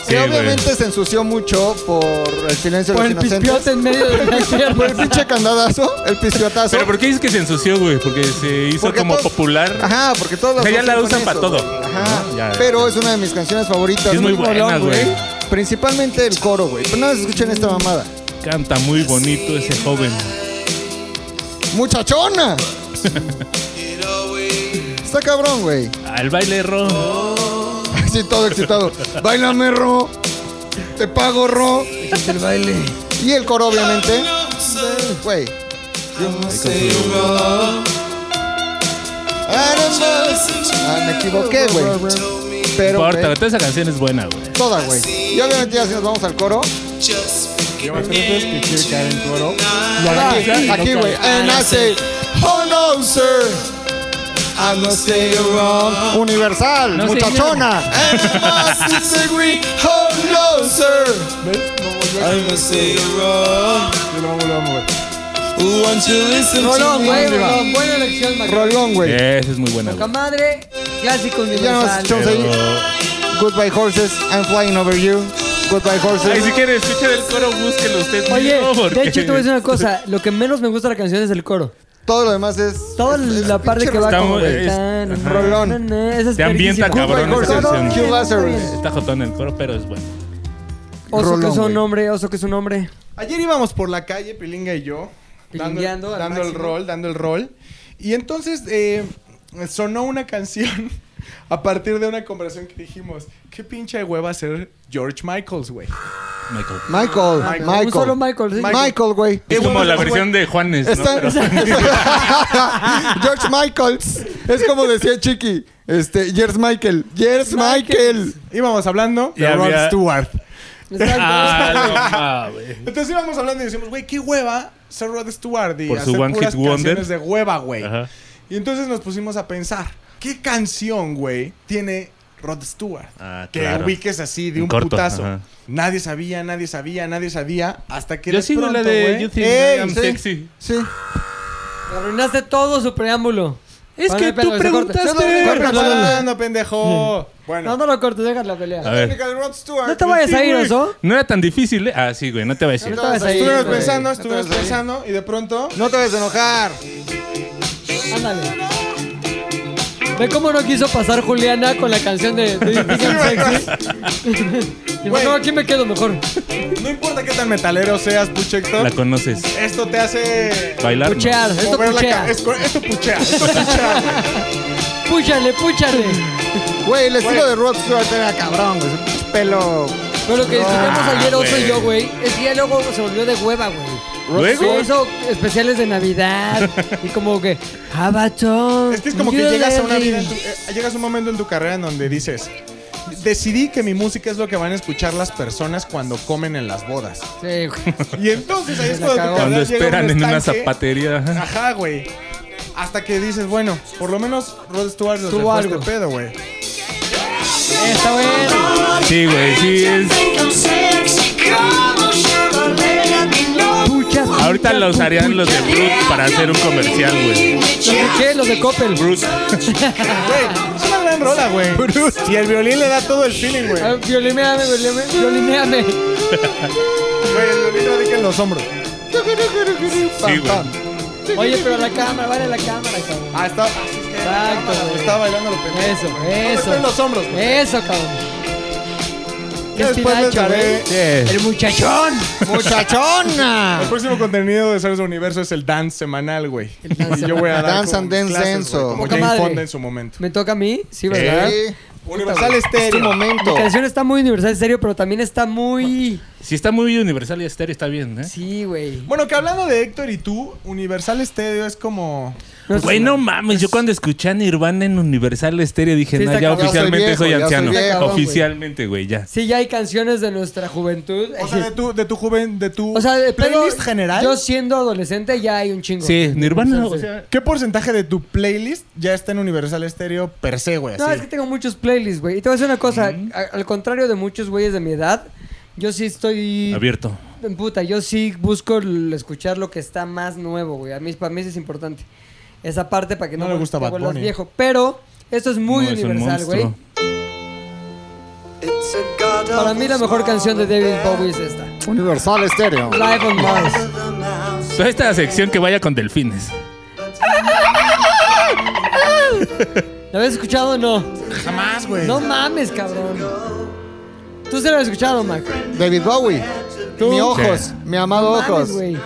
Speaker 2: Sí,
Speaker 3: que
Speaker 2: güey.
Speaker 3: obviamente se ensució mucho por el silencio
Speaker 1: Por
Speaker 3: de
Speaker 1: el
Speaker 3: los
Speaker 1: pispiote
Speaker 3: inocentes.
Speaker 1: en medio
Speaker 3: [LAUGHS]
Speaker 1: de la
Speaker 3: Por el
Speaker 1: pierna.
Speaker 3: pinche candadazo, el pispiotazo.
Speaker 2: Pero ¿por qué dices que se ensució, güey? Porque se hizo
Speaker 3: Porque
Speaker 2: como
Speaker 3: todos-
Speaker 2: popular.
Speaker 3: Ajá, porque todos los
Speaker 2: O sea, ya
Speaker 3: usan
Speaker 2: la
Speaker 3: con
Speaker 2: usan
Speaker 3: eso,
Speaker 2: para todo.
Speaker 3: güey. Ajá.
Speaker 2: Ya.
Speaker 3: Pero es una de mis canciones favoritas.
Speaker 2: Es muy buena,
Speaker 3: rolón,
Speaker 2: güey.
Speaker 3: Principalmente el coro, güey. Pero no se escuchen esta mamada.
Speaker 2: Canta muy bonito ese joven.
Speaker 1: [LAUGHS]
Speaker 3: ¡Muchachona! Está cabrón, güey. [LAUGHS]
Speaker 2: Al baile ron.
Speaker 3: Así todo excitado. Bailame, Ro. Te pago, Ro.
Speaker 1: El baile.
Speaker 3: Y el coro, obviamente. Güey. Ah, me equivoqué, güey. Pero
Speaker 2: No importa,
Speaker 3: güey,
Speaker 2: toda esa canción es buena, güey.
Speaker 3: toda, güey. Y obviamente ya si nos vamos al coro. Ah, Aquí, güey. And I say, oh no, sir. I no say you're wrong. Universal,
Speaker 2: No,
Speaker 3: [LAUGHS] muchachona. And I must disagree. Oh no, sir.
Speaker 1: Rolón, güey, rolón. Buena elección, Mac.
Speaker 3: Rolón, güey.
Speaker 2: Esa es muy buena,
Speaker 1: Poca
Speaker 2: güey.
Speaker 1: madre, clásico
Speaker 3: Y ya nos
Speaker 1: universal.
Speaker 3: echamos ahí. Goodbye horses, I'm flying over you. Goodbye
Speaker 2: Ay, si
Speaker 3: horses.
Speaker 2: quieren escuchar el coro, búsquenlo usted
Speaker 1: Oye,
Speaker 2: mismo, porque-
Speaker 1: de hecho te voy a decir una cosa, lo que menos me gusta de la canción es el coro.
Speaker 3: Todo lo demás es.
Speaker 1: Toda
Speaker 3: es- es
Speaker 1: la parte
Speaker 3: pinche
Speaker 1: que va
Speaker 2: Está
Speaker 1: como...
Speaker 2: muy-
Speaker 1: güey,
Speaker 2: es-
Speaker 1: tan,
Speaker 2: ajá.
Speaker 3: Rolón.
Speaker 1: na, na, esa es
Speaker 2: Te ambienta,
Speaker 1: verguísima.
Speaker 2: cabrón,
Speaker 1: Cuba y
Speaker 2: esa
Speaker 1: Gordon,
Speaker 2: canción.
Speaker 1: Cuba y Gordon.
Speaker 3: Cuba
Speaker 2: Está jotón el coro, pero es bueno.
Speaker 1: Oso que es
Speaker 3: Rolón,
Speaker 1: un
Speaker 3: güey.
Speaker 1: hombre, oso que es un hombre.
Speaker 5: Ayer íbamos por la calle, Pilinga y yo, dando,
Speaker 1: Pilingueando al
Speaker 5: dando el
Speaker 1: máximo.
Speaker 5: rol, dando el rol. Y entonces eh, sonó una canción [LAUGHS] a partir de una conversación que dijimos, qué pinche hueva ser George Michaels, güey.
Speaker 2: Michael.
Speaker 3: Michael, Michael.
Speaker 1: Un solo Michael, sí.
Speaker 3: Michael, güey.
Speaker 5: Qué
Speaker 2: Es como
Speaker 5: bueno,
Speaker 2: la
Speaker 5: güey.
Speaker 2: versión de Juanes, ¿no?
Speaker 3: Está-
Speaker 2: Pero-
Speaker 3: [LAUGHS] George Michaels. Es como decía Chiqui. Este, George Michael. George Michael.
Speaker 5: Íbamos hablando
Speaker 2: Y
Speaker 5: de Rod
Speaker 2: había-
Speaker 5: Stewart.
Speaker 1: Exacto.
Speaker 2: Ah, no mames.
Speaker 5: Entonces íbamos hablando y decimos, güey, qué hueva ser Rod Stewart y
Speaker 2: Por su
Speaker 5: hacer
Speaker 2: One Hit
Speaker 5: puras
Speaker 2: Wonder.
Speaker 5: canciones de hueva, güey.
Speaker 2: Ajá.
Speaker 5: Y entonces nos pusimos a pensar, ¿qué canción, güey, tiene Rod Stewart?
Speaker 2: Ah,
Speaker 5: que
Speaker 2: claro.
Speaker 5: ubiques así de
Speaker 2: En
Speaker 5: un
Speaker 2: corto,
Speaker 5: putazo.
Speaker 2: ajá.
Speaker 5: Nadie sabía, nadie sabía, nadie sabía, hasta que
Speaker 2: Yo
Speaker 5: de
Speaker 2: sigo
Speaker 5: pronto,
Speaker 2: la de
Speaker 5: güey,
Speaker 2: You Think
Speaker 5: ¡ey!
Speaker 2: I Am
Speaker 5: sí!
Speaker 2: Sexy.
Speaker 3: Sí.
Speaker 1: Arruinaste todo su preámbulo. Es
Speaker 2: que tú preguntaste.
Speaker 5: Pero no estás hablando, pendejo.
Speaker 1: No,
Speaker 5: Bueno,
Speaker 1: no lo cortes, deja la
Speaker 2: A
Speaker 1: pelea.
Speaker 2: ver.
Speaker 5: de Rod Stewart.
Speaker 1: No te vayas a ir, oso.
Speaker 2: No era tan difícil, ¿eh? Ah, sí, güey, no te voy a decir.
Speaker 1: No te vayas a ir,
Speaker 5: Estuvimos
Speaker 1: güey.
Speaker 5: pensando,
Speaker 3: No
Speaker 5: estuvimos
Speaker 3: te vas a ir.
Speaker 5: pensando y de pronto...
Speaker 3: No te vas a enojar.
Speaker 1: Ándale. Ve cómo no quiso pasar Juliana con la canción de de Big and Sexy. [LAUGHS] Dijo,
Speaker 5: Güey.
Speaker 1: no, aquí me quedo mejor.
Speaker 5: No importa qué tan metalero seas, Puchector.
Speaker 2: La conoces.
Speaker 5: Esto te hace...
Speaker 2: Bailar. no.
Speaker 1: Puchear, esto
Speaker 5: mover la ca-
Speaker 1: puchea.
Speaker 5: es- Esto puchea. Esto puchea, güey.
Speaker 1: Púchale, púchale.
Speaker 3: Güey, el estilo
Speaker 5: Güey.
Speaker 3: de Rod Stewart era cabrón, güey. Ese pinche pelo.
Speaker 1: Pero lo que
Speaker 5: Ah,
Speaker 1: discutimos ayer, Oso y
Speaker 2: güey.
Speaker 1: yo, güey, es que ya luego se volvió de hueva, güey.
Speaker 2: Luego.
Speaker 1: Se hizo especiales de Navidad y como que... Jabatón.
Speaker 5: Es que es como que llegas a una vida, en tu- eh, llegas a un momento en tu carrera en donde dices, decidí que mi música es lo que van a escuchar las personas cuando comen en las bodas.
Speaker 1: Sí, güey.
Speaker 5: Y entonces ahí
Speaker 1: [LAUGHS]
Speaker 5: es
Speaker 1: La
Speaker 5: cuando tu
Speaker 1: cagó.
Speaker 5: carrera
Speaker 2: Cuando
Speaker 5: llega a un
Speaker 2: esperan en una
Speaker 5: estanque.
Speaker 2: zapatería. ajá.
Speaker 5: Ajá, güey. Hasta que dices, bueno, por lo menos Rod Stewart nos
Speaker 1: Tuvo
Speaker 5: dejó este
Speaker 1: algo.
Speaker 5: pedo, güey.
Speaker 1: Está bueno.
Speaker 2: Sí, güey, sí es.
Speaker 1: Puchas,
Speaker 2: Ahorita
Speaker 1: puchas,
Speaker 2: la usarían los de
Speaker 1: puchas.
Speaker 2: Brut para hacer un comercial, güey.
Speaker 1: ¿Los de qué? Los de Coppel.
Speaker 2: Brut.
Speaker 5: Güey, es una gran rola, güey. Y el violín le da todo el feeling, güey.
Speaker 1: A ver, Ah, Violineame, violineame, violineame.
Speaker 5: Güey, el violín radica en los hombros.
Speaker 2: Sí, güey.
Speaker 1: Oye, pero la cámara, vale la cámara, cabrón.
Speaker 5: Ah, está. ah, sí, es que
Speaker 1: Exacto,
Speaker 5: la cámara,
Speaker 1: güey.
Speaker 5: Estaba bailando lo pendejo.
Speaker 1: Eso,
Speaker 5: ¿Dónde
Speaker 1: eso.
Speaker 5: están los hombros, güey?
Speaker 1: Eso, cabrón.
Speaker 5: Ya después les
Speaker 3: pues,
Speaker 1: Espinacho,
Speaker 5: daré-
Speaker 1: ¿eh? El muchachón.
Speaker 5: El
Speaker 3: ¡Muchachona!
Speaker 5: próximo contenido de Seres del Universo es el dance semanal, güey. Y yo voy a dar
Speaker 3: Dance and
Speaker 5: como
Speaker 3: Dance
Speaker 5: clases,
Speaker 3: Denso.
Speaker 5: güey, Como
Speaker 1: Poca
Speaker 5: Jane
Speaker 1: madre.
Speaker 5: Fonda en su momento.
Speaker 1: ¿Me toca a mí? Sí, ¿verdad?
Speaker 3: Sí.
Speaker 5: ¿Eh? Universal
Speaker 3: Este
Speaker 5: Estéreo.
Speaker 3: momento.
Speaker 1: La canción está muy universal, en serio, pero también está muy...
Speaker 2: Si está muy universal y estéreo, está bien, ¿eh?
Speaker 1: Sí, güey.
Speaker 5: Bueno, que hablando de Héctor y tú, Universal Estéreo es como...
Speaker 1: No sé.
Speaker 2: Güey, no mames, yo cuando escuché a Nirvana en Universal Estéreo dije,
Speaker 1: Sí,
Speaker 2: no,
Speaker 1: está
Speaker 2: ya
Speaker 1: cabrón.
Speaker 2: oficialmente
Speaker 3: Ya
Speaker 2: soy,
Speaker 3: soy viejo, ya soy
Speaker 2: anciano.
Speaker 3: viejo,
Speaker 1: güey.
Speaker 2: oficialmente, güey, ya.
Speaker 1: Sí, ya hay canciones de nuestra juventud.
Speaker 5: O sea, de tu, de tu joven, de tu
Speaker 1: [LAUGHS] O sea, de- pero
Speaker 5: playlist general.
Speaker 1: Yo siendo adolescente ya hay un chingo.
Speaker 2: Sí, Nirvana, o
Speaker 1: Entonces,
Speaker 2: sea,
Speaker 5: ¿Qué porcentaje de tu playlist ya está en Universal Estéreo per se, güey?
Speaker 1: No,
Speaker 5: así?
Speaker 1: es que tengo muchos playlists, güey. Y te voy a decir una cosa. a- Al contrario de muchos güeyes de mi edad, yo sí estoy...
Speaker 2: abierto.
Speaker 1: Puta, yo sí busco el- escuchar lo que está más nuevo, güey. A mí, para mí eso es importante. Esa parte para que no,
Speaker 5: No le
Speaker 1: te
Speaker 5: gusta Bad
Speaker 1: vuelvas
Speaker 5: Bunny.
Speaker 1: viejo. Pero esto es muy
Speaker 2: No, es un
Speaker 1: universal, güey.
Speaker 2: monstruo.
Speaker 1: Para mí la mejor canción de David Bowie es esta.
Speaker 3: Universal estéreo.
Speaker 1: Live on Mars.
Speaker 2: Toda esta sección que vaya con delfines.
Speaker 1: ¿La habías escuchado o no?
Speaker 5: Jamás, güey.
Speaker 1: No mames, cabrón. Tú se lo has escuchado, Mac.
Speaker 3: David Bowie. Mi ojos.
Speaker 2: Sí.
Speaker 3: Mi amado
Speaker 1: Mames,
Speaker 3: ojos.
Speaker 1: güey.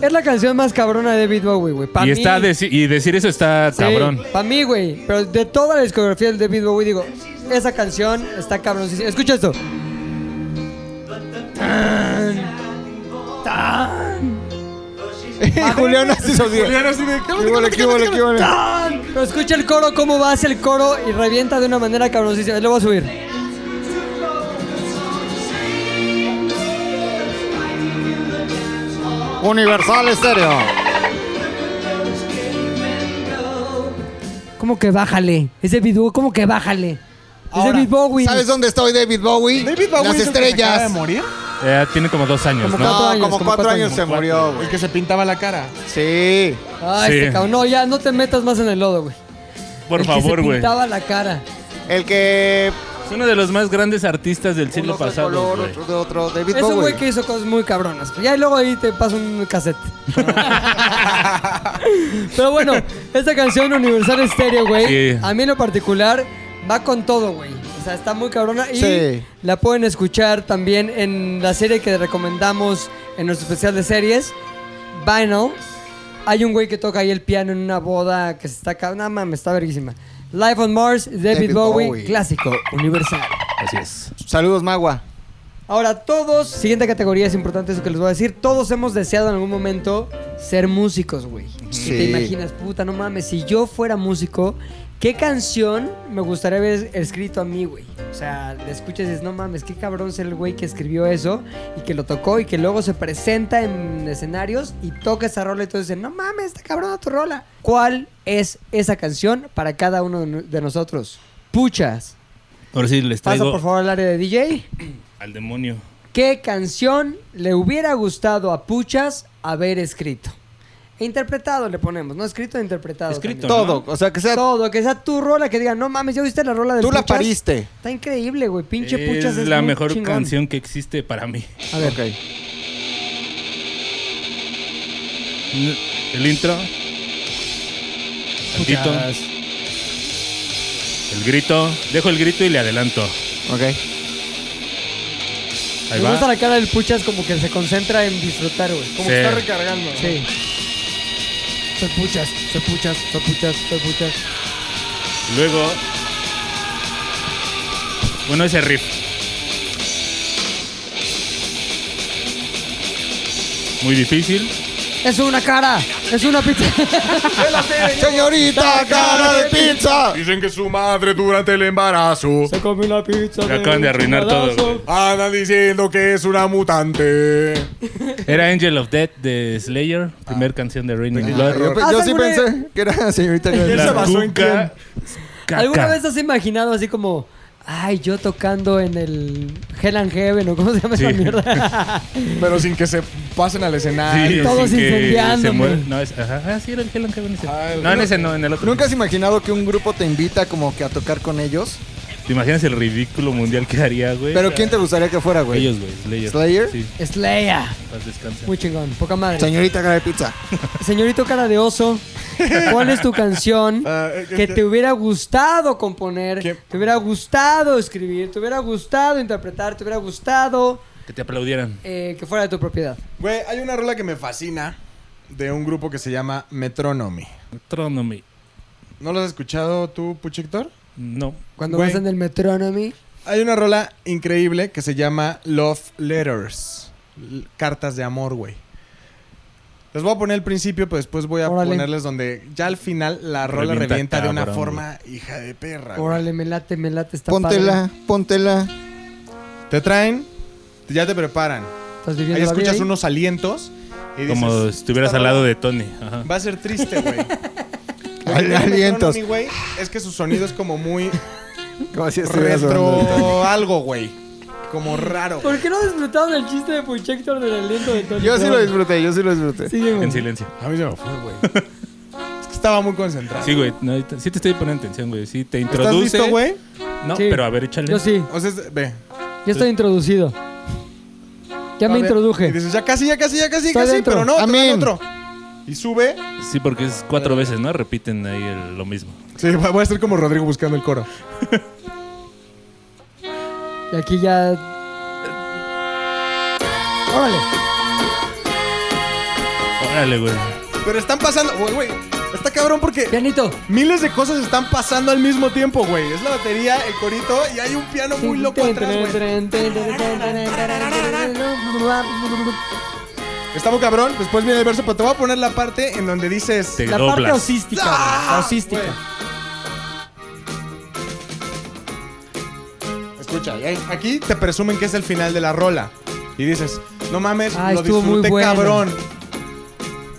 Speaker 1: Es la canción más cabrona de David Bowie, güey. Pa'
Speaker 2: Y,
Speaker 1: mí-
Speaker 2: está deci- y decir eso está cabrón.
Speaker 1: Para mí, güey. Pero de toda la discografía del David Bowie, digo, esa canción está cabroncísima. Escucha esto.
Speaker 3: Y Ah, Julián así se olvidó.
Speaker 5: Julián así de...
Speaker 3: ¿Qué huele, qué huele, qué huele?
Speaker 1: Pero escucha el coro, cómo va hacia el coro y revienta de una manera cabroncísima. Lo voy a subir.
Speaker 3: Universal estéreo.
Speaker 1: ¿Cómo que bájale? Es David Bowie, ¿cómo que bájale? Es
Speaker 5: Ahora,
Speaker 1: David Bowie.
Speaker 3: ¿Sabes dónde está hoy David Bowie?
Speaker 5: David Bowie
Speaker 3: Las
Speaker 5: es el que se acaba
Speaker 3: estrellas.
Speaker 5: de morir?
Speaker 2: Eh, tiene como dos años,
Speaker 1: Como
Speaker 2: ¿no?
Speaker 1: cuatro
Speaker 3: No,
Speaker 1: años,
Speaker 3: como cuatro años se murió,
Speaker 5: El
Speaker 3: güey.
Speaker 5: que se pintaba la cara.
Speaker 3: Sí.
Speaker 1: Ay,
Speaker 2: Sí.
Speaker 1: este cabrón. No, ya no te metas más en el lodo, güey.
Speaker 2: Por
Speaker 1: El que
Speaker 2: favor,
Speaker 1: se
Speaker 2: güey.
Speaker 1: pintaba la cara.
Speaker 3: El que
Speaker 2: uno de los más grandes artistas del
Speaker 3: Uno
Speaker 2: siglo
Speaker 3: de
Speaker 2: pasado.
Speaker 3: color,
Speaker 2: güey.
Speaker 3: otro de otro. David
Speaker 1: Es un
Speaker 3: Bowie.
Speaker 1: güey que hizo cosas muy cabronas. Pero Ya luego ahí te paso un
Speaker 3: [LAUGHS]
Speaker 1: cassette. Pero bueno, esta canción Universal Stereo, güey,
Speaker 2: Sí.
Speaker 1: a mí en lo particular va con todo, güey. O sea, está muy cabrona y
Speaker 3: Sí.
Speaker 1: la pueden escuchar también en la serie que recomendamos en nuestro especial de series, Vinyl. Hay un güey que toca ahí el piano en una boda que se está... ca- No mames, está verguísima. Life on Mars, David,
Speaker 3: David
Speaker 1: Bowie,
Speaker 3: Bowie.
Speaker 1: clásico, universal.
Speaker 2: Así es.
Speaker 3: Saludos, Magua.
Speaker 1: Ahora, todos, siguiente categoría es importante eso que les voy a decir. Todos hemos deseado en algún momento ser músicos, güey.
Speaker 3: Sí.
Speaker 1: Y Te imaginas, puta, no mames, si yo fuera músico, ¿qué canción me gustaría haber escrito a mí, güey? O sea, le escuchas y dices, no mames, qué cabrón ser el güey que escribió eso y que lo tocó y que luego se presenta en escenarios y toca esa rola y todos dicen, no mames, está cabrón tu rola. ¿Cuál es esa canción para cada uno de no- de nosotros? Puchas.
Speaker 2: Ahora sí les
Speaker 1: Pasa por
Speaker 2: traigo
Speaker 1: favor al área de DJ.
Speaker 2: al demonio.
Speaker 1: ¿Qué canción le hubiera gustado a Puchas haber escrito? E interpretado le ponemos, no escrito, e interpretado.
Speaker 2: Escrito.
Speaker 1: también.
Speaker 3: Todo. O sea, que sea.
Speaker 1: Todo, que sea tu rola que diga, no mames, ¿ya viste la rola de
Speaker 3: Tú
Speaker 1: Puchas?
Speaker 3: la pariste.
Speaker 1: Está increíble, güey. Pinche
Speaker 2: Es
Speaker 1: Puchas es
Speaker 2: la
Speaker 1: muy
Speaker 2: mejor
Speaker 1: chingón.
Speaker 2: canción que existe para mí.
Speaker 1: A ver,
Speaker 3: Ok.
Speaker 2: El intro. Tantito. El grito. Dejo el grito y le adelanto.
Speaker 3: Ok.
Speaker 2: Ahí
Speaker 1: me gusta
Speaker 2: va.
Speaker 1: la cara del Puchas como que se concentra en disfrutar, güey.
Speaker 5: Como
Speaker 2: Sí.
Speaker 5: que está recargando.
Speaker 1: Sí. Soy Puchas, soy Puchas, soy Puchas, soy Puchas.
Speaker 2: Luego. Bueno, ese riff. Muy difícil.
Speaker 1: Es una cara, es una pizza. [LAUGHS]
Speaker 3: Señorita, cara de pizza.
Speaker 5: Dicen que su madre durante el embarazo
Speaker 1: se comió una pizza.
Speaker 2: Me acaban de arruinar todo, güey.
Speaker 5: andan diciendo que es una mutante.
Speaker 2: Era Angel of Death de Slayer,
Speaker 5: Ah.
Speaker 2: primer canción de Raining Blood.
Speaker 3: Yo,
Speaker 1: ¿Has
Speaker 3: yo sí
Speaker 1: alguna-
Speaker 3: pensé que era [LAUGHS] señorita. cara de
Speaker 5: Él se
Speaker 2: La
Speaker 3: pizza.
Speaker 5: basó en
Speaker 2: cuca. caca.
Speaker 1: ¿Alguna vez has imaginado así como, ay, yo tocando en el Hell and Heaven o cómo se llama esa
Speaker 2: Sí. [LAUGHS]
Speaker 1: mierda?
Speaker 5: Pero sin que se pasen al
Speaker 2: Sí,
Speaker 5: escenario.
Speaker 1: todos
Speaker 2: sin que
Speaker 1: incendiándome.
Speaker 2: se muera. No, es, ajá, ah, sí, era el Helen Kevin. ese.
Speaker 5: Ah,
Speaker 2: no, en ese no, en el otro.
Speaker 3: ¿Nunca has imaginado que un grupo te invita como que a tocar con ellos?
Speaker 2: ¿Te imaginas el ridículo mundial que haría, güey?
Speaker 3: ¿Pero quién te gustaría que fuera, güey?
Speaker 2: Ellos, güey. Slayer.
Speaker 3: ¿Slayer?
Speaker 2: Sí,
Speaker 1: Slayer.
Speaker 2: paz descansa.
Speaker 1: Muy chingón, poca madre.
Speaker 3: Señorita cara de pizza.
Speaker 1: Señorito cara de oso, ¿cuál es tu canción
Speaker 5: Ah, eh,
Speaker 1: que te hubiera gustado componer,
Speaker 5: ¿Qué?
Speaker 1: te hubiera gustado escribir, te hubiera gustado interpretar, te hubiera gustado
Speaker 2: Que te aplaudieran.
Speaker 1: eh, que fuera de tu propiedad?
Speaker 5: Güey, hay una rola que me fascina de un grupo que se llama Metronomy.
Speaker 2: Metronomy.
Speaker 5: ¿No lo has escuchado tú, Puchector?
Speaker 2: No.
Speaker 1: Cuando
Speaker 5: Güey.
Speaker 1: vas en el Metronomy,
Speaker 5: Hay una rola increíble que se llama Love Letters. L- Cartas de amor, güey. Les voy a poner el principio, pero después voy a
Speaker 1: Órale.
Speaker 5: ponerles donde ya al final la rola
Speaker 2: Revienta
Speaker 5: revienta, de una
Speaker 2: cabrón,
Speaker 5: forma hija de perra. güey.
Speaker 1: órale, me late, me late, está
Speaker 3: Póntela,
Speaker 1: padre.
Speaker 3: póntela.
Speaker 5: Te traen, ya te preparan.
Speaker 1: Estás
Speaker 5: Ahí
Speaker 1: viviendo la vida
Speaker 5: escuchas
Speaker 1: ahí.
Speaker 5: unos alientos y dices,
Speaker 2: Como si estuvieras
Speaker 5: "Esta
Speaker 2: al lado
Speaker 5: rola
Speaker 2: de Tony. Ajá.
Speaker 5: Va a ser triste, [LAUGHS] güey.
Speaker 3: Al- alientos.
Speaker 5: Metronomy, güey, es que su sonido es como muy [LAUGHS]
Speaker 3: Como si estuvieras hablando.
Speaker 5: retro algo, güey. Como raro. güey.
Speaker 1: ¿Por qué no disfrutaron el chiste de Puchector del aliento de Tony?
Speaker 3: Yo sí lo
Speaker 1: Brown?
Speaker 3: disfruté, yo sí lo disfruté.
Speaker 1: Sigue, güey.
Speaker 2: En silencio.
Speaker 5: A mí se me fue, güey. Es que estaba muy concentrado.
Speaker 2: Sí, güey. no, ahorita- sí te estoy poniendo atención, güey. Sí, te
Speaker 5: ¿Estás
Speaker 2: introduce.
Speaker 5: listo, güey?
Speaker 2: No,
Speaker 1: Sí.
Speaker 2: pero a ver, échale.
Speaker 1: Yo sí,
Speaker 5: O sea, es- ve.
Speaker 1: yo estoy introducido. Ya me
Speaker 5: A ver,
Speaker 1: introduje.
Speaker 5: Y dices, ya casi, ya casi, ya casi,
Speaker 1: Estoy
Speaker 5: casi,
Speaker 1: dentro.
Speaker 5: pero no, te
Speaker 3: Amén.
Speaker 5: dan otro. Y sube.
Speaker 2: Sí, porque es cuatro veces, ¿no? Repiten ahí el- lo mismo.
Speaker 5: Sí, voy a estar como Rodrigo buscando el coro.
Speaker 1: Y aquí ya. Órale.
Speaker 2: Órale, güey.
Speaker 5: Pero están pasando, güey, güey. Está cabrón porque
Speaker 1: Pianito.
Speaker 5: miles de cosas están pasando al mismo tiempo, güey. Es la batería, el corito y hay un piano muy loco atrás, güey. Está muy cabrón. Después viene el verso, pero te voy a poner la parte en donde dices. "Ah,
Speaker 2: Te
Speaker 1: La parte
Speaker 2: doblas.
Speaker 1: osística, güey. La osística.
Speaker 5: Escucha, y ahí- aquí te presumen que es el final de la rola. Y dices, no mames,
Speaker 1: Ay,
Speaker 5: lo
Speaker 1: Ah, estuvo muy
Speaker 5: disfruté
Speaker 1: bueno.
Speaker 5: cabrón.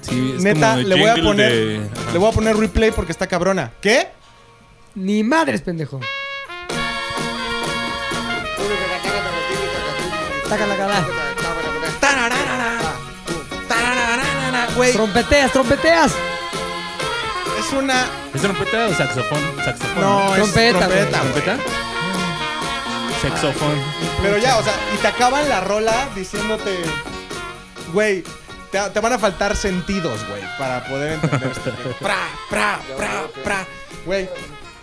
Speaker 2: Sí, es
Speaker 5: Neta,
Speaker 2: como el
Speaker 5: le voy a
Speaker 2: jingle
Speaker 5: poner.
Speaker 2: de- Ajá.
Speaker 5: Le voy a poner replay porque está cabrona. ¿Qué?
Speaker 1: Ni madres, pendejo. Tácala,
Speaker 5: Güey,
Speaker 1: Trompeteas, trompeteas.
Speaker 5: es una.
Speaker 2: ¿Es trompeta o saxofón? Saxofón.
Speaker 5: No, es
Speaker 1: Trompeta,
Speaker 5: trompeta,
Speaker 1: güey.
Speaker 5: güey.
Speaker 2: ¿Trompeta? Sexofón.
Speaker 5: Pero ya, o sea, y te acaban la rola diciéndote, güey, te, te van a faltar sentidos, güey, para poder entender este [LAUGHS] esto. pra, pra, pra, pra. Güey,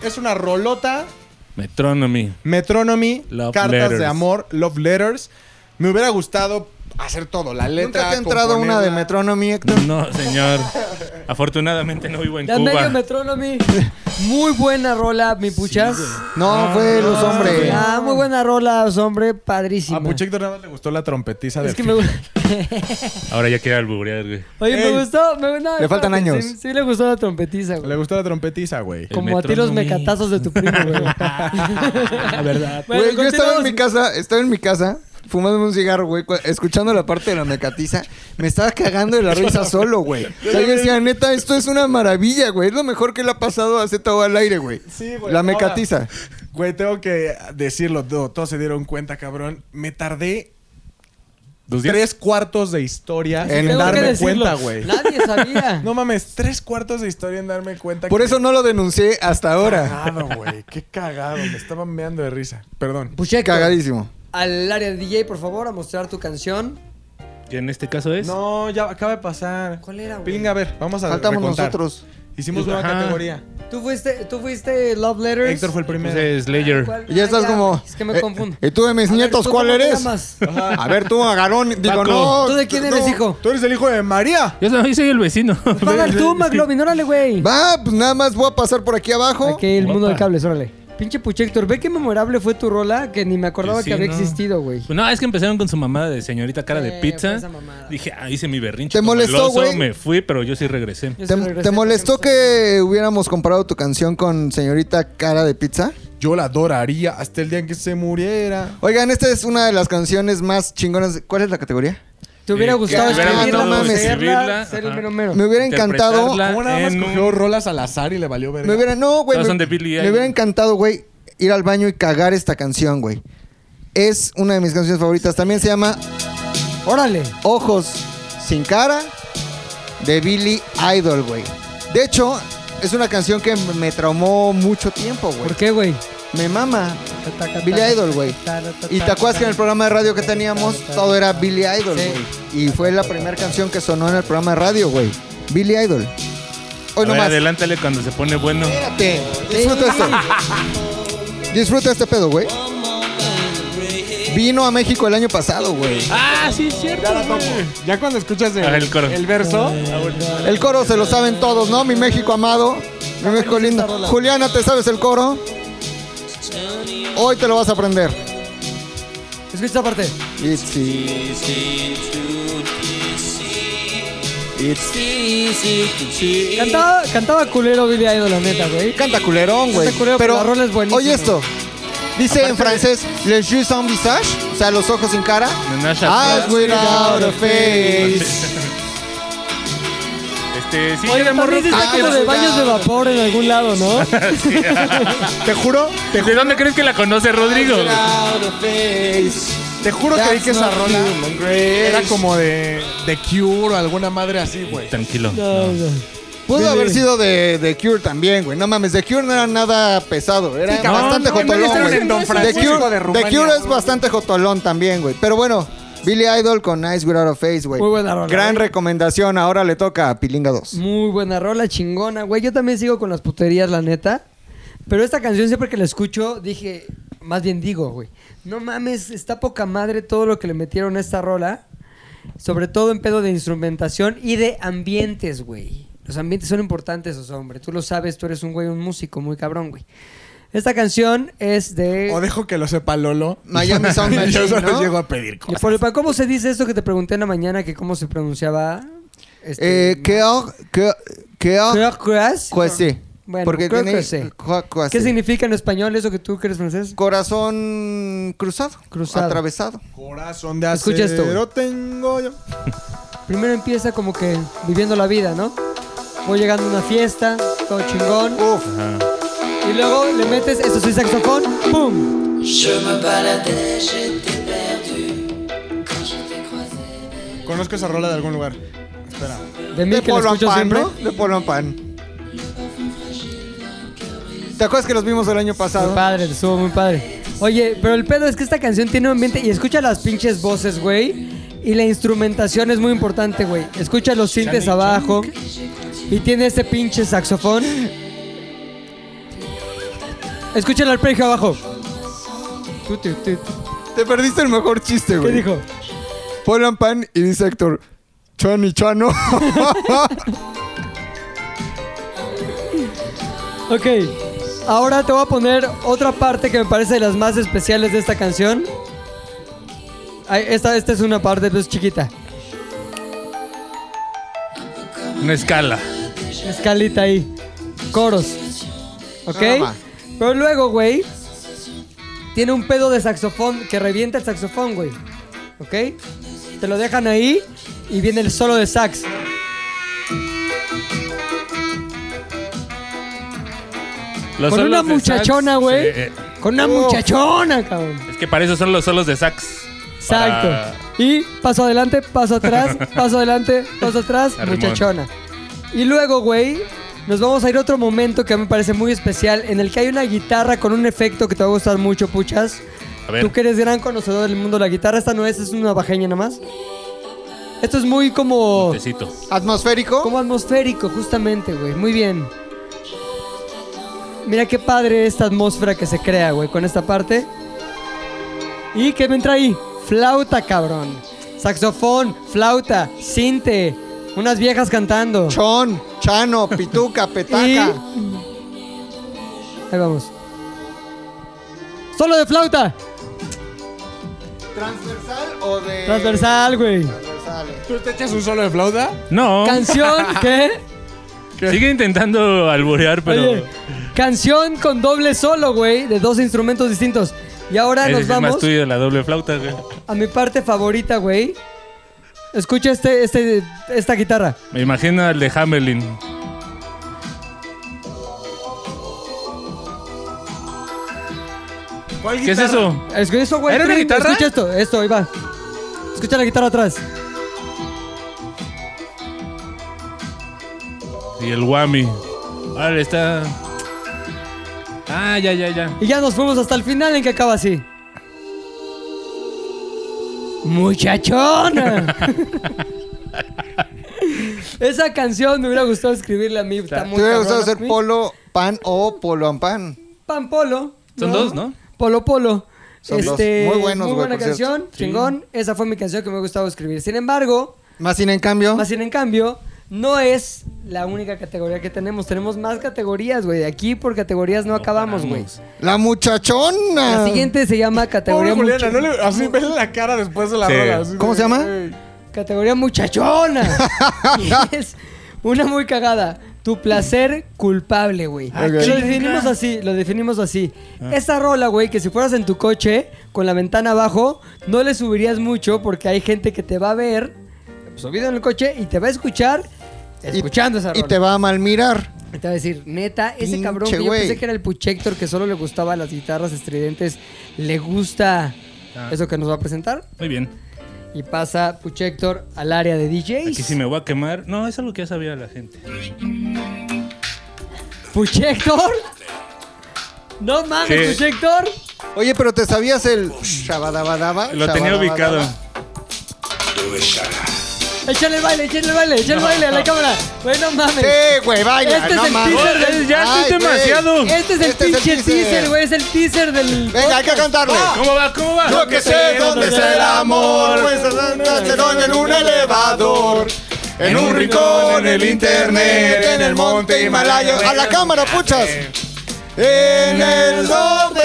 Speaker 5: es una rolota,
Speaker 2: Metronomy.
Speaker 5: Metronomy,
Speaker 2: Love
Speaker 5: cartas de
Speaker 2: letters.
Speaker 5: amor, love letters. Me hubiera gustado hacer todo, la letra.
Speaker 3: ¿Nunca te ha entrado
Speaker 5: componerla.
Speaker 3: una de Metronomy, Héctor?
Speaker 2: No, señor. Afortunadamente no vivo en
Speaker 1: La medio
Speaker 2: Cuba.
Speaker 1: Metronomy. Muy buena rola, mi puchas.
Speaker 3: No, fue Los Hombres.
Speaker 1: Ah, muy buena rola, hombre, padrísima.
Speaker 2: Ah,
Speaker 5: A Puchector nada más le gustó la trompetiza de
Speaker 1: Es que me,
Speaker 2: Ahora ya quiero alburear, güey.
Speaker 1: oye,
Speaker 5: Ey.
Speaker 1: me gustó. Me, no,
Speaker 3: Le faltan
Speaker 1: espérate,
Speaker 3: años.
Speaker 1: Sí, sí le gustó la trompetiza,
Speaker 5: Le
Speaker 1: güey.
Speaker 5: gustó la trompetiza, güey.
Speaker 2: El
Speaker 1: Como a ti los
Speaker 2: Metronomy.
Speaker 1: mecatazos de tu primo,
Speaker 2: [LAUGHS]
Speaker 1: güey. La verdad.
Speaker 3: Güey, yo estaba en mi casa, estaba en mi casa, fumándome un cigarro, güey, cua- escuchando la parte de la mecatiza, me estaba cagando de la risa solo, güey. O sea, yo decía, neta, esto es una maravilla, güey. Es lo mejor que le ha pasado a Zeta al aire, güey.
Speaker 5: Sí, güey.
Speaker 3: La
Speaker 5: Ahora,
Speaker 3: mecatiza.
Speaker 5: Güey, tengo que decirlo, todo- todos se dieron cuenta, cabrón. Me tardé
Speaker 2: Dos días.
Speaker 5: tres cuartos de historia
Speaker 3: En
Speaker 5: en
Speaker 3: Tengo que
Speaker 5: darme
Speaker 1: decirlo.
Speaker 5: cuenta, güey.
Speaker 1: Nadie
Speaker 3: [LAUGHS]
Speaker 1: sabía.
Speaker 5: No mames, tres cuartos de historia en darme cuenta.
Speaker 3: Por
Speaker 5: que-
Speaker 3: eso no lo denuncié hasta ahora.
Speaker 5: Cagado, güey. Qué cagado. Me estaba meando de risa. Perdón.
Speaker 1: Pucheco,
Speaker 3: Cagadísimo.
Speaker 1: Pues al área de DJ, por favor, a mostrar tu canción.
Speaker 2: Que en este caso es.
Speaker 5: No, ya acaba de pasar.
Speaker 1: ¿Cuál era, güey?
Speaker 5: Pilinga, a ver, vamos a
Speaker 3: Faltamos
Speaker 5: recontar.
Speaker 3: nosotros.
Speaker 5: Hicimos nueva
Speaker 2: Ajá.
Speaker 5: categoría.
Speaker 1: Tú fuiste, tú fuiste Love Letters.
Speaker 5: Héctor fue el
Speaker 2: Pues
Speaker 5: primero.
Speaker 2: es Slayer.
Speaker 1: ¿Cuál?
Speaker 3: Ya
Speaker 1: Ah,
Speaker 3: estás como.
Speaker 1: Es que me
Speaker 3: eh,
Speaker 1: confundo.
Speaker 3: ¿Y tú de mis
Speaker 1: A ver,
Speaker 3: nietos
Speaker 1: ¿tú
Speaker 3: cuál
Speaker 1: cómo te
Speaker 3: eres?
Speaker 1: llamas?
Speaker 3: A ver, tú, agarón. Digo,
Speaker 2: Paco.
Speaker 3: no.
Speaker 1: ¿Tú de quién eres, hijo?
Speaker 5: Tú eres el hijo de María.
Speaker 2: Yo soy, soy el vecino.
Speaker 1: Paga Pues,
Speaker 2: [LAUGHS]
Speaker 1: tú, McLovin, órale, güey.
Speaker 3: Va, pues nada más voy a pasar por aquí abajo.
Speaker 1: Aquí el mundo
Speaker 2: Guapa.
Speaker 1: de cables, órale. Pinche Puchector, ve qué memorable fue tu rola que ni me acordaba
Speaker 2: Pues Sí,
Speaker 1: que había
Speaker 2: ¿no?
Speaker 1: existido, güey.
Speaker 2: No, es que empezaron con su mamada de señorita cara de
Speaker 1: Sí,
Speaker 2: pizza.
Speaker 1: fue esa mamada.
Speaker 2: Dije, ah, hice mi berrinche.
Speaker 3: ¿Te
Speaker 2: como el
Speaker 3: molestó,
Speaker 2: oso,
Speaker 3: güey?
Speaker 2: Me fui, pero yo sí regresé.
Speaker 1: Yo sí
Speaker 3: ¿Te,
Speaker 1: regresé
Speaker 3: te molestó
Speaker 1: porque no sé.
Speaker 3: que hubiéramos comparado tu canción con Señorita Cara de Pizza?
Speaker 5: Yo la adoraría hasta el día en que se muriera.
Speaker 3: Oigan, esta es una de las canciones más chingonas. ¿Cuál es la categoría?
Speaker 1: ¿Te hubiera
Speaker 2: Eh,
Speaker 1: gustado
Speaker 3: que me hubiera
Speaker 1: escribirla,
Speaker 3: gustado
Speaker 1: mames?
Speaker 2: escribirla,
Speaker 1: ser el
Speaker 2: ajá.
Speaker 1: mero mero?
Speaker 3: Me hubiera encantado.
Speaker 2: Interpretarla
Speaker 5: ¿Cómo nada más
Speaker 2: en
Speaker 5: cogió
Speaker 2: un-
Speaker 5: rolas al azar y le valió verga?
Speaker 3: Me hubiera. No, güey.
Speaker 2: Todas son
Speaker 3: Me,
Speaker 2: de Billie
Speaker 3: me
Speaker 2: Eilish.
Speaker 3: hubiera encantado, güey, ir al baño y cagar esta canción, güey. Es una de mis canciones favoritas. También se llama
Speaker 1: Órale.
Speaker 3: Ojos sin cara de Billy Idol, güey. De hecho, es una canción que me traumó mucho tiempo, güey.
Speaker 1: ¿Por qué, güey?
Speaker 3: Me mama
Speaker 1: Ta, ta, ta,
Speaker 3: Billy
Speaker 1: ta,
Speaker 3: Idol, güey.
Speaker 1: ta, ta, ta,
Speaker 3: Y te
Speaker 1: ta,
Speaker 3: acuerdas
Speaker 1: ta,
Speaker 3: que en el programa de radio que teníamos todo era Billy Idol,
Speaker 1: Sí.
Speaker 3: güey. Y fue la primera canción que sonó en el programa de radio, güey. Billy Idol.
Speaker 2: A
Speaker 3: Hoy
Speaker 2: ver,
Speaker 3: nomás.
Speaker 2: adelántale cuando se pone bueno.
Speaker 3: Espérate.
Speaker 1: Sí.
Speaker 3: Disfruta esto. Disfruta este pedo, güey. Vino a México el año pasado, güey.
Speaker 2: Ah, sí, es cierto.
Speaker 5: Ya la topo. Ya cuando escuchas el,
Speaker 2: Ah, el coro.
Speaker 5: el verso,
Speaker 1: Eh,
Speaker 3: El coro se lo saben todos, ¿no? Mi México amado. Mi México lindo. Juliana, ¿te sabes el coro? Hoy te lo vas a aprender.
Speaker 1: Escucha esta parte.
Speaker 3: It's easy. It's
Speaker 1: Cantaba, cantaba culero Billy Idol, la neta, güey.
Speaker 3: Canta culerón, güey.
Speaker 1: Canta culero, pero la rola es buenísima.
Speaker 3: Oye esto. Dice en francés, les yeux sans visage, o sea, los ojos sin cara.
Speaker 2: Menage à
Speaker 3: Eyes without a face.
Speaker 2: Este, sí,
Speaker 1: Oye,
Speaker 2: era morro.
Speaker 1: también se está
Speaker 3: Ah,
Speaker 1: como de
Speaker 3: ya.
Speaker 1: baños de vapor en algún lado,
Speaker 2: [LAUGHS]
Speaker 1: ¿no?
Speaker 5: te juro, te,
Speaker 2: ¿De dónde crees que la conoce Rodrigo?
Speaker 3: Without a face.
Speaker 5: te juro que
Speaker 3: That's
Speaker 5: vi que esa
Speaker 3: not
Speaker 5: rola
Speaker 3: human grace.
Speaker 5: era como de, de Cure o alguna madre así, güey.
Speaker 2: Tranquilo.
Speaker 1: No, no.
Speaker 3: Pudo
Speaker 1: Sí,
Speaker 3: haber
Speaker 1: sí.
Speaker 3: sido de, de Cure también, güey. No mames, The Cure no era nada pesado. Era
Speaker 5: Sí, cabrón,
Speaker 3: bastante
Speaker 5: no,
Speaker 3: jotolón,
Speaker 5: no,
Speaker 3: güey.
Speaker 5: en Don
Speaker 3: The
Speaker 5: Francisco
Speaker 3: Cure,
Speaker 5: de
Speaker 3: The
Speaker 5: Rumania.
Speaker 3: Cure es bastante jotolón también, güey. Pero bueno, Billy Idol con Eyes Without a Face, güey.
Speaker 1: Muy buena rola,
Speaker 3: Gran
Speaker 5: ¿eh?
Speaker 1: güey.
Speaker 3: recomendación. Ahora le toca a Pilinga 2.
Speaker 5: Mm.
Speaker 1: Muy buena rola, chingona, güey. Yo también sigo con las puterías, la neta. Pero esta canción siempre que la escucho, dije, más bien digo, güey, no mames, está poca madre todo lo que le metieron a esta rola. Sobre todo en pedo de instrumentación y de ambientes, güey. Los ambientes son importantes, esos hombre. Tú lo sabes, tú eres un güey, un músico muy cabrón, güey. Esta canción es de...
Speaker 5: O dejo que lo sepa Lolo. [LAUGHS]
Speaker 3: Miami Sound
Speaker 5: Yo
Speaker 3: Machine,
Speaker 5: solo
Speaker 3: ¿no?
Speaker 5: llego a pedir cosas.
Speaker 1: Por el- pa- ¿Cómo se dice esto que te pregunté en la mañana que cómo se pronunciaba? Este,
Speaker 3: Eh, ¿Qué? o- ¿Qué? ¿Qué? o-
Speaker 1: Creo que es-
Speaker 3: Pues sí.
Speaker 1: Bueno,
Speaker 3: Porque
Speaker 1: creo
Speaker 3: tiene-
Speaker 1: que sí.
Speaker 3: cua- cua-
Speaker 1: ¿Qué
Speaker 3: sí.
Speaker 1: significa en español eso que tú que eres francés?
Speaker 3: Corazón cruzado.
Speaker 1: Cruzado.
Speaker 3: Atravesado.
Speaker 5: Corazón de acero
Speaker 1: Escucha esto, güey.
Speaker 5: tengo yo.
Speaker 1: Primero empieza como que viviendo la vida, ¿no? Voy llegando a una fiesta, todo chingón.
Speaker 3: Uf.
Speaker 1: Y luego le metes, eso sí, saxofón, ¡pum!
Speaker 5: Conozco esa rola de algún lugar. Espera.
Speaker 1: De mí
Speaker 3: De
Speaker 1: que lo
Speaker 3: Polo and
Speaker 1: escucho
Speaker 3: Pan,
Speaker 1: siempre.
Speaker 3: ¿no? De Polo and Pan. ¿Te acuerdas que los vimos el año
Speaker 1: Muy
Speaker 3: pasado?
Speaker 1: padre, te estuvo muy padre. Oye, pero el pedo es que esta canción tiene un ambiente. Y escucha las pinches voces, güey. Y la instrumentación es muy importante, güey. Escucha los sintes abajo. Y tiene este pinche saxofón. Escucha el arpegio abajo. Tu, tu, tu, tu.
Speaker 3: Te perdiste el mejor chiste,
Speaker 1: ¿Qué
Speaker 3: güey.
Speaker 1: dijo?
Speaker 3: Polan pan y dice Héctor, chuan y chuano.
Speaker 1: Ok, ahora te voy a poner otra parte que me parece de las más especiales de esta canción. Ay, Esta, esta es una parte, pues chiquita.
Speaker 2: Una escala.
Speaker 1: Escalita ahí. Coros. ¿Ok?
Speaker 3: Nada más.
Speaker 1: Pero luego, güey, tiene un pedo de saxofón que revienta el saxofón, güey. ¿Ok? Te lo dejan ahí y viene el solo de sax.
Speaker 2: Los
Speaker 1: Con una
Speaker 2: solos de sax,
Speaker 1: muchachona, güey.
Speaker 2: sí, eh,
Speaker 1: Con una muchachona, cabrón.
Speaker 2: es que para eso son los solos de sax.
Speaker 1: Exacto. Y paso adelante, paso atrás, paso adelante, paso atrás,
Speaker 2: Arrimón.
Speaker 1: muchachona. Y luego, güey, nos vamos a ir a otro momento que me parece muy especial, en el que hay una guitarra con un efecto que te va a gustar mucho, puchas.
Speaker 2: A ver.
Speaker 1: Tú que eres gran conocedor del mundo de la guitarra, esta no es, es una bajeña nada más. Esto es muy como...
Speaker 2: Tecito.
Speaker 3: ¿Atmosférico?
Speaker 1: Como [LAUGHS] atmosférico, justamente, güey. Muy bien. Mira qué padre esta atmósfera que se crea, güey, con esta parte. ¿Y qué me entra ahí? Flauta, cabrón. Saxofón, flauta, cinte, unas viejas cantando.
Speaker 3: Chon, chano, pituca,
Speaker 1: Y...
Speaker 3: petaca.
Speaker 1: Ahí vamos. Solo de flauta.
Speaker 3: ¿Transversal o de...?
Speaker 1: Transversal, güey.
Speaker 3: Transversal.
Speaker 5: ¿Tú te echas un solo de flauta?
Speaker 2: No. [LAUGHS]
Speaker 1: Canción, ¿qué?
Speaker 2: Sigue intentando alborear, pero
Speaker 1: Oye, canción con doble solo, güey, de dos instrumentos distintos. Y ahora
Speaker 2: ese
Speaker 1: nos
Speaker 2: es el
Speaker 1: vamos
Speaker 2: más tuyo, la doble flauta, güey.
Speaker 1: a mi parte favorita, güey. Escucha este, este, esta guitarra.
Speaker 2: Me imagino al de Hamelin.
Speaker 5: ¿Cuál
Speaker 2: ¿Qué es
Speaker 5: guitarra?
Speaker 2: eso?
Speaker 1: Escucha eso, güey.
Speaker 2: ¿Era una
Speaker 1: Trin,
Speaker 2: guitarra?
Speaker 1: Escucha esto, esto, ahí va. Escucha la guitarra atrás.
Speaker 2: Y el Wami. Vale, está. Ah, ya, ya, ya.
Speaker 1: Y ya nos fuimos hasta el final en que acaba así. Muchachona. [LAUGHS] Esa canción me hubiera gustado escribirla a mí. Está
Speaker 3: ¿Te
Speaker 1: muy
Speaker 3: hubiera
Speaker 1: cabrona.
Speaker 3: gustado hacer
Speaker 1: Mi
Speaker 3: polo pan o polo and pan?
Speaker 1: Pan Polo.
Speaker 2: Son dos, ¿no?
Speaker 1: Polo Polo. Este,
Speaker 3: Son dos. Muy buenos,
Speaker 1: Muy
Speaker 3: güey,
Speaker 1: buena
Speaker 3: por cierto.
Speaker 1: canción, chingón. Esa fue mi canción que me gustaba escribir. Sin embargo,
Speaker 3: Más sin en cambio.
Speaker 1: más sin en cambio, no es la única categoría que tenemos. Tenemos más categorías, güey. De aquí por categorías no, acabamos, güey.
Speaker 2: paramos.
Speaker 3: La muchachona.
Speaker 1: La siguiente se llama categoría
Speaker 5: Pobre Juliana,
Speaker 1: mucha-
Speaker 5: no le, así vele la cara después de la
Speaker 2: Sí.
Speaker 5: rola. así
Speaker 3: ¿Cómo
Speaker 5: de-
Speaker 3: se llama?
Speaker 5: Ey.
Speaker 1: categoría muchachona. Y es una muy cagada. Tu placer culpable, güey.
Speaker 3: Ah,
Speaker 1: Lo
Speaker 3: chinga.
Speaker 1: definimos así, lo definimos así. Esa rola, güey, que si fueras en tu coche con la ventana abajo, no le subirías mucho porque hay gente que te va a ver pues, subido en el coche y te va a escuchar
Speaker 3: Y-
Speaker 1: escuchando esa rola.
Speaker 3: Y te va a malmirar.
Speaker 1: Y te va a decir, neta, ese
Speaker 3: Pinche
Speaker 1: cabrón que yo
Speaker 3: güey.
Speaker 1: pensé que era el Puchector que solo le gustaba las guitarras estridentes, le gusta
Speaker 2: Ah.
Speaker 1: eso que nos va a presentar.
Speaker 2: Muy bien.
Speaker 1: Y pasa Puchector al área de DJs.
Speaker 2: Aquí sí me voy a quemar. No, eso es lo que ya sabía la gente.
Speaker 1: ¿Puchector? No mames,
Speaker 2: ¿Qué?
Speaker 1: Puchector.
Speaker 3: Oye, pero ¿te sabías el shabadabadaba?
Speaker 2: Lo tenía
Speaker 3: Shabadabadaba.
Speaker 2: ubicado.
Speaker 1: Échale el baile, échale el baile, échale el baile a la cámara. Güey, no mames.
Speaker 3: Sí, güey, vaya,
Speaker 1: Este
Speaker 3: no
Speaker 1: es el
Speaker 3: mames.
Speaker 1: teaser
Speaker 2: ¡Oh, es- ya estoy
Speaker 3: güey.
Speaker 2: demasiado!
Speaker 1: Este es el
Speaker 3: Este es el
Speaker 1: pinche
Speaker 3: teaser.
Speaker 1: teaser, güey. Es el teaser del.
Speaker 3: Venga, hay que cantarlo.
Speaker 2: ¿Cómo va? ¿Cómo va?
Speaker 3: Yo que sé Ah, dónde está el amor, pues hacerlo en un elevador. En un rincón, en el internet, en el monte Himalaya. A la cámara, puchas. En el norte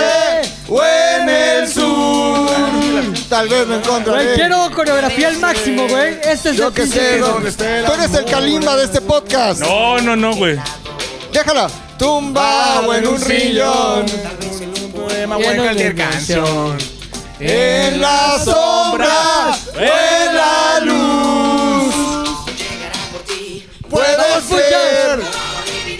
Speaker 3: o en el sur. Tal vez me
Speaker 1: Güey,
Speaker 3: encontraré.
Speaker 1: quiero coreografía al máximo, güey. Este es
Speaker 3: Yo
Speaker 1: el
Speaker 3: que
Speaker 1: teaser.
Speaker 3: sé dónde está el Tú eres el Kalimba de este podcast.
Speaker 2: No, no, no, güey.
Speaker 3: Déjala. Tumbado en un rillón.
Speaker 5: Poema, voy a
Speaker 1: Lleno de
Speaker 5: cualquier canción.
Speaker 3: En la sombra o en la luz. Puedo ser.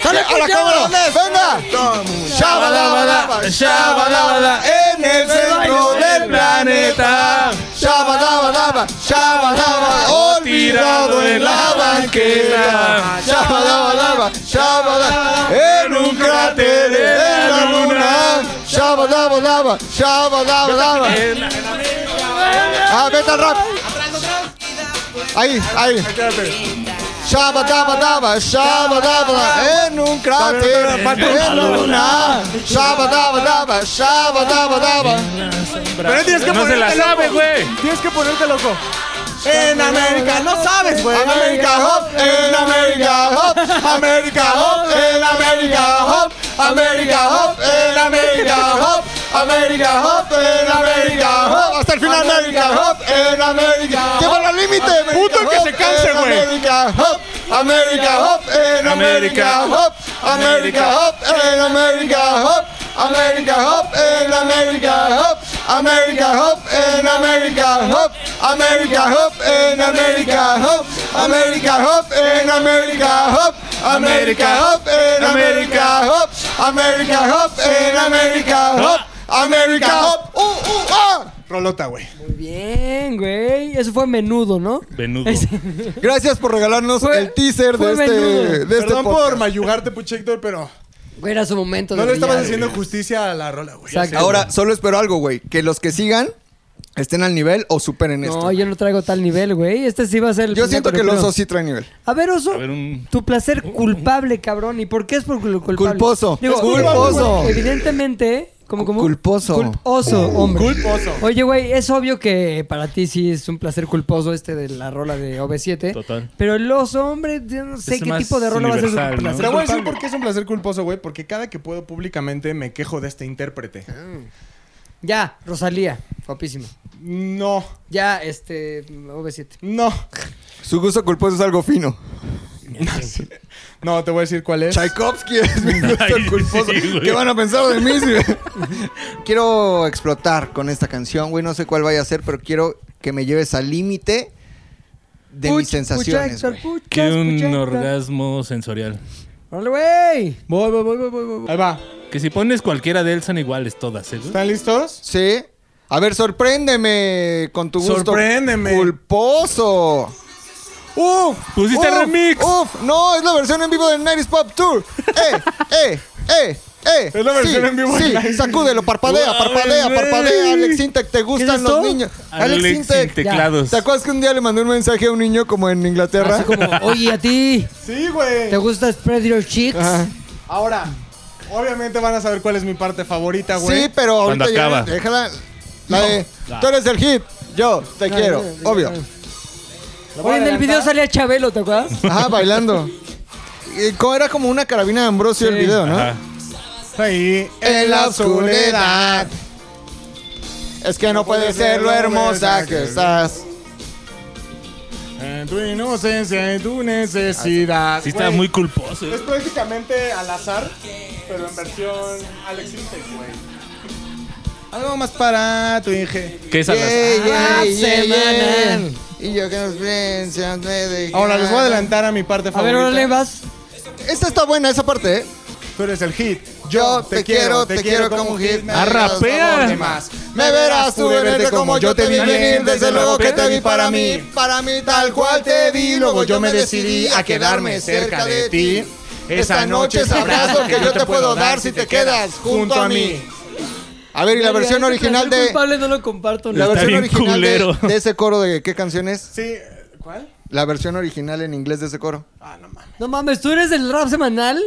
Speaker 1: ¡Sale,
Speaker 3: ¡A la
Speaker 1: puchas!
Speaker 3: cámara! ¡Venga! Shabadabada, shabadabada, en el centro del planeta. Shabadabadaba, shabadabada, o tirado en la banqueta. Shabadabadaba, shabadabada, en un cráter de la luna. Shabadabadaba, lava, chava lava, lava. Ah, vete al rap. Ahí, ahí. Shaba daba daba, shaba daba daba, en un cráter, en la luna. Shaba daba daba, shaba daba daba.
Speaker 5: Pero tienes que
Speaker 2: no se la
Speaker 5: ponerte
Speaker 2: sabe,
Speaker 5: loco.
Speaker 2: güey.
Speaker 5: Tienes que ponerte loco. En América no sabes, güey.
Speaker 3: En América Hop, en América Hop, América Hop, en América Hop, América Hop, en América Hop, América Hop, en América Hop, hasta el final América Hop, en América Llévalo al límite, puto el que se canse, güey. América Hop, América Hop, en América Hop, América Hop, en América Hop, América Hop, en América Hop, América Hop, en América Hop, América Hop, en América Hop, América Hop, en América Hop, América Hop, en América Hop, América Hop, en América Hop, América Hop, uh, uh, ah.
Speaker 5: Rolota, güey.
Speaker 1: Muy bien, güey. Eso fue menudo, ¿no?
Speaker 2: Venudo.
Speaker 3: Gracias por regalarnos
Speaker 1: Fue-
Speaker 3: el teaser
Speaker 1: fue
Speaker 3: de este,
Speaker 1: menudo.
Speaker 3: de este
Speaker 5: Perdón por
Speaker 3: podcast.
Speaker 5: mayugarte,
Speaker 3: [LAUGHS]
Speaker 5: Puchector, pero
Speaker 1: Güey, era su momento.
Speaker 5: no
Speaker 1: de
Speaker 5: le estabas
Speaker 1: brillar,
Speaker 5: haciendo
Speaker 1: güey.
Speaker 5: justicia a la rola, güey.
Speaker 1: Exacto.
Speaker 3: Ahora, solo espero algo, güey. Que los que sigan estén al nivel o superen
Speaker 1: No,
Speaker 3: esto.
Speaker 1: yo no traigo tal nivel, güey. Este sí va a ser el.
Speaker 3: pues, Yo
Speaker 1: primer
Speaker 3: siento que los
Speaker 1: correo.
Speaker 3: osos sí traen nivel.
Speaker 1: A ver, oso.
Speaker 2: A ver, un-
Speaker 1: Tu placer culpable, cabrón. ¿Y por qué es por cul- culpable?
Speaker 3: Culposo.
Speaker 1: Digo,
Speaker 3: Es culposo.
Speaker 1: Evidentemente. Como, como
Speaker 3: Culposo.
Speaker 1: Culposo, hombre.
Speaker 5: Culposo.
Speaker 1: Oye, güey, es obvio que para ti sí es un placer culposo este de la rola de OV7.
Speaker 2: Total.
Speaker 1: Pero el oso, hombre, yo no sé
Speaker 2: Es
Speaker 1: qué
Speaker 2: más
Speaker 1: tipo de rola va a ser su
Speaker 2: universal, ¿no?
Speaker 1: placer
Speaker 5: Te voy a decir
Speaker 1: culpable.
Speaker 5: por qué es un placer culposo, güey. Porque cada que puedo públicamente me quejo de este intérprete.
Speaker 1: Ya, Rosalía. Guapísima.
Speaker 5: No,
Speaker 1: Ya, este. OV7.
Speaker 5: no.
Speaker 3: Su gusto culposo es algo fino.
Speaker 5: No, te voy a decir cuál es.
Speaker 3: Tchaikovsky es mi gusto
Speaker 2: Ay, sí,
Speaker 3: culposo.
Speaker 2: güey.
Speaker 3: ¿Qué van a pensar de mí? si- [LAUGHS] quiero explotar con esta canción, güey. No sé cuál vaya a ser, pero quiero que me lleves al límite de mis
Speaker 1: Puch,
Speaker 3: sensaciones,
Speaker 1: puchector,
Speaker 3: güey.
Speaker 1: puchas,
Speaker 2: Que un
Speaker 1: puchector.
Speaker 2: orgasmo sensorial.
Speaker 1: Órale, güey.
Speaker 5: Voy, voy, voy, voy, voy, voy. Ahí va.
Speaker 2: Que si pones cualquiera de él son iguales todas, ¿eh? güey?
Speaker 5: ¿Están listos?
Speaker 3: Sí. A ver, sorpréndeme con tu gusto
Speaker 5: Sorpréndeme.
Speaker 3: culposo. ¡Uf!
Speaker 2: Pusiste
Speaker 3: uf,
Speaker 2: remix.
Speaker 3: ¡Uf! No, es la versión en vivo del 90s Pop Tour. ¡Eh! ¡Eh! ¡Eh! ¡Eh!
Speaker 5: Es la versión en vivo
Speaker 3: Sí,
Speaker 5: del 90s.
Speaker 3: sacúdelo, parpadea,
Speaker 2: Guau,
Speaker 3: parpadea,
Speaker 2: güey.
Speaker 3: parpadea. Alex Intec, ¿te
Speaker 1: ¿Qué
Speaker 3: gustan
Speaker 1: es
Speaker 3: los
Speaker 1: esto?
Speaker 3: niños?
Speaker 2: Alex, sin teclados.
Speaker 3: ¿Te acuerdas que un día le mandé un mensaje a un niño Ah, como en Inglaterra?
Speaker 1: Así como, oye, a ti.
Speaker 5: Sí, güey.
Speaker 1: ¿Te gusta Spread Your Cheeks?
Speaker 3: Ajá.
Speaker 5: Ahora, obviamente van a saber cuál es mi parte favorita, güey.
Speaker 3: Sí, pero
Speaker 2: Cuando
Speaker 3: ahorita ya-
Speaker 2: acaba.
Speaker 3: déjala. La de, tú eres el hit, yo te quiero, obvio.
Speaker 5: La voy a
Speaker 1: Oye, en el
Speaker 5: adelantar.
Speaker 1: video salía Chabelo, ¿te acuerdas?
Speaker 3: Ajá, bailando. Y co- Era como una carabina de Ambrosio el
Speaker 1: Sí.
Speaker 3: video, ¿no?
Speaker 2: Ajá.
Speaker 5: Ahí,
Speaker 3: Es que no puede ser lo hermosa que estás.
Speaker 5: En tu inocencia y tu necesidad.
Speaker 2: Sí, está
Speaker 5: Güey,
Speaker 2: muy culposo.
Speaker 5: Es
Speaker 2: ¿eh?
Speaker 5: prácticamente al azar, pero en versión Alex Intec, güey. Algo más para tu Inge.
Speaker 2: Que es a las-
Speaker 1: yeah, yeah, yeah.
Speaker 3: Ah, Y yo que nos piensan de
Speaker 5: Ahora les voy a adelantar a mi parte
Speaker 1: A ver,
Speaker 5: favorita.
Speaker 1: órale, vas.
Speaker 3: Esta está buena, esa parte, ¿eh?
Speaker 5: Tú eres el hit. Yo te, quiero, te quiero como un hit.
Speaker 3: Ah,
Speaker 2: rapea.
Speaker 5: Más.
Speaker 3: Me verás tú verte como yo te vi venir Desde luego que te vi para mí Para mí tal cual te vi Luego yo me decidí a quedarme cerca de ti Esa noche sabrás lo que yo te puedo dar Si te quedas junto a mí A ver, y la versión
Speaker 1: Ese
Speaker 3: original
Speaker 1: placer
Speaker 3: de
Speaker 1: culpable no lo comparto,
Speaker 3: La
Speaker 1: no.
Speaker 2: Está
Speaker 3: versión
Speaker 2: bien
Speaker 3: original
Speaker 2: culero.
Speaker 3: de, de ese coro de ¿Qué canción es?
Speaker 5: Sí, ¿cuál?
Speaker 3: La versión original en inglés de ese coro
Speaker 5: Ah, no mames.
Speaker 1: No mames, tú eres el rap semanal.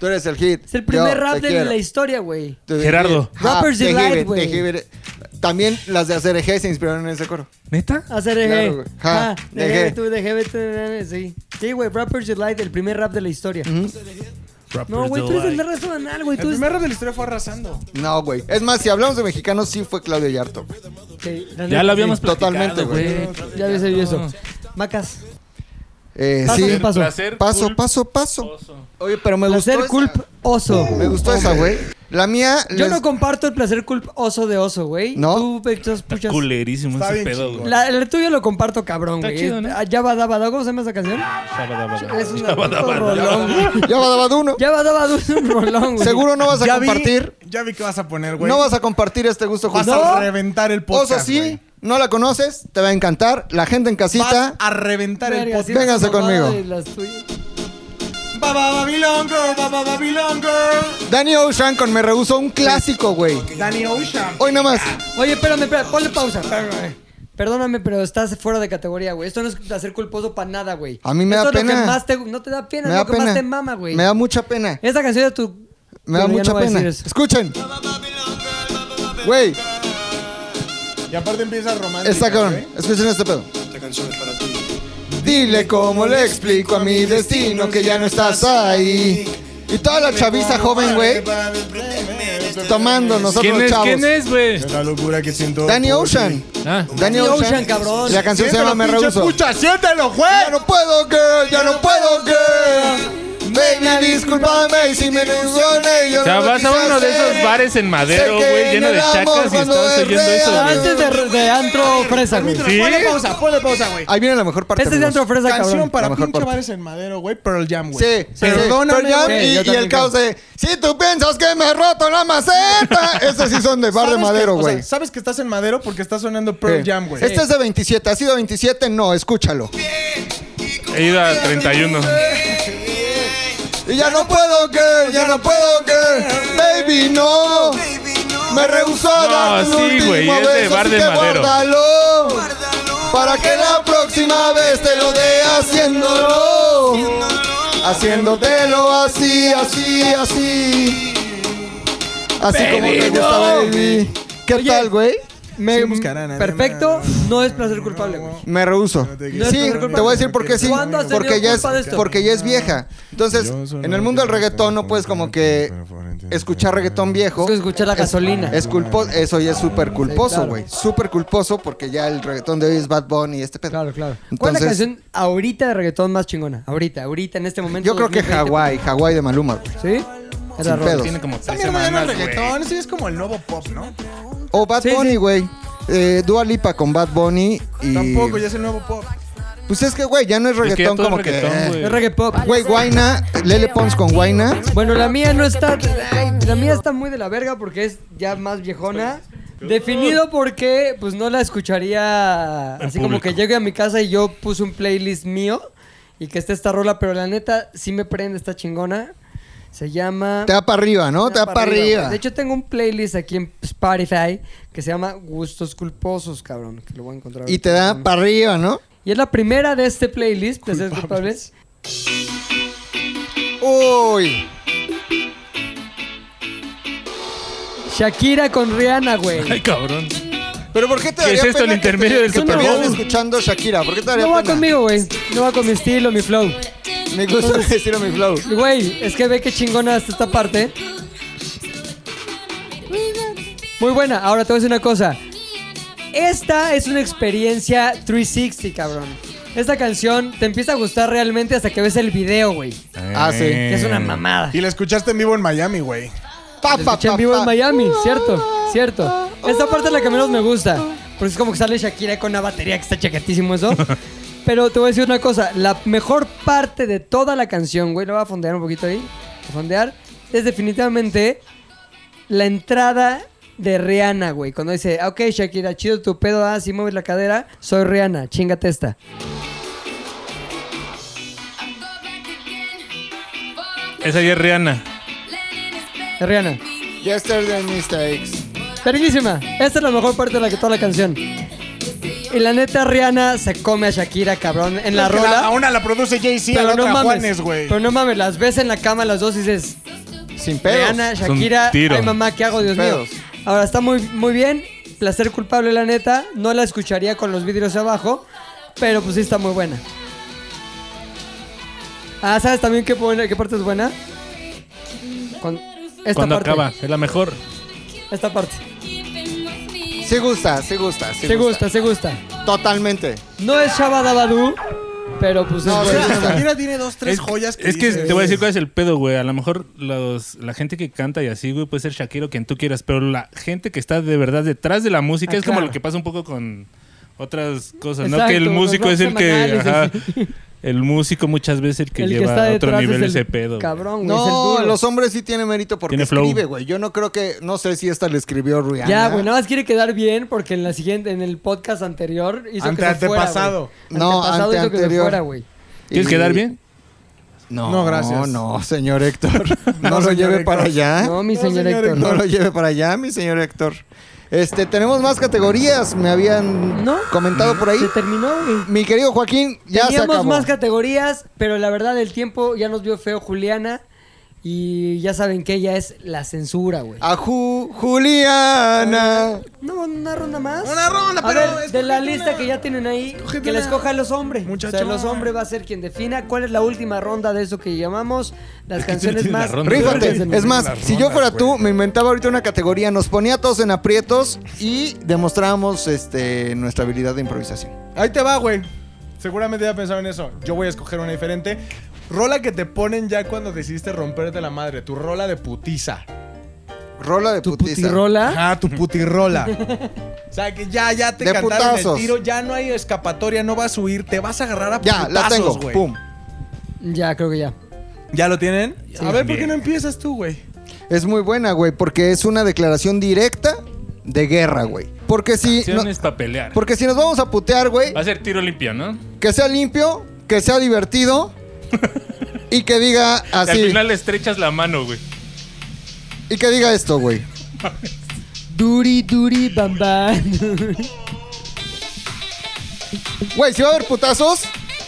Speaker 3: Tú eres el hit
Speaker 1: Es el primer
Speaker 3: yo
Speaker 1: rap
Speaker 3: te
Speaker 1: de
Speaker 3: quiero.
Speaker 1: la historia, güey.
Speaker 3: Te-
Speaker 2: Gerardo.
Speaker 3: Ah,
Speaker 1: Rappers
Speaker 3: te
Speaker 1: Delight,
Speaker 3: jibere,
Speaker 1: güey.
Speaker 3: te jibere. También las de Acereje se inspiraron en ese coro
Speaker 2: ¿Neta?
Speaker 1: Hacer
Speaker 3: Claro, güey.
Speaker 1: eje.
Speaker 3: Ja,
Speaker 1: Ja,
Speaker 3: dejé.
Speaker 1: dejé, Ah, tú, dejé, vete, sí. Sí, güey, Rapper's Delight, el primer rap de la historia.
Speaker 3: Mm.
Speaker 1: No, güey, tú eres el rap semanal, güey.
Speaker 5: El
Speaker 1: Tú eres...
Speaker 5: primer rap de la historia fue arrasando.
Speaker 3: No, güey Es más, si hablamos de mexicanos Sí fue Claudio Yarto güey.
Speaker 1: Sí, la
Speaker 2: Ya
Speaker 1: neta,
Speaker 2: lo habíamos
Speaker 1: sí.
Speaker 2: platicado,
Speaker 3: totalmente, güey.
Speaker 1: Ya habías oído eso. Macas.
Speaker 3: Eh,
Speaker 1: Paso,
Speaker 3: sí.
Speaker 1: paso.
Speaker 2: Placer
Speaker 3: Paso,
Speaker 2: culp-
Speaker 3: paso, paso. Oye, pero me gustó.
Speaker 1: Placer
Speaker 3: esa.
Speaker 1: culp oso.
Speaker 3: ah. Me gustó esa, güey. La mía.
Speaker 1: Yo
Speaker 3: les-
Speaker 1: no comparto el placer culp oso de oso, güey.
Speaker 3: ¿No?
Speaker 1: Tú, Víctor,
Speaker 2: Está
Speaker 1: puchas.
Speaker 2: culerísimo
Speaker 5: Está
Speaker 2: ese
Speaker 5: bien
Speaker 2: pedo,
Speaker 5: chingón.
Speaker 2: güey.
Speaker 1: pues La, el tuyo lo comparto, cabrón,
Speaker 2: Está
Speaker 1: güey.
Speaker 2: chido, ¿no?
Speaker 1: Ah, Ya va, daba, daba. ¿Cómo se llama esa canción? Es un puto rolón, güey.
Speaker 3: [LAUGHS] Ya va, daba de uno.
Speaker 1: Ya va, daba, es un rolón, güey.
Speaker 3: Seguro no vas a
Speaker 5: Ya vi-
Speaker 3: compartir.
Speaker 5: ya vi que vas a poner, güey.
Speaker 3: No vas a compartir este gusto
Speaker 5: Vas
Speaker 3: culposo.
Speaker 5: a reventar el podcast.
Speaker 3: Oso, sí.
Speaker 5: güey.
Speaker 3: No la conoces. Te va a encantar. La gente en
Speaker 5: Vas
Speaker 3: casita.
Speaker 5: a reventar el
Speaker 1: Verga,
Speaker 5: podcast.
Speaker 1: sí, las
Speaker 3: Vénganse
Speaker 1: mamadas
Speaker 3: conmigo.
Speaker 1: y las tuyas.
Speaker 5: Baba Babylon Girl, Baba Babylon Girl.
Speaker 3: Danny Ocean con Me Rehuso, un clásico, güey.
Speaker 5: Danny Ocean.
Speaker 3: Hoy nada más.
Speaker 1: Oye, espérame, espérame, ponle pausa. Perdóname, pero estás fuera de categoría, güey. Esto no es hacer culposo para nada, güey.
Speaker 3: A mí me da
Speaker 1: Esto Es lo
Speaker 3: pena.
Speaker 1: que más te, no te da pena,
Speaker 3: Me
Speaker 1: es
Speaker 3: da
Speaker 1: lo que más
Speaker 3: pena.
Speaker 1: te mama, güey.
Speaker 3: Me da mucha pena.
Speaker 1: Esta canción de tu.
Speaker 3: Me
Speaker 1: Pero ya
Speaker 3: da mucha
Speaker 1: no voy a
Speaker 3: pena.
Speaker 1: decir eso.
Speaker 3: Escuchen. Güey,
Speaker 5: Y aparte empieza romántico.
Speaker 3: está cabrón. Escuchen este pedo. Dile cómo le explico a mi destino que ya no estás ahí. Y toda la chaviza joven, güey, tomando nosotros
Speaker 2: ¿Quién es,
Speaker 3: chavos.
Speaker 2: ¿Quién es, güey?
Speaker 5: La locura que siento.
Speaker 3: Danny Ocean.
Speaker 2: Ah,
Speaker 3: Danny
Speaker 1: Ocean,
Speaker 3: Ocean,
Speaker 1: cabrón.
Speaker 3: Y La canción se llama Me Rehuso.
Speaker 5: Escucha, siéntelo,
Speaker 3: Ya
Speaker 5: juez.
Speaker 3: no puedo, girl, ya no puedo, girl. Baby, discúlpame si me ilusioné. Yo
Speaker 2: O sea,
Speaker 3: no
Speaker 2: vas a
Speaker 3: quise
Speaker 2: uno de
Speaker 3: hacer.
Speaker 2: esos bares en madero,
Speaker 3: Sé que
Speaker 2: güey, lleno
Speaker 3: en
Speaker 2: de
Speaker 3: el amor
Speaker 2: chacas y
Speaker 3: cuando
Speaker 2: estás
Speaker 3: es
Speaker 2: oyendo eso.
Speaker 3: real.
Speaker 2: güey.
Speaker 1: Antes de, de antro fresa, güey.
Speaker 5: Permíteme, Ponle pausa, ponle pausa, güey.
Speaker 3: Ahí viene la mejor parte.
Speaker 1: Este es de
Speaker 3: amigos.
Speaker 1: antro fresa,
Speaker 5: Canción
Speaker 1: cabrón.
Speaker 5: para
Speaker 3: la mejor
Speaker 5: pinche
Speaker 3: parte.
Speaker 5: bares en madero, güey. Pearl Jam, güey.
Speaker 3: Sí, sí, sí.
Speaker 5: Perdóname,
Speaker 3: Pearl Jam
Speaker 5: güey.
Speaker 1: yo
Speaker 3: y, y
Speaker 1: también
Speaker 3: el caos de Si tú piensas que me he roto la maceta. Esos sí son de bar de
Speaker 5: ¿Sabes
Speaker 3: madero,
Speaker 5: que- o
Speaker 3: güey.
Speaker 5: sea, Sabes que estás en madero porque está sonando Pearl
Speaker 3: Sí.
Speaker 5: Jam, güey.
Speaker 3: Este es de 27. ¿Ha sido 27? No, escúchalo.
Speaker 2: He ido a 31.
Speaker 3: Y ya no puedo, girl, ya no puedo, girl. Baby, no. Me rehusó a
Speaker 2: No,
Speaker 3: dar un
Speaker 2: sí, güey,
Speaker 3: último
Speaker 2: es de
Speaker 3: beso,
Speaker 2: Bar
Speaker 3: así
Speaker 2: de
Speaker 3: que
Speaker 2: Madero.
Speaker 3: guárdalo. Para que la próxima vez te lo dé haciéndolo. Haciéndotelo así, así, así. Así como te gusta, baby. ¿Qué tal, güey?
Speaker 1: Me-
Speaker 5: Sí, buscarán, además.
Speaker 1: perfecto, no es placer culpable, güey.
Speaker 3: Me rehuso.
Speaker 1: No es
Speaker 3: Sí,
Speaker 1: tu culpa.
Speaker 3: te voy a decir por qué sí.
Speaker 1: ¿Cuándo has
Speaker 3: Porque
Speaker 1: tenido
Speaker 3: ya, es,
Speaker 1: culpa de esto?
Speaker 3: porque ya es vieja. Entonces, en el mundo del reggaetón no puedes como que escuchar reggaetón viejo.
Speaker 1: Es que escuchar la
Speaker 3: Es-
Speaker 1: gasolina.
Speaker 3: Es culposo. Eso ya es súper
Speaker 1: Sí,
Speaker 3: culposo,
Speaker 1: claro.
Speaker 3: güey. Súper culposo porque ya el reggaetón de hoy es Bad Bunny y este pedo.
Speaker 1: Claro, claro. ¿Cuál es la
Speaker 3: Entonces-
Speaker 1: canción ahorita de reggaetón más chingona? Ahorita, ahorita, en este momento.
Speaker 3: Yo creo que
Speaker 1: 2020.
Speaker 3: Hawái, Hawái de Maluma. güey.
Speaker 1: ¿Sí? Es
Speaker 3: Sin
Speaker 1: la rola.
Speaker 3: pedos.
Speaker 2: Tiene como tres
Speaker 5: También me llaman
Speaker 2: semanas, güey.
Speaker 5: reggaetón. Sí, es como el nuevo pop, ¿no?
Speaker 3: O Bad
Speaker 1: Sí, sí.
Speaker 3: Bunny, güey. Eh, Dua Lipa con Bad Bunny y...
Speaker 5: Tampoco, ya es el nuevo pop.
Speaker 3: Pues es que, güey, ya no es
Speaker 2: Es que ya
Speaker 3: reggaetón
Speaker 2: todo
Speaker 3: como
Speaker 2: es reggaetón,
Speaker 3: que...
Speaker 2: güey.
Speaker 1: Es reggae pop.
Speaker 3: Güey, Guayna, Lele Pons con Guayna.
Speaker 1: Bueno, la mía no está. ay, La mía está muy de la verga porque es ya más viejona. Definido porque, pues no la escucharía así como
Speaker 2: público.
Speaker 1: que llegue a mi casa y yo puse un playlist mío y que esté esta rola, pero la neta sí me prende, está chingona. Se llama.
Speaker 3: Te da para arriba, ¿no? Te da para arriba.
Speaker 1: De hecho, tengo un playlist aquí en Spotify que se llama Gustos Culposos, cabrón, que lo voy a encontrar.
Speaker 3: Y
Speaker 1: ahorita.
Speaker 3: te da para arriba, ¿no?
Speaker 1: Y es la primera de este playlist, de Ser Culpables.
Speaker 3: Uy.
Speaker 1: Shakira con Rihanna, güey.
Speaker 2: Ay, cabrón.
Speaker 3: Pero ¿por qué te
Speaker 2: ¿Qué
Speaker 3: daría
Speaker 2: es esto,
Speaker 3: pena
Speaker 2: el
Speaker 3: que te-
Speaker 2: intermedio del
Speaker 3: que
Speaker 2: Super
Speaker 3: te vieran
Speaker 2: Bowl?
Speaker 3: escuchando Shakira? ¿Por qué te daría
Speaker 1: No va
Speaker 3: pena?
Speaker 1: conmigo, güey. No va con mi estilo, mi flow.
Speaker 3: Me gusta decirlo mi flow.
Speaker 1: Güey, es que ve qué chingona está esta parte. Muy buena. Ahora te voy a decir una cosa. Esta es una experiencia 360, cabrón. Esta canción te empieza a gustar realmente hasta que ves el video, güey.
Speaker 3: Ah, sí.
Speaker 1: Que es una mamada.
Speaker 5: Y la escuchaste en vivo en Miami, güey.
Speaker 3: Pa,
Speaker 1: La
Speaker 3: pa,
Speaker 1: escuché en
Speaker 3: pa,
Speaker 1: vivo en
Speaker 3: pa. Ah.
Speaker 1: Miami, cierto, cierto. Esta parte es la que menos me gusta. Porque es como que sale Shakira con una batería que está chaquetísimo
Speaker 3: [LAUGHS]
Speaker 1: eso. Pero te voy a decir una cosa. La mejor parte de toda la canción, güey, lo voy a fondear un poquito ahí. a fondear. Es definitivamente la entrada de Rihanna, güey. Cuando dice, "Ah, ok, Shakira, chido tu pedo, ah, si mueves la cadera, soy Rihanna, chingate esta.
Speaker 2: Esa ya es Rihanna.
Speaker 1: Es Rihanna.
Speaker 3: Yesterday mistakes.
Speaker 1: Verguísima. Esta es la mejor parte de la que toda la canción. Y la neta, Rihanna se come a Shakira, cabrón, en la
Speaker 5: Es que
Speaker 1: rola.
Speaker 5: a una la produce Jay-Z, a
Speaker 1: pero
Speaker 5: la
Speaker 1: no
Speaker 5: otra
Speaker 1: mames.
Speaker 5: Juanes, güey. [LAUGHS]
Speaker 1: pero no mames, las ves en la cama las dos y dices,
Speaker 3: Sin pedos.
Speaker 1: Rihanna,
Speaker 2: Es un
Speaker 1: Shakira,
Speaker 2: tiro.
Speaker 1: ay mamá, ¿qué hago, Dios
Speaker 3: Pedos.
Speaker 1: mío? Ahora está muy, muy bien, placer culpable, la neta. No la escucharía con los vidrios abajo, pero pues sí está muy buena. Ah, ¿sabes también qué, buena- qué parte es buena? Con esta
Speaker 2: Cuando
Speaker 1: parte.
Speaker 2: acaba, es la mejor.
Speaker 1: Esta parte.
Speaker 3: Sí gusta, sí gusta, sí
Speaker 1: Se gusta, se gusta.
Speaker 3: Totalmente.
Speaker 1: No es Shabadabadú, pero pues
Speaker 3: No,
Speaker 1: es
Speaker 3: sí
Speaker 1: buena.
Speaker 3: gusta.
Speaker 5: Shakira tiene dos, tres joyas
Speaker 2: Es que
Speaker 5: dices,
Speaker 2: te voy a decir cuál es el pedo, güey. A lo mejor los, la gente que canta y así, güey, puede ser Shakiro, quien tú quieras, pero la gente que está de verdad detrás de la música
Speaker 1: Ah,
Speaker 2: es como
Speaker 1: claro.
Speaker 2: lo que pasa un poco con otras cosas, ¿no?
Speaker 1: Exacto,
Speaker 2: Que el
Speaker 1: los
Speaker 2: músico es el que.
Speaker 1: semanales,
Speaker 2: ajá,
Speaker 1: sí.
Speaker 2: el músico muchas veces el que
Speaker 1: el que
Speaker 2: lleva
Speaker 1: está
Speaker 2: a otro
Speaker 1: detrás
Speaker 2: nivel
Speaker 1: es el
Speaker 2: ese pedo. güey.
Speaker 1: Cabrón, güey, es el
Speaker 3: No,
Speaker 1: duro.
Speaker 3: los hombres sí tienen mérito porque
Speaker 2: Tiene flow.
Speaker 3: escribe, güey. Yo no creo que... No sé si esta le escribió Rihanna.
Speaker 1: Ya, güey, nada más quiere quedar bien porque en la siguiente, en el podcast anterior hizo
Speaker 5: Ante-
Speaker 1: que se fuera,
Speaker 5: antepasado.
Speaker 1: güey.
Speaker 3: No,
Speaker 1: Antepasado
Speaker 3: ante-
Speaker 1: hizo que se
Speaker 3: anterior.
Speaker 1: fuera, güey.
Speaker 2: ¿Quieres
Speaker 3: Y-
Speaker 2: quedar bien?
Speaker 3: No,
Speaker 5: No, gracias.
Speaker 3: No,
Speaker 1: [LAUGHS]
Speaker 3: señor Héctor. No,
Speaker 5: No,
Speaker 3: lo
Speaker 5: señor
Speaker 3: lleve
Speaker 5: Héctor.
Speaker 3: para allá.
Speaker 1: No, mi
Speaker 5: No,
Speaker 1: señor,
Speaker 5: señor
Speaker 1: Héctor.
Speaker 3: ¿Eh? [LAUGHS] No lo lleve para allá, mi señor Héctor. Este, tenemos más categorías, me habían
Speaker 1: No.
Speaker 3: comentado por ahí.
Speaker 1: Se terminó, güey.
Speaker 3: Mi querido Joaquín, ya se
Speaker 1: Teníamos
Speaker 3: acabó.
Speaker 1: más categorías, pero la verdad el tiempo ya nos vio feo Juliana. Y ya saben que ella es la censura, güey.
Speaker 3: A Ju- Juliana.
Speaker 1: No, una ronda más.
Speaker 5: Una ronda,
Speaker 1: A
Speaker 5: pero
Speaker 1: ver, de la
Speaker 5: escógete
Speaker 1: lista
Speaker 5: una.
Speaker 1: que ya tienen ahí,
Speaker 5: Escógete
Speaker 1: que la
Speaker 5: una.
Speaker 1: escojan los hombres.
Speaker 5: Muchacho.
Speaker 1: O sea, los hombres va a ser quien defina cuál es la última ronda de eso que llamamos las
Speaker 2: Es que tú
Speaker 1: canciones
Speaker 2: tienes la
Speaker 1: más.
Speaker 2: ronda.
Speaker 3: Rífate.
Speaker 1: Desde-
Speaker 3: Es más,
Speaker 5: Las
Speaker 3: si yo
Speaker 5: rondas,
Speaker 3: fuera tú,
Speaker 5: güey.
Speaker 3: me inventaba ahorita una categoría, nos ponía todos en aprietos y demostrábamos este, nuestra habilidad de improvisación.
Speaker 5: Ahí te va, güey. Seguramente ya pensaron en eso. Yo voy a escoger una diferente. Rola que te ponen ya cuando decidiste romperte la madre. Tu rola de putiza.
Speaker 3: Rola de
Speaker 1: Tu
Speaker 3: putiza.
Speaker 2: ¿Ah?
Speaker 1: putirola.
Speaker 5: Ajá, tu
Speaker 2: [LAUGHS]
Speaker 5: putirrola. o sea, que ya, ya te
Speaker 3: De
Speaker 5: cantaron
Speaker 3: putazos.
Speaker 5: el tiro. Ya no hay escapatoria, no vas a huir. Te vas a agarrar a
Speaker 3: Ya, la tengo.
Speaker 5: putazos, güey.
Speaker 3: Pum.
Speaker 1: Ya, creo que ya.
Speaker 5: ¿Ya lo tienen? a ver, ¿por qué
Speaker 2: Bien.
Speaker 5: no empiezas
Speaker 2: [LAUGHS]
Speaker 5: tú, güey?
Speaker 3: Es muy buena, güey, porque es una declaración directa de guerra, güey. Porque si, no-
Speaker 2: Canciones Ah. para pelear.
Speaker 3: porque si nos vamos a putear, güey,
Speaker 2: Va a ser tiro limpio, ¿no?
Speaker 3: que sea limpio, que sea divertido y que diga
Speaker 1: Ah,
Speaker 2: Y al
Speaker 3: así.
Speaker 2: final le estrechas la mano, güey.
Speaker 3: Y que diga esto, güey.
Speaker 1: Duri, duri, bam, bam.
Speaker 5: [LAUGHS]
Speaker 3: Güey, si va a haber putazos,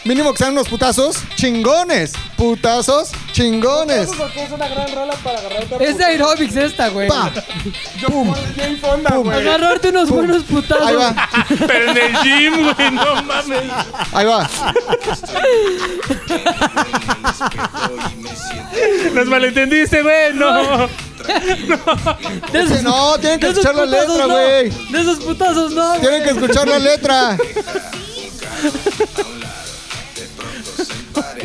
Speaker 3: mínimo que sean unos putazos chingones. Putazos chingones.
Speaker 5: Porque es una gran rola para agarrarte
Speaker 1: es de aerobics esta, güey.
Speaker 3: Pa.
Speaker 5: Yo como el Jane Fonda,
Speaker 3: Pum.
Speaker 5: güey.
Speaker 1: Agarrarte unos buenos putazos.
Speaker 3: Ahí va,
Speaker 2: Pero en el gym, güey, no mames.
Speaker 3: ahí va.
Speaker 2: Nos malentendiste, güey, no.
Speaker 1: De esos-
Speaker 3: No, tienen que
Speaker 1: de esos
Speaker 3: escuchar la
Speaker 1: putazos
Speaker 3: letra,
Speaker 1: no.
Speaker 3: güey.
Speaker 1: De esos putazos no.
Speaker 3: Tienen que escuchar la letra.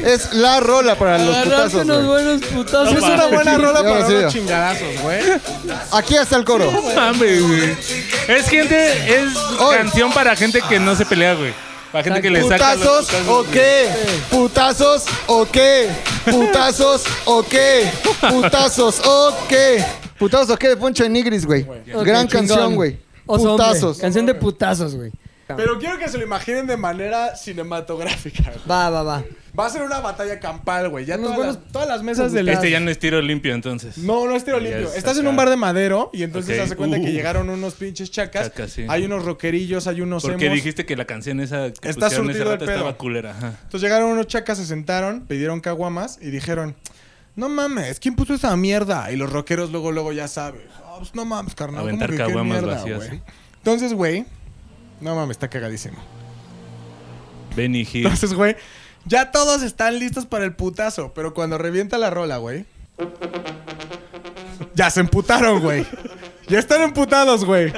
Speaker 3: Es la rola para los
Speaker 1: Agarrarte
Speaker 3: putazos.
Speaker 1: unos
Speaker 3: güey.
Speaker 1: buenos putazos.
Speaker 5: Es una
Speaker 1: [LAUGHS]
Speaker 5: buena rola
Speaker 3: Yo no
Speaker 5: para
Speaker 3: sé.
Speaker 5: unos chingadazos, güey.
Speaker 3: Aquí está el coro.
Speaker 2: No Pues, mames, güey. Es gente, es
Speaker 3: Oy.
Speaker 2: canción para gente que no se pelea, güey. Para gente que le saca los
Speaker 3: ¿Putazos o qué? ¿Putazos o qué? ¿Putazos o qué? ¿Putazos o qué? ¿Putazos o qué? De Poncho de Nigris, güey.
Speaker 1: Ok,
Speaker 3: Gran
Speaker 1: chingón.
Speaker 3: canción, güey.
Speaker 1: Oso hombre.
Speaker 3: Putazos.
Speaker 1: Canción de putazos, güey.
Speaker 5: Pero quiero que se lo imaginen de manera cinematográfica. güey.
Speaker 1: Va, va, va.
Speaker 5: Va a ser una batalla campal, güey. Ya
Speaker 1: Unos
Speaker 5: todas,
Speaker 1: buenos-
Speaker 5: las, todas las mesas de
Speaker 2: güey.
Speaker 5: las...
Speaker 2: Este ya no es tiro limpio, entonces.
Speaker 5: No, no es tiro
Speaker 2: Ya
Speaker 5: limpio.
Speaker 2: es
Speaker 5: Estás en
Speaker 2: acá.
Speaker 5: un bar de madero y entonces
Speaker 2: Ok.
Speaker 5: se hace cuenta que
Speaker 2: Uh.
Speaker 5: llegaron unos pinches chacas.
Speaker 2: Chacas, sí.
Speaker 5: Hay unos rockerillos, hay unos
Speaker 2: Porque
Speaker 5: emos.
Speaker 2: dijiste que la canción esa que pusieron
Speaker 5: Está
Speaker 2: ese
Speaker 5: surtido el
Speaker 2: rato estaba
Speaker 5: pedo.
Speaker 2: culera. Ajá.
Speaker 5: Entonces llegaron unos chacas, se sentaron, pidieron caguamas y dijeron, no mames, ¿quién puso esa mierda? Y los rockeros luego, luego ya saben. "Ah, pues no mames, carnal. ¿cómo
Speaker 2: Aventar
Speaker 5: que qué
Speaker 2: caguamas
Speaker 5: mierda,
Speaker 2: vacías,
Speaker 5: güey?".
Speaker 2: ¿sí?
Speaker 5: Entonces, güey, no mames, está cagadísimo.
Speaker 2: Benny Hill.
Speaker 5: Entonces, güey, ya todos están listos para el putazo, pero cuando revienta la rola, güey. Ya se emputaron, güey. Ya están emputados, güey.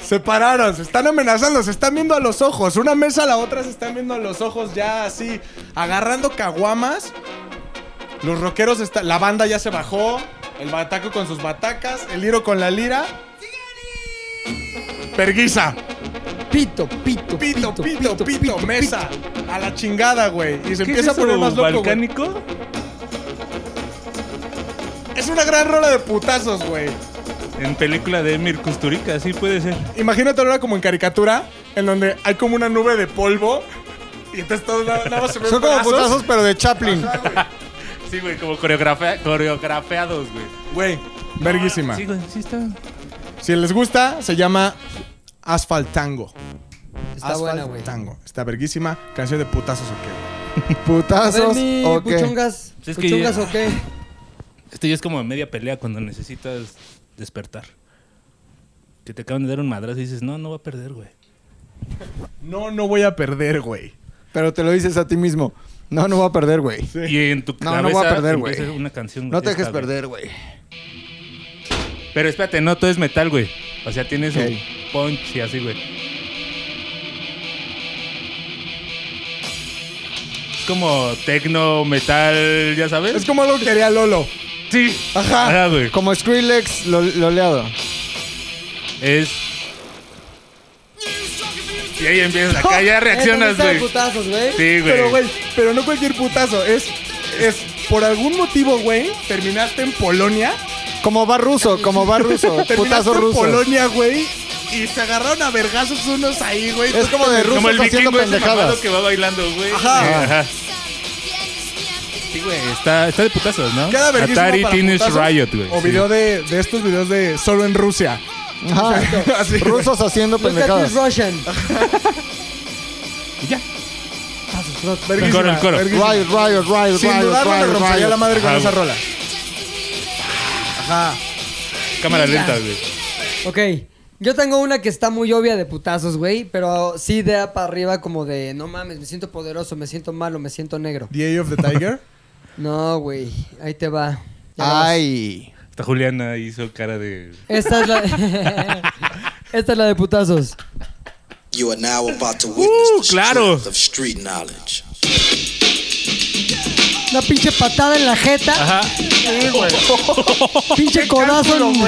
Speaker 5: Se pararon, se están amenazando, se están viendo a los ojos. Una mesa a la otra se están viendo a los ojos ya así, agarrando caguamas. Los rockeros, está, la banda ya se bajó. El bataco con sus batacas, el liro con la lira. Perguisa.
Speaker 1: Pito, pito,
Speaker 5: Pito, pito, pito, mesa. A la chingada, güey. Y se
Speaker 2: ¿Qué es
Speaker 5: empieza a poner
Speaker 2: eso,
Speaker 5: más loco. güey.
Speaker 2: ¿Balcánico?
Speaker 5: Es una gran rola de putazos, güey.
Speaker 2: En película de Emir Kusturica, así puede ser.
Speaker 5: Imagínate ahora como en caricatura, en donde hay como una nube de polvo. Y entonces todo nada, nada más se ven
Speaker 3: Son como
Speaker 5: pedazos.
Speaker 3: putazos, pero de Chaplin.
Speaker 2: Sí, güey, como coreografe- coreografiados, güey.
Speaker 5: Güey, verguísima.
Speaker 2: Sí, güey, sí está.
Speaker 5: Si les gusta, se llama Asphalt Tango.
Speaker 1: Está
Speaker 5: Asphalt
Speaker 1: buena, güey.
Speaker 5: Tango. Está verguísima. Canción de putazos, ok.
Speaker 1: A ver,
Speaker 3: Putazos
Speaker 1: mi
Speaker 3: o qué?
Speaker 1: puchongas.
Speaker 2: Pues es que
Speaker 1: ¿Puchongas
Speaker 2: ya-
Speaker 1: o qué? Eh,
Speaker 2: Esto Este ya es como media pelea cuando necesitas despertar. Que te acaban de dar un madrazo y dices, no, no va a perder, güey.
Speaker 5: No, no voy a perder, güey.
Speaker 3: Pero te lo dices a ti mismo. No, no voy a perder, güey.
Speaker 2: Y en tu
Speaker 3: No,
Speaker 2: cabeza
Speaker 3: no voy a perder,
Speaker 2: empieza
Speaker 3: güey.
Speaker 2: una canción.
Speaker 3: No
Speaker 2: esta,
Speaker 3: te dejes
Speaker 2: güey.
Speaker 3: perder, güey.
Speaker 2: Pero espérate, no todo es metal, güey. O sea, tiene su
Speaker 3: Ok.
Speaker 2: punch y así, güey. Es como tecno, metal, ya sabes.
Speaker 5: Es como algo que haría Lolo.
Speaker 2: Sí.
Speaker 5: Ajá.
Speaker 2: güey.
Speaker 3: Como Skrillex lo- loleado.
Speaker 2: Es. Y ahí empiezas. Acá
Speaker 3: [LAUGHS]
Speaker 2: ya
Speaker 1: Eh, también
Speaker 2: reaccionas,
Speaker 1: está
Speaker 2: güey.
Speaker 1: de putazos, güey.
Speaker 2: Sí,
Speaker 5: Pero,
Speaker 2: güey.
Speaker 5: güey, pero no cualquier putazo. Es, es por algún motivo, güey, terminaste en Polonia.
Speaker 3: Como va ruso, como va ruso.
Speaker 5: [LAUGHS] Terminaste
Speaker 3: Putazo
Speaker 5: en
Speaker 3: ruso.
Speaker 5: Polonia, güey. Y se agarraron a vergazos unos ahí, güey.
Speaker 3: Es como de ruso
Speaker 2: Como el
Speaker 3: haciendo
Speaker 2: vikingo ese
Speaker 3: pendejadas.
Speaker 2: mamado que va bailando, güey.
Speaker 5: Ajá.
Speaker 2: Ajá. Sí, güey, está, está de putazos, ¿no?
Speaker 5: Queda verguísima
Speaker 2: Atari
Speaker 5: para
Speaker 2: Teenage
Speaker 5: putazos,
Speaker 2: Riot, güey.
Speaker 5: O
Speaker 2: sí.
Speaker 5: video de, de estos videos de solo en Rusia.
Speaker 3: Ajá. [LAUGHS]
Speaker 5: Así.
Speaker 3: Rusos haciendo
Speaker 1: Look at this
Speaker 3: pendejadas. [LAUGHS]
Speaker 1: Russian.
Speaker 2: Y ya.
Speaker 5: Verguísima,
Speaker 2: coro, el coro.
Speaker 5: verguísima.
Speaker 3: Riot, riot, riot,
Speaker 5: Sin
Speaker 3: riot,
Speaker 5: dudarlo le
Speaker 3: riot,
Speaker 5: rompería
Speaker 3: riot.
Speaker 5: la madre con
Speaker 2: Ajá.
Speaker 5: esa rola. Ajá.
Speaker 2: Cámara lenta, güey.
Speaker 1: Ok. Yo tengo una que está muy obvia de putazos, güey, pero sí de para arriba como de, no mames, me siento poderoso, me siento malo, me siento negro.
Speaker 5: The Eye of the Tiger.
Speaker 1: No, güey, ahí te va. Ya verás.
Speaker 3: Ay.
Speaker 2: Hasta Juliana hizo cara de.
Speaker 1: Esta es la [LAUGHS] Esta es la de putazos.
Speaker 8: You are now about to
Speaker 2: Uh,
Speaker 8: witness the
Speaker 2: claro.
Speaker 8: strength of street knowledge.
Speaker 1: Una pinche patada en la jeta.
Speaker 2: Ajá. [LAUGHS]
Speaker 1: Pinche codazo en... ¡Bam!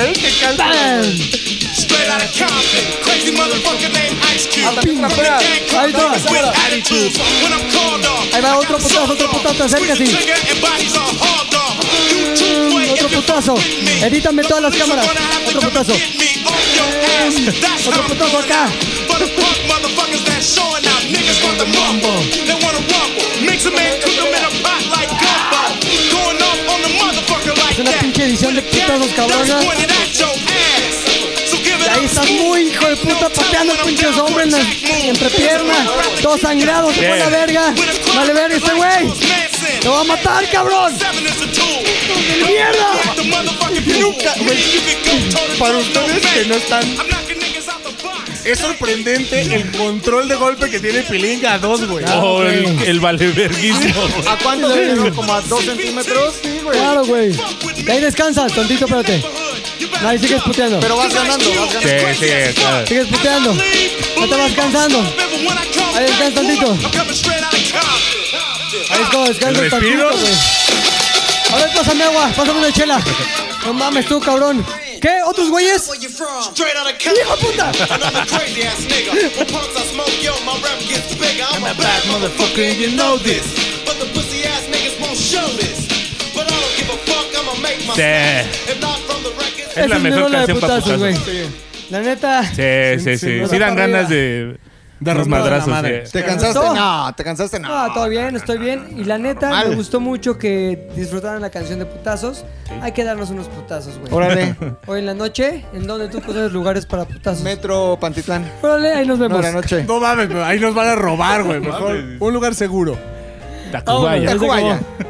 Speaker 6: Straight out of Compton, crazy motherfucker named Ice Cube.
Speaker 1: ping,
Speaker 6: From the
Speaker 1: espera.
Speaker 6: gang
Speaker 1: Ahí
Speaker 6: called
Speaker 1: está.
Speaker 6: niggas with attitudes. When I'm called on,
Speaker 1: Ahí va
Speaker 6: I
Speaker 1: otro
Speaker 6: got
Speaker 1: putazo,
Speaker 6: soft
Speaker 1: otro
Speaker 6: on.
Speaker 1: putazo, acércate.
Speaker 6: Squeeze the trigger and bodies on hard on. You too quick if
Speaker 1: Otro
Speaker 6: you
Speaker 1: putazo.
Speaker 6: fuck with me.
Speaker 1: Edítame
Speaker 6: The
Speaker 1: todas las
Speaker 6: police
Speaker 1: cámaras.
Speaker 6: are gonna have to
Speaker 1: Otro
Speaker 6: come and
Speaker 1: putazo.
Speaker 6: get me off your ass. That's
Speaker 1: Otro
Speaker 6: how I'm
Speaker 1: putazo
Speaker 6: going
Speaker 1: acá.
Speaker 6: out. For the punk motherfuckers that's showing out, niggas want to mumble. They want to rumble. Mix 'em and cook 'em in a pot like gumbo. Going off on the motherfucker like
Speaker 1: Es una
Speaker 6: that.
Speaker 1: pinche edición de
Speaker 6: With a
Speaker 1: putazos,
Speaker 6: gun that's
Speaker 1: cabrona.
Speaker 6: pointed at your ass. So give it
Speaker 1: Ahí
Speaker 6: up,
Speaker 1: estás
Speaker 6: Scoop.
Speaker 1: muy hijo de puta pateando pinches hombres en las- entre piernas. Todo sangrado, se fue la verga. Vale verga este güey. Te va a matar, cabrón.
Speaker 5: Para ustedes que no están. Es sorprendente el control de golpe que tiene Pilinga 2, güey.
Speaker 2: Oh, el, el valeverguismo, güey.
Speaker 3: ¿A cuánto le dieron? ¿Como a dos centímetros? Sí, güey.
Speaker 1: Claro, güey. De ahí descansas, tontito, espérate. Ahí sigues puteando.
Speaker 3: Pero vas ganando, vas ganando.
Speaker 2: Sí, sí, claro.
Speaker 1: Sigues puteando. No te vas cansando. Ahí descansa tantito. Ahí está, descansa
Speaker 2: ¿El
Speaker 1: el tantito,
Speaker 2: respiro?
Speaker 1: güey. A ver, pásame agua, pásame una chela. No mames tú, cabrón. ¿Qué? ¿Otros güeyes? ¡Hijo de puta! [LAUGHS]
Speaker 2: Es la
Speaker 1: mi
Speaker 2: mejor
Speaker 1: rola de
Speaker 2: canción para
Speaker 1: putazos, güey.
Speaker 2: putazos.
Speaker 1: La neta.
Speaker 2: [LAUGHS] Sí, sí,
Speaker 5: sí,
Speaker 2: sí.
Speaker 5: nos
Speaker 2: Sí
Speaker 5: da
Speaker 2: dan
Speaker 5: para
Speaker 2: ganas
Speaker 5: arriba.
Speaker 2: de.
Speaker 5: De
Speaker 2: Los
Speaker 5: romper a la
Speaker 2: madrazos,
Speaker 5: madre.
Speaker 2: sí.
Speaker 3: ¿Te cansaste?
Speaker 1: ¿Todo?
Speaker 3: No, ¿te cansaste?
Speaker 1: No, todo
Speaker 3: No.
Speaker 1: bien, estoy bien. Y la neta,
Speaker 3: Normal.
Speaker 1: me gustó mucho que disfrutaran la canción de putazos. Hay que darnos unos putazos, güey.
Speaker 3: Órale.
Speaker 1: Hoy en la noche, en donde tú conoces lugares para putazos.
Speaker 3: Metro Pantitlán.
Speaker 1: Órale, ahí nos
Speaker 3: No,
Speaker 1: vemos.
Speaker 3: de la noche.
Speaker 5: No mames, pero ahí nos van a robar, güey. Mejor
Speaker 2: mames.
Speaker 5: un lugar seguro.
Speaker 2: Tacubaya.
Speaker 1: Vámonos.
Speaker 3: Tacubaya.